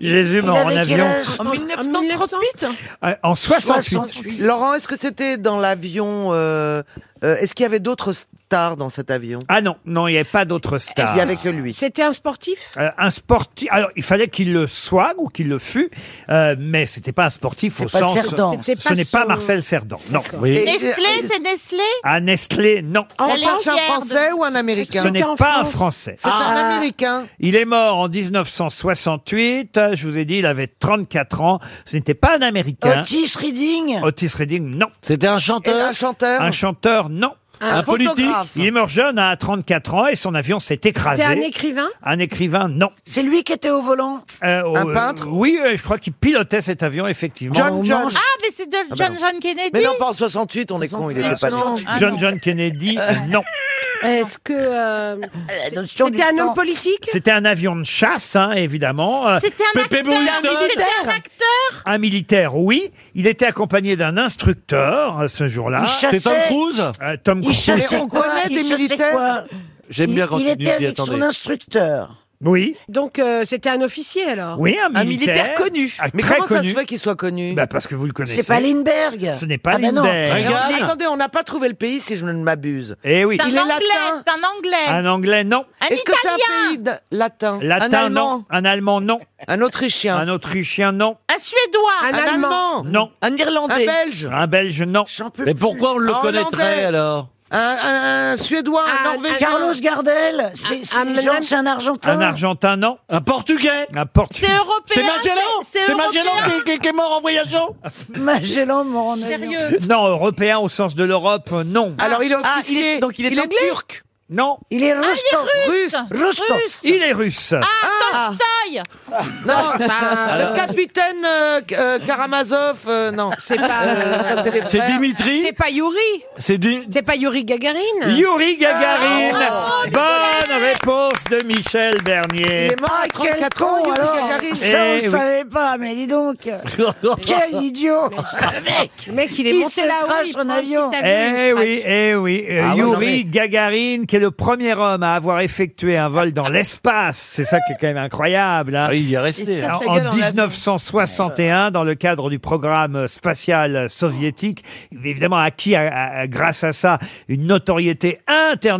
S1: Jésus mort en avion.
S2: En 1938
S1: Euh, En 68.
S2: Laurent, est-ce que c'était dans l'avion euh, euh, Est-ce qu'il y avait d'autres stars dans cet avion
S1: Ah non, non, il n'y avait pas d'autres stars.
S2: Il y avait que lui.
S23: C'était un sportif
S1: Euh, un sportif. Alors, il fallait qu'il le soit ou qu'il le fût, euh, mais c'était pas un sportif au
S23: pas
S1: sens.
S23: Cerdan.
S1: Ce
S23: C'était pas
S1: n'est pas
S23: son-
S1: Marcel Cerdan. Non.
S5: Nestlé, c'est Nestlé
S1: Ah, Nestlé, non.
S5: La
S2: En tant qu'un
S5: légère de-
S2: Français ou un Américain
S1: Ce n'est pas un Français.
S2: C'est un Américain.
S1: Il est mort en 1968. euh, Je vous ai dit, il avait 34 ans. Ce n'était pas un Américain.
S23: Otis Reading
S1: Otis Redding, non.
S13: C'était un
S2: chanteur Un chanteur
S1: Un chanteur, non.
S23: Un Un photographe. politique
S1: Il est mort jeune hein, à 34 ans et son avion s'est écrasé.
S23: C'était un écrivain
S1: Un écrivain, non.
S23: C'est lui qui était au volant
S1: Euh,
S23: Un
S1: euh,
S23: peintre
S1: Oui, euh, je crois qu'il pilotait cet avion, effectivement.
S5: Ah, mais c'est de
S1: bah
S5: John
S1: non.
S5: John Kennedy.
S2: Mais non, pas en 68, on est con, il était pas né.
S1: Ah, John John Kennedy,
S23: Ah,
S1: non.
S23: Est-ce que. euh,
S2: Ah,
S23: C'était un homme politique
S1: C'était un avion de chasse, hein, évidemment. Euh,
S23: C'était un Pépé acteur, Bouillon. c'était un
S5: acteur.
S1: Un militaire, oui. Il était accompagné d'un instructeur euh, ce jour-là.
S13: Il chassait. C'est Tom Cruise
S1: Euh, Tom
S13: Il
S1: Cruise.
S13: chassait
S23: On connaît des militaires.
S13: J'aime bien quand
S23: il
S13: tu
S23: était
S13: nous dis,
S23: avec son
S13: attendez.
S23: instructeur.
S1: Oui.
S23: Donc euh, c'était un officier alors
S1: Oui, un militaire. Ah,
S2: Mais
S1: très
S2: comment ça
S1: connu.
S2: se fait qu'il soit connu
S1: Bah, parce que vous le connaissez.
S23: C'est pas Lindbergh.
S1: Ce n'est pas
S23: Ah bah non.
S1: Lindbergh.
S2: Mais on- mais Attendez, on n'a pas trouvé le pays si je ne m'abuse.
S1: Eh oui.
S5: C'est un
S2: Il est
S5: anglais,
S2: latin.
S5: c'est un anglais.
S1: Un anglais, non.
S5: Un
S2: Est-ce que c'est
S5: Italien.
S2: un pays de- latin Un
S1: Latin,
S2: allemand
S1: non. Un allemand, non.
S2: Un autrichien.
S1: Un autrichien, non.
S5: Un suédois.
S2: Un allemand.
S1: Non.
S2: Un irlandais. Un belge.
S1: Un belge, non.
S13: Mais pourquoi on le
S2: Un
S13: connaîtrait
S2: Hollandais.
S13: alors
S2: Un, un- un suédois, un, norvégien.
S23: Ah, Carlos Gardel, c'est c'est les gens, c'est un Argentin.
S1: Un argentin, non. Un portugais. Un
S5: C'est
S1: portugais.
S5: européen.
S13: C'est Magellan
S5: C'est
S13: C'est Magellan
S5: européen.
S13: qui, qui- qui est mort en voyageant
S23: Magellan mort en avion.
S5: Sérieux.
S1: Non, européen au sens de l'Europe, euh, non.
S2: Alors il est
S20: Ah, il est-
S2: officier.
S20: donc il est anglais
S2: turc. Ah,
S1: Non.
S23: Il est russe.
S2: Russe.
S23: Rostov.
S1: Il est russe.
S5: Ah, Tolstoï.
S2: Non, bah, le capitaine euh, euh, Karamazov, euh, non.
S23: C'est pas, euh,
S2: ça, c'est les
S13: C'est
S2: frères.
S13: Dimitri
S23: C'est pas Yuri.
S13: C'est du...
S23: C'est pas Yuri Gagarine.
S1: Yuri Gagarin. Bonne réponse de Michel Bernier.
S2: Ah, oh, Il est mort à
S23: Ah, quel
S2: 34 ans,
S23: con
S2: Yuri
S23: alors
S2: Gagarin.
S23: Ça, on
S1: Eh oui.
S23: savait pas, mais dis donc Quel idiot Le mec, il est monté là-haut, il prend avion
S1: Eh oui, eh oui. Euh,
S13: Ah oui, non, mais-
S1: Yuri Gagarin, qui est le premier homme à avoir effectué un vol dans l'espace. C'est ça qui est quand même incroyable. hein.
S13: Ah oui, il y est resté. hein.
S1: En, en 1961, dans le cadre du programme spatial soviétique, il a évidemment acquis à- à- à- grâce à ça une notoriété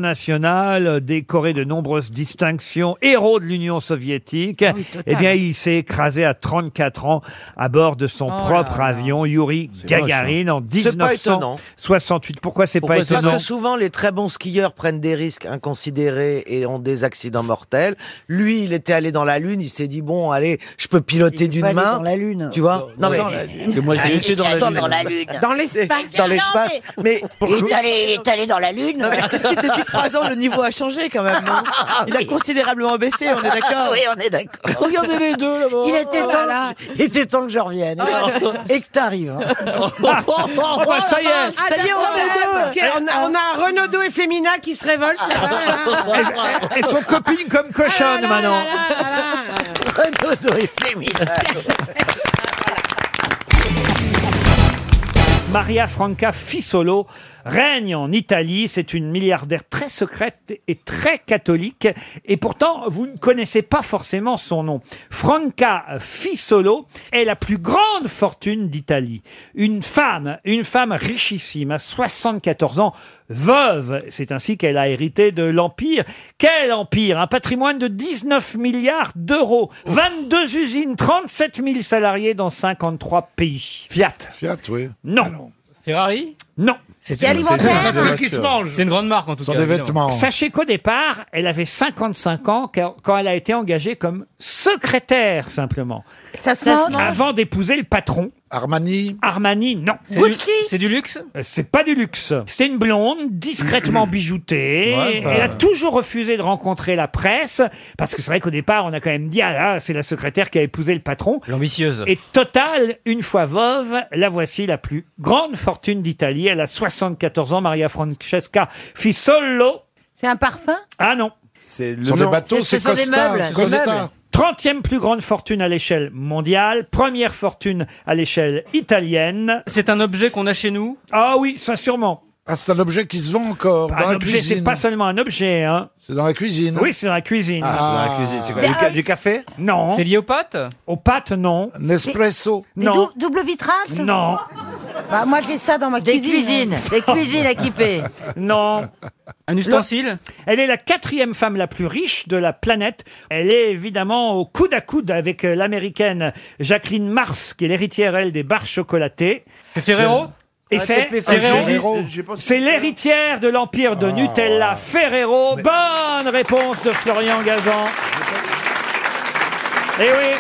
S1: internationale, décoré de nombreuses distinctions, héros de l'Union soviétique.
S23: oui, total.
S1: eh bien, il s'est écrasé à 34 ans à bord de son propre avion, Yuri
S13: hein.
S1: Gagarin, en
S2: C'est pas étonnant.
S1: 1968. Pourquoi c'est pas
S13: Pourquoi c'est-
S2: Parce
S1: étonnant
S2: que souvent, les très bons skieurs prennent des risques inconsidérés et ont des accidents mortels. Lui, il était allé dans la Lune, il s'est dit bon, allez, je peux piloter
S23: Il est
S2: d'une
S23: pas allé
S2: main.
S23: dans la lune.
S2: Tu vois Non, mais
S13: Parce que moi j'ai été dans la
S23: Attends,
S13: lune.
S23: dans la lune. Dans l'espace.
S2: dans l'espace. Mais
S23: Il est allé- il est allé dans la lune.
S20: Depuis trois ans, le niveau a changé quand même. non Il a considérablement baissé, on est d'accord
S23: Oui, on est d'accord. Oh,
S20: Regardez les deux là-bas.
S23: Il était, temps, il était temps que je revienne et que t'arrives. hein.
S1: Oh, bah, ça y est
S23: Ça y est, on est deux.
S2: on a, un Renaudot et Femina qui se révoltent.
S23: Ah.
S1: Ah, Elles- Elles sont copines comme cochonnes, maintenant
S23: Renaudot et Féminin.
S1: Maria Franca Fissolo règne en Italie. C'est une milliardaire très secrète et très catholique. Et pourtant, vous ne connaissez pas forcément son nom. Franca Fissolo est la plus grande fortune d'Italie. Une femme, une femme richissime, à 74 ans, veuve. C'est ainsi qu'elle a hérité de l'Empire. Quel Empire Un patrimoine de 19 milliards d'euros, 22 usines, 37 000 salariés dans 53 pays. Fiat.
S8: Fiat, oui.
S1: Non.
S17: Ferrari
S1: Non.
S17: C'est alimentaire C'est qui se mange. C'est une grande marque en tout
S8: Sur
S17: cas.
S8: des
S17: évidemment.
S8: vêtements.
S1: Sachez qu'au départ, elle avait 55 ans quand quand elle a été engagée comme secrétaire simplement.
S23: Ça se mange
S1: Avant d'épouser le patron. Armani Armani, non.
S17: C'est du- Gucci c'est
S1: luxe Euh, C'est pas du luxe. C'était une blonde, discrètement bijoutée.
S17: Ouais, enfin-
S1: Elle a toujours refusé de rencontrer la presse, parce que c'est vrai qu'au départ, on a quand même dit, ah là, c'est la secrétaire qui a épousé le patron.
S17: L'ambitieuse.
S1: Et total, une fois veuve, la voici la plus grande fortune d'Italie. Elle a 74 ans, Maria Francesca Fissolo.
S23: C'est un parfum
S1: Ah non.
S8: C'est
S1: le
S8: Sur des bateaux, c'est Costa. Costa.
S1: 30e plus grande fortune à l'échelle mondiale, première fortune à l'échelle italienne. C'est un objet qu'on a chez nous Ah oui, ça sûrement.
S8: Ah, c'est un objet qui se vend encore. dans
S1: un
S8: la
S1: objet, c'est
S8: cuisine.
S1: pas seulement un objet. Hein.
S8: C'est dans la cuisine.
S1: Oui, c'est dans la cuisine.
S8: Ah, c'est dans la cuisine. C'est quoi, du ca-
S1: du café Non.
S17: C'est lié aux pâtes
S1: Aux pâtes, non.
S8: Nespresso.
S1: Non.
S23: double vitrage
S1: Non.
S23: Bah, moi, j'ai ça dans ma
S1: Des
S23: cuisine.
S1: cuisines, des cuisines équipées. Non.
S17: Un ustensile
S1: Elle est la quatrième femme la plus riche de la planète. Elle est évidemment au coude à coude avec euh, l'américaine Jacqueline Mars, qui est l'héritière, elle, des barres chocolatées. C'est
S17: Ferrero
S1: Et
S17: Ah,
S1: c'est
S17: t'es plus Ferrero
S1: Ferrero. C'est l'héritière de l'empire de Nutella, Ferrero. Bonne réponse de Florian Gazan. Eh oui.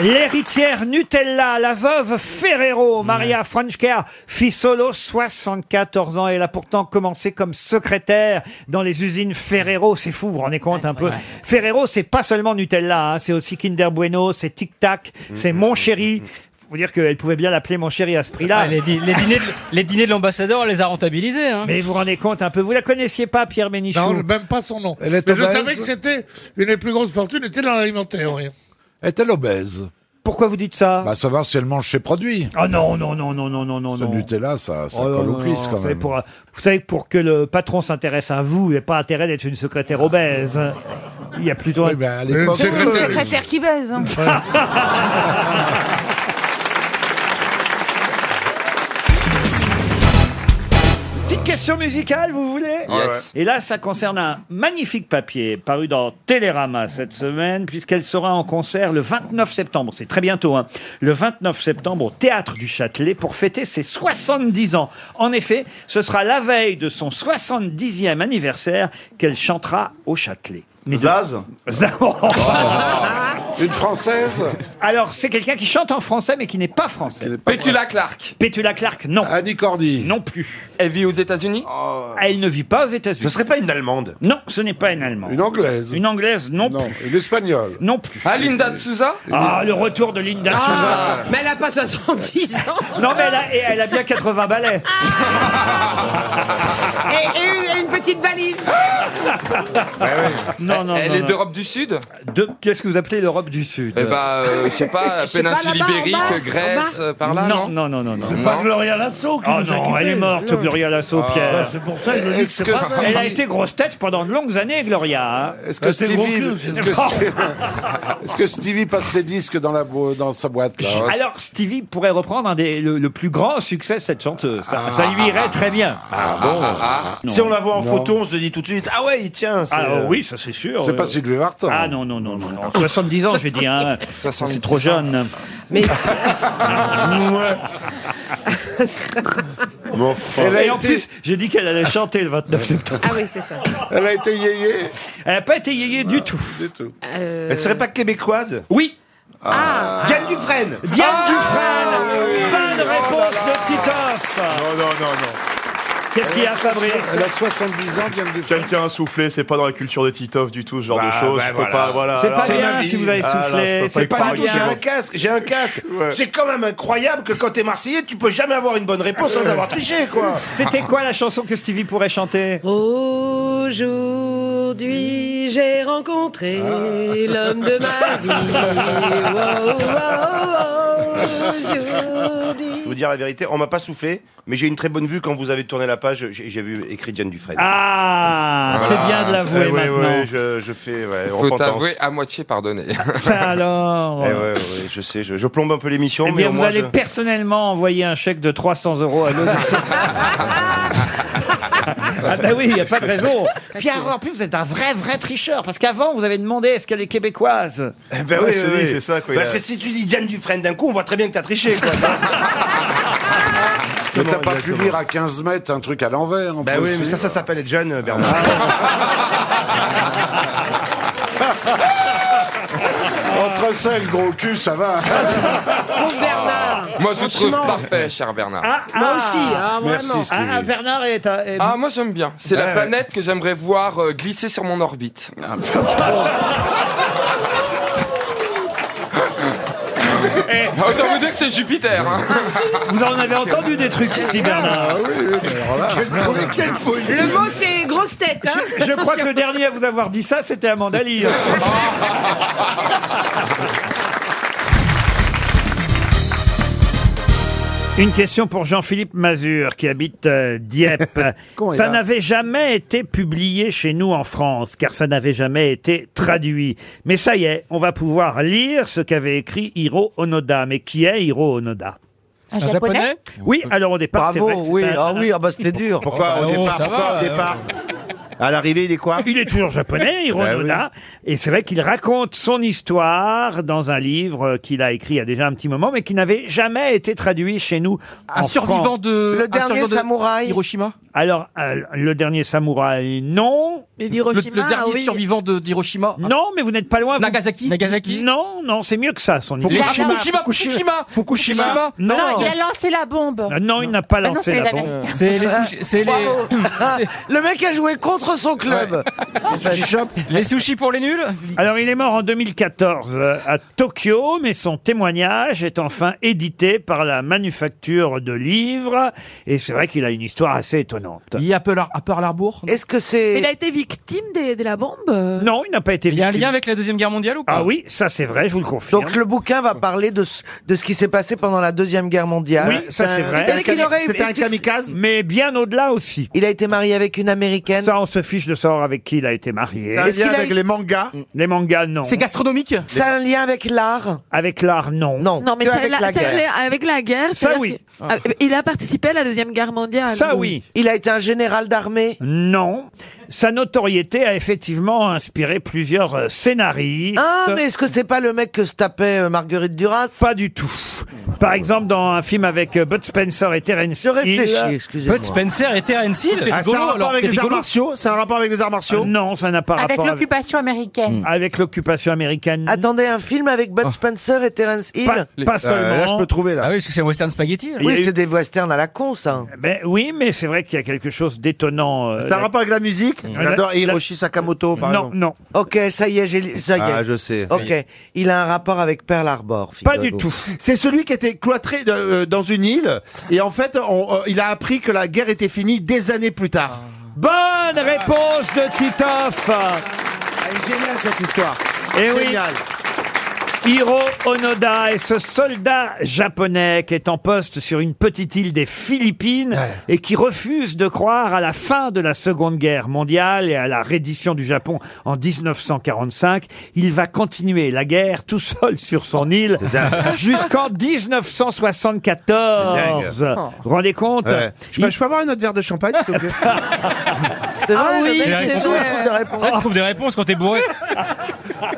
S1: L'héritière Nutella, la veuve Ferrero, Maria Franchka Fissolo, 74 ans. Elle a pourtant commencé comme secrétaire dans les usines Ferrero. C'est fou, vous vous rendez compte un peu. Ferrero, c'est pas seulement Nutella, hein, c'est aussi Kinder Bueno, c'est Tic Tac,
S17: Mm-hmm.
S1: c'est Mon Chéri. Faut dire qu'elle pouvait bien l'appeler Mon Chéri à ce prix-là.
S17: Ah, les, di- les dîners de, les dîners de l'ambassadeur, on les a rentabilisés. Hein.
S1: Mais vous vous rendez compte un peu, vous la connaissiez pas, Pierre Bénichou
S11: Non, même pas son nom.
S1: Elle est
S11: Mais je
S1: obèse.
S11: savais que c'était une des plus grosses fortunes, était dans l'alimentaire, oui.
S8: Est-elle obèse
S1: Pourquoi vous dites ça
S8: Bah, ça va si elle mange ses produits.
S1: Ah non, non, non, non, non, non, non.
S8: Ce Nutella, ça, ça
S1: Oh là
S8: colle aux
S1: là
S8: cuisses
S1: là,
S8: quand
S1: vous savez,
S8: même.
S1: pour, euh, vous savez que pour que le patron s'intéresse à vous, il n'y a pas intérêt d'être une secrétaire obèse. Il y a plutôt un...
S8: ben, à euh,
S1: l'époque-
S23: C'est une secrétaire qui baise. hein.
S1: Petite question musicale, vous voulez
S12: Yes.
S1: Et là, ça concerne un magnifique papier paru dans Télérama cette semaine, puisqu'elle sera en concert le 29 septembre. C'est très bientôt, hein. Le 29 septembre au Théâtre du Châtelet pour fêter ses 70 ans. En effet, ce sera la veille de son 70e anniversaire qu'elle chantera au Châtelet. Zaz Une française Alors, c'est quelqu'un qui chante en français, mais qui n'est pas français.
S9: Petula Clark.
S1: Petula Clark, non.
S9: Annie Cordy.
S1: Non plus. Oh.
S9: Elle vit aux États-Unis
S1: Elle ne vit pas aux États-Unis.
S9: Ce serait pas une Allemande.
S1: Non, ce n'est pas une Allemande. Une
S8: Anglaise.
S1: Une Anglaise, non. non.
S8: Une Espagnole.
S1: Non plus.
S9: Ah, Linda de Souza
S1: Ah, le retour de Linda de
S9: Ah,
S1: Souza.
S23: Mais elle a pas 70 ans.
S1: Non, mais elle a, et elle a bien 80 balais.
S23: Et, et une- et une petite valise.
S1: Non, non,
S9: Elle
S1: non,
S9: est
S1: non.
S9: d'Europe du Sud
S1: De- Qu'est-ce que vous appelez l'Europe du Sud
S9: Eh ben, euh, je sais pas,
S1: Je sais pas,
S9: péninsule
S1: là-bas, en
S9: ibérique,
S1: bas,
S9: Grèce,
S1: en bas.
S9: euh, par là
S1: Non,
S9: Non,
S1: non, non, non.
S9: C'est pas
S1: Gloria
S11: Lasso
S1: qui nous a quittés. elle est morte, Gloria Lasso,
S11: Ah,
S1: Pierre.
S11: bah, c'est pour ça que je dis que c'est pas ça.
S1: Elle a été grosse tête pendant de longues années, Gloria. hein.
S8: Est-ce
S15: Euh,
S8: que, Stevie, est-ce que- est-ce que Stevie passe ses disques dans, la bo- dans sa boîte là
S15: Ah.
S1: Alors, Stevie pourrait reprendre un des- le, le plus grand succès de cette chanteuse. Ça, ça lui irait très bien.
S11: Ah bon
S3: Si on la voit en
S1: Non.
S3: photo, on se dit tout de suite Ah ouais, il tient. c'est,
S1: Ah
S3: euh,
S1: oui, ça c'est sûr.
S8: C'est
S1: Euh,
S8: pas Sylvie Vartan.
S1: Ah non, non, non, non. non. 70 ans, j'ai dit. Hein. C'est trop jeune.
S23: Mais
S8: Elle a
S1: Et en
S8: été-
S1: plus, j'ai dit qu'elle allait chanter le 29 septembre.
S23: Ah oui, c'est ça.
S8: Elle a été yéyé.
S1: Elle n'a pas été yéyé du tout.
S23: Euh,
S3: Elle serait pas québécoise
S1: Oui.
S3: Ah. Diane Dufresne Ah,
S1: Diane Dufresne Bonne réponse de
S15: Ah,
S1: Titoff
S14: Non, non, non, non.
S1: Qu'est-ce qu'il y a, Fabrice
S14: Elle a
S8: 70 ans, Diane
S14: Dufresne. Quelqu'un a soufflé, c'est pas dans la culture de Titoff du tout, ce genre de
S3: Bah,
S14: choses.
S3: bah,
S14: je peux
S3: voilà.
S14: pas, voilà.
S3: C'est
S14: là,
S3: pas
S14: là.
S3: bien si vous avez
S14: Ah, là, je
S3: soufflé.
S14: peux
S3: C'est
S14: y
S3: pas
S14: croire,
S3: bien. J'ai un
S14: excusez-moi.
S3: casque. J'ai un casque.
S14: Ouais.
S3: C'est quand même incroyable que quand t'es Marseillais, tu peux jamais avoir une bonne réponse sans avoir triché, quoi.
S1: C'était quoi la chanson que Stevie pourrait chanter
S23: Au jour
S10: Aujourd'hui, j'ai
S23: Ah.
S10: rencontré l'homme de ma vie. Wow, wow, wow,
S1: Ah.
S10: aujourd'hui.
S3: Je vais vous dire la vérité, on m'a pas soufflé, mais j'ai une très bonne vue quand vous avez tourné la page, j'ai j'ai vu écrit Jeanne Dufresne.
S1: Ah, c'est bien de l'avouer
S3: Eh oui,
S1: maintenant.
S3: Oui, je, je fais ouais,
S9: Faut
S3: repentance.
S9: t'avouer à moitié pardonné.
S1: Ça alors.
S3: Eh ouais, ouais, je sais, je, je plombe un peu l'émission,
S1: Eh
S3: mais
S1: bien,
S3: au
S1: vous
S3: moins,
S1: allez
S3: je-
S1: personnellement envoyer un chèque de 300 euros à l'auditeur. ah ben oui, il n'y a pas de raison. Puis alors, en plus, vous êtes un vrai, vrai tricheur. Parce qu'avant, vous avez demandé est-ce qu'elle est québécoise
S3: Eh Ben oui,
S14: je te
S3: oui,
S14: dis,
S3: oui.
S14: c'est ça, quoi, il
S3: Parce
S14: a-
S3: que si tu dis Jeanne Dufresne d'un coup, on voit très bien que t'as triché. Quoi.
S11: Mais
S14: t'as pas
S11: pu
S14: lire
S3: à 15 mètres un truc à l'envers.
S1: Bah
S3: Ben
S14: plus,
S3: oui, mais
S14: c'est-
S3: ça, ça
S8: hein.
S3: s'appelle être jeune, Bernard.
S8: Ah, Entre ça et le gros cul, ça va.
S9: Moi, je vous trouve
S8: Franchement.
S9: parfait, cher Bernard.
S8: Moi aussi, hein,
S9: Ah. Merci, vraiment. Stevie.
S1: Ah, ah, Bernard est... un- est-
S9: Ah, moi j'aime bien. C'est
S1: Ouais,
S9: la planète que j'aimerais voir euh, glisser sur mon orbite. Eh, Autant vous dire que c'est Jupiter. hein.
S1: Vous en avez entendu des trucs ici, Bernard.
S10: Le mot, c'est grosse tête. Hein
S1: Je, je crois que le dernier à vous avoir dit ça, c'était Amandali. Une question pour Jean-Philippe Mazur qui habite euh, Dieppe.
S12: Con est
S1: ça
S12: là.
S1: n'avait jamais été publié chez nous en France car ça n'avait jamais été traduit. Mais ça y est, on va pouvoir lire ce qu'avait écrit Hiro Onoda. Mais qui est Hiro Onoda
S2: Un Un Japonais Japonais
S1: Oui, alors au départ, c'est
S2: Bravo,
S1: vrai que c'était
S2: oui,
S1: un-
S2: ah oui, ah bah c'était dur.
S1: Pourquoi au Oh, départ, ça pourquoi va, au euh, départ
S2: À l'arrivée, il est quoi
S1: Il est toujours japonais, Hiro
S2: Bah oui.
S1: Onoda. Et c'est vrai qu'il raconte son histoire dans un livre euh, qu'il a écrit il y a déjà un petit moment, mais qui n'avait jamais été traduit chez nous.
S17: Un
S1: en
S17: survivant
S1: France.
S17: de- Le un dernier survivant de samouraï. Hiroshima
S1: Alors, euh, le dernier samouraï, non.
S17: Mais d'Hiroshima, Le- le dernier ah oui. survivant
S1: de d'Hiroshima Non, mais vous n'êtes pas loin. vous-
S17: Nagasaki Nagasaki
S1: Non, non, c'est mieux que ça, son histoire.
S17: Fukushima, Fukushima, Fukushima,
S1: Fukushima.
S17: Fukushima.
S1: Non,
S5: Non, il a lancé la bombe.
S1: Ah non, il n'a pas
S5: Ah non,
S1: lancé
S5: c'est
S1: la
S5: les
S1: bombe.
S5: Américains.
S17: C'est les
S23: Euh,
S17: sushis- c'est les-
S2: Euh, Bravo. Le mec a joué contre son club.
S1: Les sushis pour les nuls Alors, il est mort en 2014 euh, à Tokyo, mais son témoignage est enfin édité par la manufacture de livres. Et c'est vrai qu'il a une histoire assez étonnante. Il a peur à Pearl Harbor Est-ce que
S10: Mais
S1: c'est...
S10: il a été victime des- de la bombe
S1: Non, il n'a pas été...
S10: Il y a un lien
S1: avec la Deuxième Guerre mondiale ou pas Ah oui, ça c'est vrai, je vous le confirme.
S2: Donc le bouquin va parler de ce, de ce qui s'est passé pendant la Deuxième Guerre mondiale.
S1: Oui, ça c'est vrai.
S2: Est-ce qu'il aurait- est-ce qu'il-
S1: Mais bien au-delà aussi.
S2: Il a été marié avec une américaine.
S1: Ça, on se fiche de savoir avec qui il a été marié.
S2: Ça a un Est-ce lien qu'il a avec eu- les
S1: mangas Les mangas, non.
S2: C'est gastronomique Ça a un lien avec l'art
S1: Avec l'art, non.
S10: Non, mais
S1: Que
S10: ça,
S1: avec
S10: la-
S1: la
S10: ça,
S1: guerre.
S10: la- avec la guerre,
S1: Ça,
S10: c'est-à-dire
S1: oui.
S10: que- euh, Il a participé à la Deuxième Guerre
S16: Ah
S10: mondiale.
S1: Ça oui.
S2: Il a été un général d'armée
S1: Non. Sa notoriété a effectivement inspiré plusieurs euh, scénaristes.
S2: Ah, mais est-ce que c'est pas le mec que se tapait euh, Marguerite Duras
S1: Pas du tout. Par exemple, dans un film avec euh, Bud Spencer et Terence Hill.
S2: réfléchis, excusez-moi. Bud
S17: Spencer et
S13: Ah,
S17: Terence Hill
S1: Ah,
S17: C'est rigolo, alors, c'est rigolo.
S1: C'est un rapport avec les arts martiaux Ah, Non, ça n'a pas
S16: Avec
S1: rapport Hmm. avec...
S16: l'occupation américaine.
S1: avec l'occupation américaine.
S2: Attendez, un film avec Bud Spencer et Terence Hill
S1: Pas- pas Euh, seulement. là, je peux
S2: trouver,
S17: Ah oui, parce que c'est Western Spaghetti.
S1: Il y a
S2: Oui,
S1: eu-
S2: c'est des westerns à la con, ça.
S1: Ben oui, mais c'est vrai qu'il y a quelque chose d'étonnant. euh,
S2: Ça a
S1: là-
S2: rapport avec la musique
S1: J'adore
S2: Hiroshi
S1: Sakamoto,
S2: par
S1: non,
S2: exemple.
S1: Non,
S2: Ok, ça y est, j'ai li- ça y est.
S1: Ah,
S13: je sais.
S2: Ok, il a un rapport avec Pearl Harbor.
S17: Ah,
S1: Pas
S2: figurez-vous.
S1: du tout.
S13: C'est celui qui était cloîtré de- euh, dans une île et en fait, on, euh, il a appris que la guerre était finie des années plus tard.
S1: Bonne réponse de Titoff.
S13: géniale cette histoire.
S1: Eh oui. Hiro Onoda est ce soldat japonais qui est en poste sur une petite île des Philippines et qui refuse de croire à la fin de la Seconde Guerre mondiale et à la reddition du Japon en 1945. Il va continuer la guerre tout seul sur son île
S13: dingue.
S1: jusqu'en 1974.
S13: C'est dingue.
S1: Vous vous rendez compte
S13: Ouais. Je, peux- je peux avoir un autre verre de champagne s'il te plaît
S2: C'est vrai,
S10: Ah
S2: le
S10: oui,
S2: mec, il
S10: c'est
S2: trouve
S10: vrai.
S2: des réponses.
S17: Ça, tu trouves des réponses quand t'es bourré.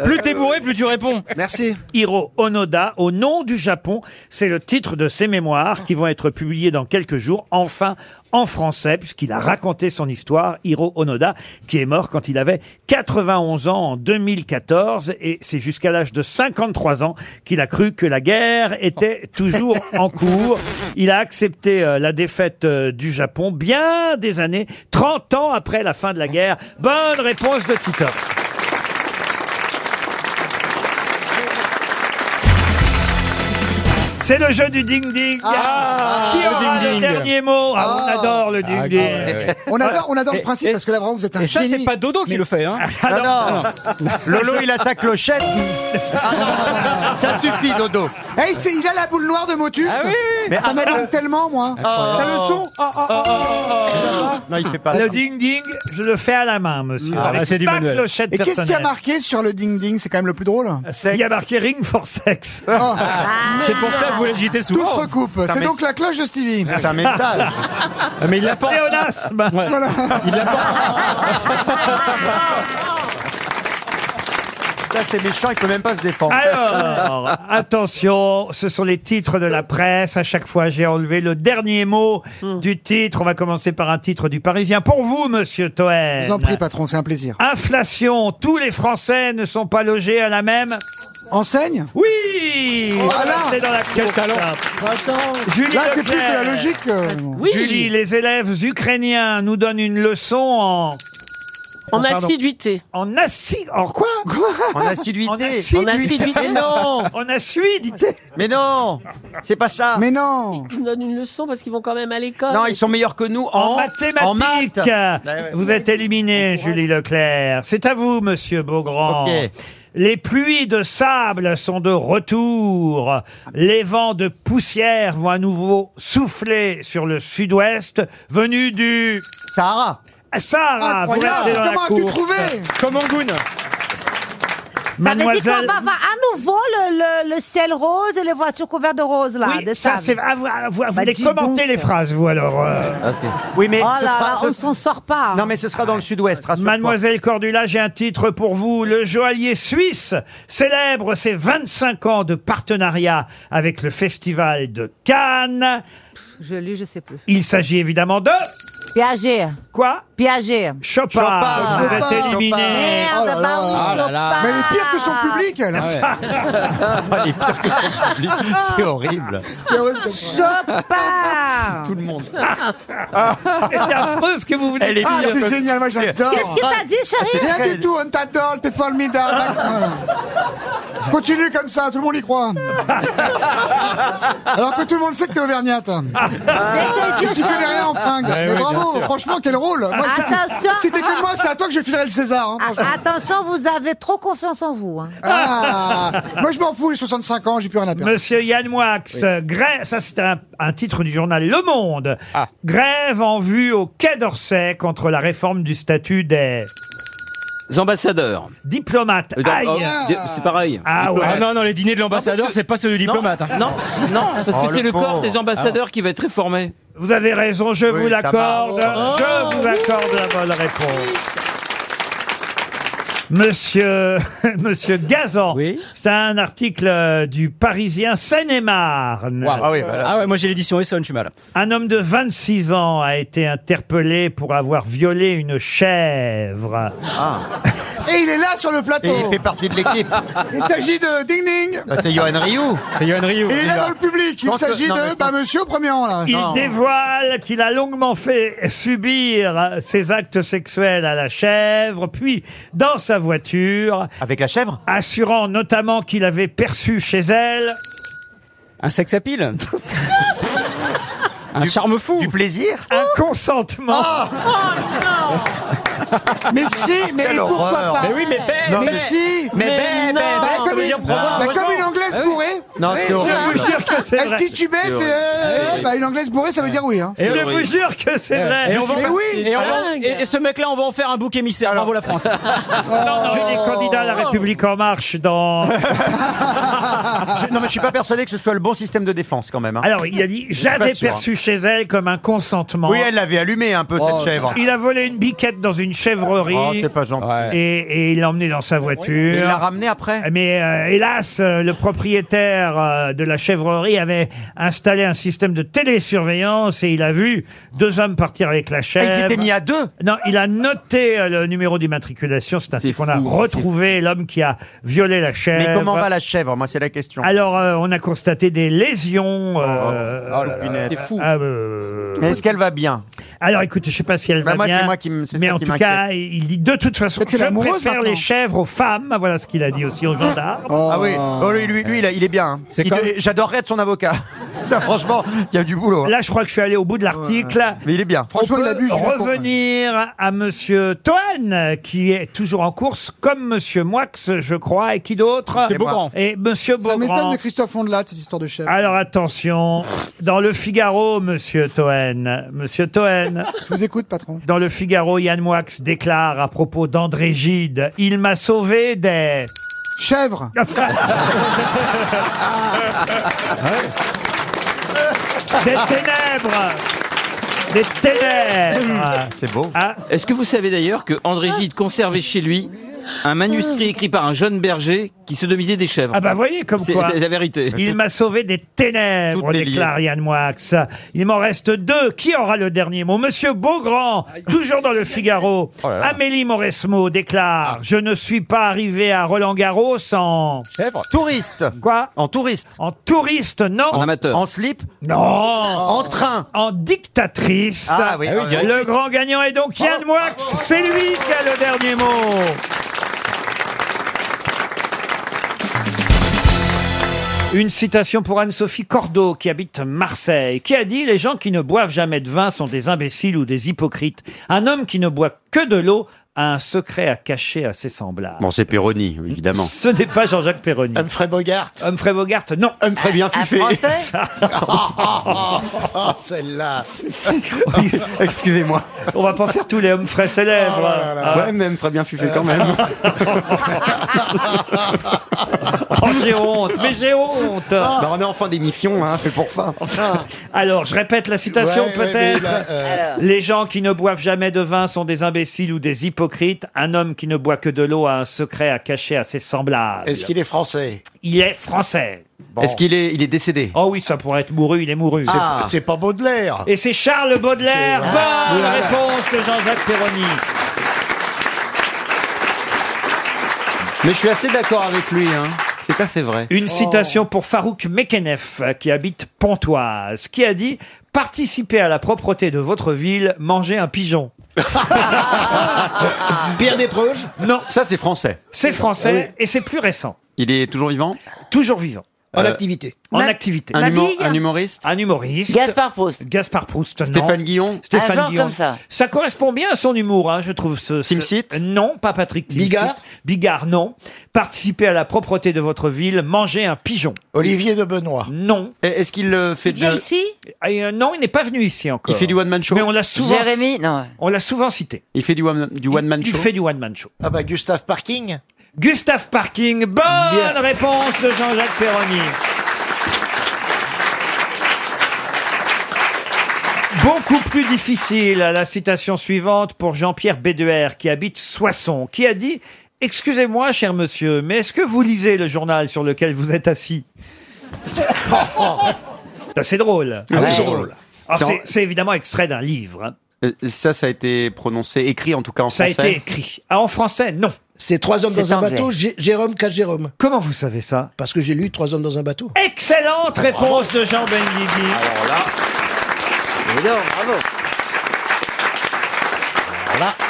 S17: plus t'es bourré, plus tu réponds.
S1: Merci. Hiro Onoda, au nom du Japon, c'est le titre de ses mémoires qui vont être publiés dans quelques jours, enfin en français, puisqu'il a raconté son histoire, Hiro Onoda, qui est mort quand il avait 91 ans en 2014, et c'est jusqu'à l'âge de 53 ans qu'il a cru que la guerre était toujours en cours. Il a accepté euh, la défaite euh, du Japon bien des années, 30 ans après la fin de la guerre. Bonne réponse de Titoff. C'est le jeu du ding-ding.
S6: Ah,
S1: Qui
S6: le
S1: aura le,
S6: ding-ding.
S1: dernier mot Ah, On adore le ding-ding.
S6: On adore, on adore le principe parce que là vraiment vous êtes un génie. Ah,
S17: Dodo qui le fait, hein
S1: Ah
S6: Lolo, il a sa
S17: clochette.
S6: Ça suffit, Dodo. Hey, Eh, c'est- il a la boule noire de Motus.
S11: Mais
S6: ça
S11: ah,
S6: m'étonne
S11: euh,
S6: tellement, moi. T'as le son Ah,
S1: Eh.
S6: ah,
S22: Oh,
S6: ah, ah, ah.
S1: Non, il fait pas. Le ding-ding, je le fais à la main, monsieur.
S6: Ah,
S1: avec
S6: bah, c'est du
S1: pas
S6: manuel.
S1: clochette
S6: Et qu'est-ce qui a
S1: oh. personnelle.
S6: marqué sur le ding-ding C'est quand même le plus drôle.
S1: Il y a marqué Ring for Sex.
S6: C'est pour ça que vous l'agitez
S1: souvent.
S6: Tout se recoupe.
S1: C'est un
S6: C'est donc
S1: mess-
S6: la cloche de Stevie.
S1: C'est un message.
S17: Ah, Mais il l'apporte.
S6: Voilà.
S12: Ça, c'est méchant, il peut même pas se défendre.
S1: Alors, attention, ce sont les titres de la presse. À chaque fois, j'ai enlevé le dernier mot du titre. On va commencer par un titre du Parisien. Pour vous, monsieur Toen.
S6: Je vous en prie, patron, c'est un plaisir.
S1: Inflation, tous les Français ne sont pas logés à la même
S6: enseigne.
S1: Oui,
S6: Voilà.
S1: c'est dans la
S6: Quel
S1: cour,
S6: talent.
S1: ça. Julie
S6: Là, c'est plus de la
S1: Leclerc.
S6: logique. euh,
S1: Julie, les élèves ukrainiens nous donnent une leçon en
S5: En
S1: Oh, pardon.
S5: assiduité.
S1: En assi... En quoi
S12: En assiduité.
S1: En assiduité.
S12: En assiduité. Mais non.
S1: En assiduité.
S12: Mais non, c'est pas ça.
S6: Mais non.
S5: Ils nous donnent une leçon parce qu'ils vont quand même à l'école.
S12: Non, ils sont meilleurs que nous en,
S1: En mathématiques. Bah
S12: en maths. Bah
S1: Vous êtes éliminé, Julie Leclerc. C'est à vous, monsieur Beaugrand.
S12: Ok.
S1: Les pluies de sable sont de retour. Les vents de poussière vont à nouveau souffler sur le sud-ouest, venus du... Sahara. Sahara, vous
S6: Incroyable.
S1: restez dans la
S6: Comment as-tu
S1: cour.
S6: trouvé
S1: Comme Angoune.
S23: Ça veut dire
S1: Mademoiselle...
S23: qu'on va voir à nouveau le, le- le ciel rose et les voitures couvertes de rose, là. Bah,
S1: Oui, ça, c'est... ah, vous, ah, vous, vous voulez commenter les phrases, vous, alors euh.
S12: Oui, mais
S23: Oh
S12: ce
S23: là
S12: sera-
S23: là,
S12: ce-
S23: on s'en sort pas.
S12: Non, mais ce sera dans le sud-ouest, rassure-toi.
S1: Mademoiselle Cordula, j'ai un titre pour vous. Le joaillier suisse célèbre ses 25 ans de partenariat avec le festival de Cannes.
S23: Je lis, je sais plus.
S1: Il s'agit évidemment de...
S23: Piaget.
S1: Quoi
S23: Piaget.
S1: Chopin,
S6: Chopin.
S1: vous êtes
S6: Chopin.
S1: éliminé.
S6: Oh là là.
S23: Oh là là.
S6: Mais elle est pire que son public, elle. hein.
S1: Ah
S12: Ah, C'est horrible.
S6: C'est horrible.
S23: Chopin
S12: Tout le monde.
S1: Mais c'est affreux ce que vous venez
S12: Elle est
S6: Ah,
S12: bien
S6: c'est
S12: parce-
S6: génial, moi j'adore.
S23: Qu'est-ce que t'as dit, chérie
S6: Rien
S12: très-
S6: du tout, on t'adore, t'es formidable. Voilà. Continue comme ça, tout le monde y croit. Alors que tout le monde sait que t'es auvergnate. Et que tu connais rien en fringues.
S23: Ouais,
S6: Mais
S23: ouais,
S6: bravo,
S23: bien sûr.
S6: franchement, quel rôle.
S1: Ah,
S6: Moi, je te-
S23: Attention. Ah,
S6: Si t'étais que moi, c'est à toi que je filerais le César. hein, franchement.
S23: Attention, vous avez trop confiance en vous. hein.
S6: Ah, moi je m'en fous, j'ai 65 ans, j'ai plus rien à perdre.
S1: Monsieur Yann Moix, grève, ça c'est un, un titre du journal Le Monde.
S6: Ah.
S1: Grève en vue au Quai d'Orsay contre la réforme du statut des
S15: Ambassadeurs.
S1: diplomates.
S15: Euh,
S1: Aïe.
S15: oh, di- c'est pareil.
S1: Ah ouais.
S15: Diplomate.
S17: Ah non, non, les dîners de l'ambassadeur, c'est pas ceux du diplomate. hein.
S15: Non, non, parce
S17: Oh,
S15: que c'est
S17: le
S15: le corps
S17: pauvre.
S15: des ambassadeurs qui va être réformé.
S1: Vous avez raison, je
S15: Oui,
S1: vous
S15: ça
S1: l'accorde.
S12: Oh.
S15: va.
S1: Je vous accorde la bonne réponse. Monsieur, Monsieur Gazan, c'est un article euh, du Parisien Seine-et-Marne.
S17: Ah, oui, ah ouais, moi j'ai l'édition Essonne, je suis mal.
S1: Un homme de 26 ans a été interpellé pour avoir violé une chèvre.
S6: Et il est là sur le plateau.
S12: Et il fait partie de Ah. l'équipe.
S6: Il s'agit de Ding Ding.
S1: Ah,
S12: Bah, c'est Johan Rioux.
S17: C'est Yohan Ryu.
S6: Il est là dans le public.
S12: Je
S6: Il
S12: pense que-
S6: s'agit
S12: non, mais
S6: de
S12: je
S6: bah, monsieur au premier rang là.
S1: Il dévoile qu'il a longuement fait subir ses actes sexuels à la chèvre, puis dans sa voiture.
S12: Avec la chèvre
S1: Assurant notamment qu'il avait perçu chez elle.
S17: Un sex appeal Un charme fou
S12: Du plaisir Ah
S1: Un consentement.
S22: oh,
S6: Mais si, mais
S1: Quelle
S6: et pourquoi
S1: horreur.
S6: pas
S1: Mais oui, mais ben,
S6: mais,
S1: ben.
S6: si,
S1: Mais ben, ben, ben,
S6: Bah,
S1: ça
S6: comme,
S1: veut
S6: une-
S1: dire pour
S6: bah,
S1: moi,
S6: comme
S1: heureusement.
S6: une anglaise
S1: Ah oui.
S6: bourrée.
S1: Non, c'est
S6: Je
S1: horrible.
S6: vous jure que c'est
S1: Elle
S6: vrai.
S1: titubait,
S6: C'est
S1: et,
S6: horrible.
S1: euh,
S6: Ouais, bah, une anglaise bourrée, ça veut dire oui. Hein.
S1: Et je vous jure que c'est vrai.
S17: Et, on va-
S6: Mais oui.
S17: et on va- et- et ce mec-là, on va en faire un bouc émissaire. Bravo la France.
S6: Oh.
S1: J'ai des candidats à la République en marche dans.
S12: Je- non, mais je suis pas persuadé que ce soit le bon système de défense quand même. hein.
S1: Alors, il a dit
S12: Je suis pas
S1: j'avais
S12: sûr, hein.
S1: perçu chez elle comme un consentement.
S12: Oui, elle l'avait allumé un peu
S13: Oh,
S12: cette chèvre.
S1: Il a volé une biquette dans une chèvrerie.
S12: Oh, c'est pas gentil.
S1: Et, et il l'a emmené dans sa voiture.
S12: Mais il l'a ramené après.
S1: Mais euh, hélas, euh, le propriétaire euh, de la chèvrerie avait installé un système de télésurveillance et il a vu deux hommes partir avec la chèvre.
S12: Ah, ils s'étaient mis à deux
S1: Non, il a noté euh, le numéro d'immatriculation. C'est ainsi qu'on a
S12: fou,
S1: retrouvé l'homme qui a violé la chèvre.
S12: Mais comment va la chèvre Moi, c'est la question.
S1: Alors, euh, on a constaté des lésions. euh,
S12: Oh là là,
S1: euh,
S12: c'est fou.
S1: ah, euh,
S12: Mais est-ce qu'elle va bien
S1: Alors écoutez, je sais pas si elle
S12: Bah,
S1: va
S12: moi,
S1: bien.
S12: c'est moi qui me- c'est
S1: mais
S12: ça
S1: en
S12: qui
S1: tout
S12: m'inquiète.
S1: cas, il dit de toute façon,
S12: Peut-être
S1: je
S12: qu'elle est amoureuse
S1: préfère les
S12: maintenant.
S1: chèvres aux femmes. Voilà ce qu'il a dit aussi aux gendarmes.
S12: Ah oui, Oh, lui, lui, lui, il a- il est bien. hein.
S1: C'est
S12: Il-
S1: comme-
S12: euh, J'adorerais être son avocat. Ça, franchement, il y a du boulot. hein.
S1: Là, je crois que je suis allé au bout de l'article.
S12: Mais il est bien.
S1: On peut revenir à Monsieur Toan, qui est toujours en course, comme Monsieur Moix, je crois, et qui d'autre
S18: C'est Beaugrand.
S1: Et Monsieur
S18: Ça m'étonne
S1: Beaugrand.
S18: de Christophe Ondelat, cette histoire de chef.
S1: Alors attention, dans le Figaro, Monsieur Toen, Monsieur Toen.
S18: Je vous écoute, patron.
S1: Dans le Figaro, Yann Moix déclare à propos d'André Gide, il m'a sauvé des
S18: chèvres.
S12: Ah
S1: des ténèbres. Des ténèbres.
S12: Ah,
S1: Ah.
S12: C'est beau.
S15: Est-ce que vous savez d'ailleurs que André Gide conservait chez lui un manuscrit écrit par un jeune berger qui sodomisait des chèvres
S1: Ah bah voyez comme
S15: C'est-
S1: quoi.
S15: C'est la vérité.
S1: Il m'a sauvé des ténèbres,
S15: Tout est lié.
S1: déclare Yann Moix. Il m'en reste deux. Qui aura le dernier mot Monsieur Beaugrand, toujours dans le Figaro.
S12: Oh
S15: là là.
S1: Amélie Mauresmo
S12: Ah.
S1: déclare Je ne suis pas arrivé à Roland Garros en.
S12: Touriste.
S1: Quoi
S12: En touriste.
S1: En touriste, non.
S12: En amateur. En slip
S1: Non.
S12: En train.
S1: En dictatrice.
S12: Ah oui, Ah oui, directrice.
S1: le grand gagnant est donc Yann Moix. C'est lui qui a le dernier mot. Une citation pour Anne-Sophie Cordeau, qui habite Marseille, qui a dit Les gens qui ne boivent jamais de vin sont des imbéciles ou des hypocrites. Un homme qui ne boit que de l'eau a un secret à cacher à ses semblables.
S15: Bon, c'est Péroni, évidemment.
S1: Ce n'est pas Jean-Jacques Perroni. Humphrey Bogart. Humphrey Bogart, non. Humphrey bien
S12: fiffé.
S15: 아,
S7: Oh, celle-là.
S12: Excusez-moi.
S1: On va pas faire tous les Humphrey célèbres.
S12: Oh là là.
S1: Ah.
S12: Ouais, mais Humphrey bien fiffé quand même.
S1: Oh, j'ai honte, mais j'ai honte. Ah.
S12: Bah, on est enfin des missions, hein, c'est pour ça.
S1: Alors, je répète la citation
S12: Ouais, ouais,
S1: peut-être.
S12: mais là, euh, Alors.
S1: Les gens qui ne boivent jamais de vin sont des imbéciles ou des hypocrites. Un homme qui ne boit que de l'eau a un secret à cacher à ses semblables.
S7: Est-ce qu'il est français
S1: Il est français.
S15: Est-ce qu'il est, il est décédé
S1: Oh oui, ça pourrait être mouru, il est mouru.
S7: C'est
S13: Ah.
S7: pas- C'est pas
S12: Hein?
S7: Baudelaire.
S1: Et c'est Charles Baudelaire.
S7: Ah,
S1: Bonne
S7: voilà.
S1: réponse de Jean-Jacques Perroni.
S12: Mais je suis assez d'accord avec lui, hein. C'est assez vrai.
S1: Une citation pour Farouk Mekenef, qui habite Pontoise, qui a dit « Participez à la propreté de votre ville, mangez un pigeon ».
S7: Pierre Desproges
S1: Non.
S12: Ça, c'est français.
S1: C'est français et c'est plus récent.
S12: Ah Il est toujours vivant
S1: Toujours vivant.
S12: En
S1: activité. En
S12: Ma-
S1: activité.
S12: Un humo- Mabille un humoriste
S1: Un humoriste.
S12: Gaspard
S1: Proust. Gaspard Proust. non.
S12: Stéphane Guillon
S1: Stéphane
S12: Un genre
S1: Guillon.
S12: comme ça.
S1: correspond bien à son humour, hein, je trouve. Ce, ce- Non, pas Patrick Timsit.
S7: Bigard
S1: Bigard, non. Participez à la propreté de votre ville, mangez un pigeon.
S7: Olivier de Benoît.
S1: Non.
S12: Est-ce qu'il euh, fait de...
S1: Et, euh, Non, il n'est pas venu ici encore.
S12: Il fait du one-man show
S1: Mais on l'a souvent.
S12: Jérémy, non.
S1: On l'a souvent cité.
S12: Il fait du one- du one-man
S1: Il
S12: show
S1: fait du one-man show.
S7: Ah bah Gustave Parking.
S1: Gustave Parking, bonne réponse de Jean-Jacques Perroni. Beaucoup plus difficile, la citation suivante pour Jean-Pierre Béduer, qui habite Soissons, qui a dit « Excusez-moi, cher monsieur, mais est-ce que vous lisez le journal sur lequel vous êtes assis ?» Ça, C'est drôle.
S12: Ah, c'est Ouais. drôle.
S1: Alors,
S12: C'est en-
S1: c'est- C'est évidemment extrait d'un livre. hein.
S12: Euh, Ça, ça a été prononcé, écrit en tout cas en
S1: Ça a
S12: français.
S1: été écrit. Ah, en français, non.
S6: C'est trois hommes
S12: C'est
S6: dans un
S12: anglais.
S6: bateau, Jé- Jérôme K. Jérôme.
S1: Comment vous savez ça
S6: Parce que j'ai lu Trois hommes dans un bateau.
S1: Excellente réponse de Jean Benguigui.
S6: Alors là,
S1: bravo.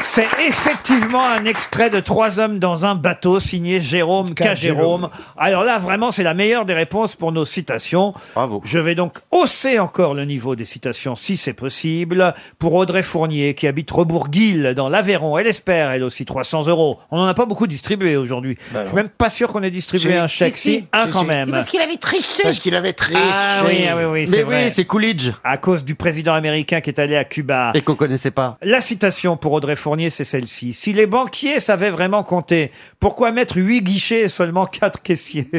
S1: C'est effectivement un extrait de Trois hommes dans un bateau signé Jérôme K.
S6: K. Jérôme.
S1: Jérôme. Alors là, vraiment, c'est la meilleure des réponses pour nos citations. Bravo. Je vais donc hausser encore le niveau des citations si c'est possible. Pour Audrey Fournier, qui habite Rebourg-Guil dans l'Aveyron, elle espère, elle aussi, 300 euros. On n'en a pas beaucoup distribué aujourd'hui. Je suis même pas sûr qu'on ait distribué
S7: Si.
S1: un chèque.
S7: Si, si.
S1: Si, un
S7: Si,
S1: quand
S7: si.
S1: même.
S7: C'est parce qu'il
S18: avait triché.
S7: Parce qu'il avait triché.
S1: Ah oui, ah oui, oui,
S12: Mais oui, c'est Coolidge.
S1: À cause du président américain qui est allé à Cuba.
S12: Et qu'on connaissait pas.
S1: La citation pour Audrey Fournier, c'est celle-ci. Si les banquiers savaient vraiment compter, pourquoi mettre huit guichets et seulement quatre caissiers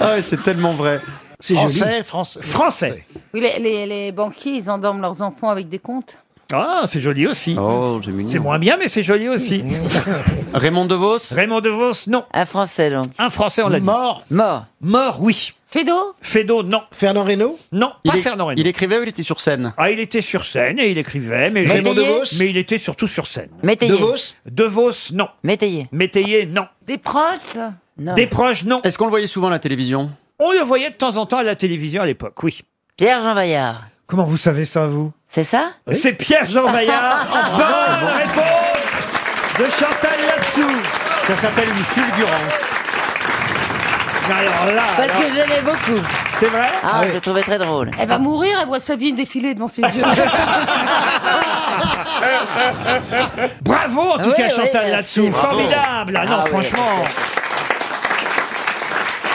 S12: Ah ouais, c'est tellement vrai.
S1: C'est joli. Français,
S12: français.
S1: Français.
S18: Oui, les, les- les banquiers, ils endorment leurs enfants avec des comptes.
S1: Ah, c'est joli aussi. c'est moins bien, mais c'est joli aussi.
S12: Oh, Raymond DeVos
S1: Raymond DeVos, non.
S18: Un Français, donc.
S1: Un Français, on l'a dit.
S18: Mort. Mort.
S1: Mort, oui.
S18: Fédo
S1: Fédo, non.
S6: Fernand Reynaud
S1: Non,
S12: Il
S1: pas
S12: est-
S1: Fernand Reynaud.
S12: Il écrivait ou il était sur scène
S1: Ah, il était sur scène et il écrivait, mais,
S12: Raymond Métayer DeVos
S1: mais il était surtout sur scène.
S18: Métayer. DeVos
S1: DeVos, non.
S18: Métayer.
S1: Métayer, non.
S18: Des proches Non.
S1: Des proches, non.
S12: Est-ce qu'on le voyait souvent à la télévision
S1: On le voyait de temps en temps à la télévision à l'époque, oui.
S18: Pierre Jean Vaillard.
S1: Comment vous savez ça, vous
S22: C'est ça
S1: C'est Pierre-Jean Maillard. Bonne réponse de Chantal là-dessous.
S13: Ça s'appelle une fulgurance.
S1: Alors là,
S22: Parce que
S1: alors-
S22: je l'ai beaucoup.
S1: C'est vrai
S22: Ah, je le trouvais très drôle.
S23: Elle va mourir, elle voit sa vie défiler devant ses yeux.
S1: Bravo en tout
S23: Oui,
S1: cas
S23: oui,
S1: Chantal
S23: merci.
S1: là-dessous.
S23: Bravo.
S1: Formidable. Ah non,
S23: Ah oui.
S1: franchement.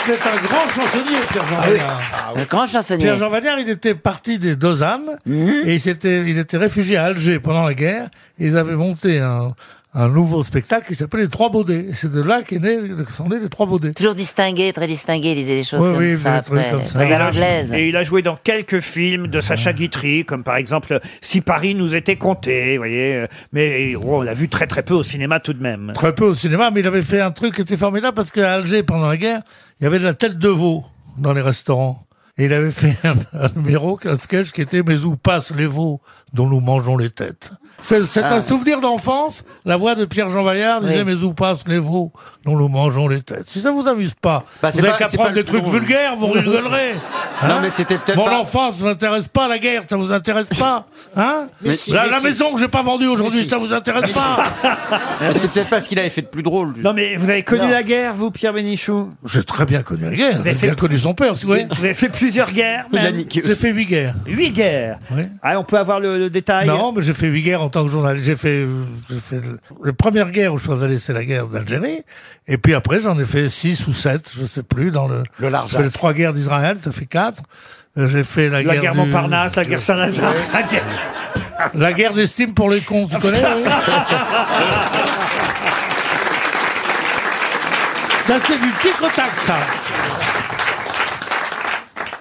S11: Vous êtes un grand chansonnier,
S1: Ah
S11: Pierre-Jean
S13: Ah
S11: Vallière.
S13: Euh,
S22: Le grand chansonnier.
S11: Pierre-Jean Vallière, il était parti des Lausanne et il était, il était réfugié à Alger pendant la guerre. Ils avaient monté un, un nouveau spectacle qui s'appelait Les Trois Baudets. Et C'est de là qu'est né, que sont nés Les Trois Baudets.
S22: Toujours distingué, très distingué, il disait des choses
S11: Oui,
S22: comme,
S11: oui, il faisait
S22: ça,
S11: des trucs
S22: après,
S11: comme ça.
S22: très à
S1: Et il a-
S22: l'anglaise.
S1: Et il a joué dans quelques films de Sacha Guitry, comme par exemple Si Paris nous était compté, vous voyez. euh, Mais oh, on l'a vu très très peu au cinéma tout de même.
S11: Très peu au cinéma, mais il avait fait un truc qui était formidable parce qu'à Alger, pendant la guerre, il y avait de la tête de veau dans les restaurants. Et il avait fait un, un numéro, un sketch qui était Mais où passent les veaux dont nous mangeons les têtes C'est c'est
S31: Ah.
S11: un souvenir d'enfance. La voix de Pierre-Jean Vaillard disait Mais où passent les veaux dont nous mangeons les têtes Si ça vous amuse pas,
S31: Bah,
S11: vous
S31: c'est
S11: n'avez
S31: pas-
S11: qu'à
S31: c'est
S11: prendre
S31: pas
S11: des
S31: le
S11: trucs
S31: drôle.
S11: vulgaires, vous rigolerez. hein
S31: Non, mais c'était peut-être
S11: Mon
S31: pas-
S11: enfance ne vous intéresse pas, la guerre, ça vous intéresse pas. Hein
S31: Mais si,
S11: la,
S31: mais
S11: la
S31: si.
S11: maison que j'ai pas vendue aujourd'hui, ça vous intéresse pas.
S13: C'est peut-être pas ce qu'il avait fait de plus drôle.
S1: Non, mais vous avez connu
S13: Non.
S1: la guerre, vous, Pierre Bénichou
S11: J'ai très bien connu la guerre. J'ai bien connu son père, si vous voulez.
S1: Vous avez fait plusieurs guerres,
S11: Il a
S1: même.
S11: niqué J'ai fait huit guerres.
S1: Huit guerres Ah, On peut avoir le, le détail
S11: Non, mais j'ai fait huit guerres en tant que journaliste. J'ai fait, j'ai fait le- la première guerre où je suis allé, c'est la guerre d'Algérie. Et puis après, j'en ai fait six ou sept, je sais plus, dans le.
S32: Le Larzac.
S11: J'ai fait les trois guerres d'Israël, ça fait quatre. Euh, J'ai fait la,
S1: La guerre
S11: du-
S1: Montparnasse, la guerre Saint-Lazare, la guerre...
S11: La guerre d'estime pour les cons, tu connais oui Ça, c'est du tic au tac, ça.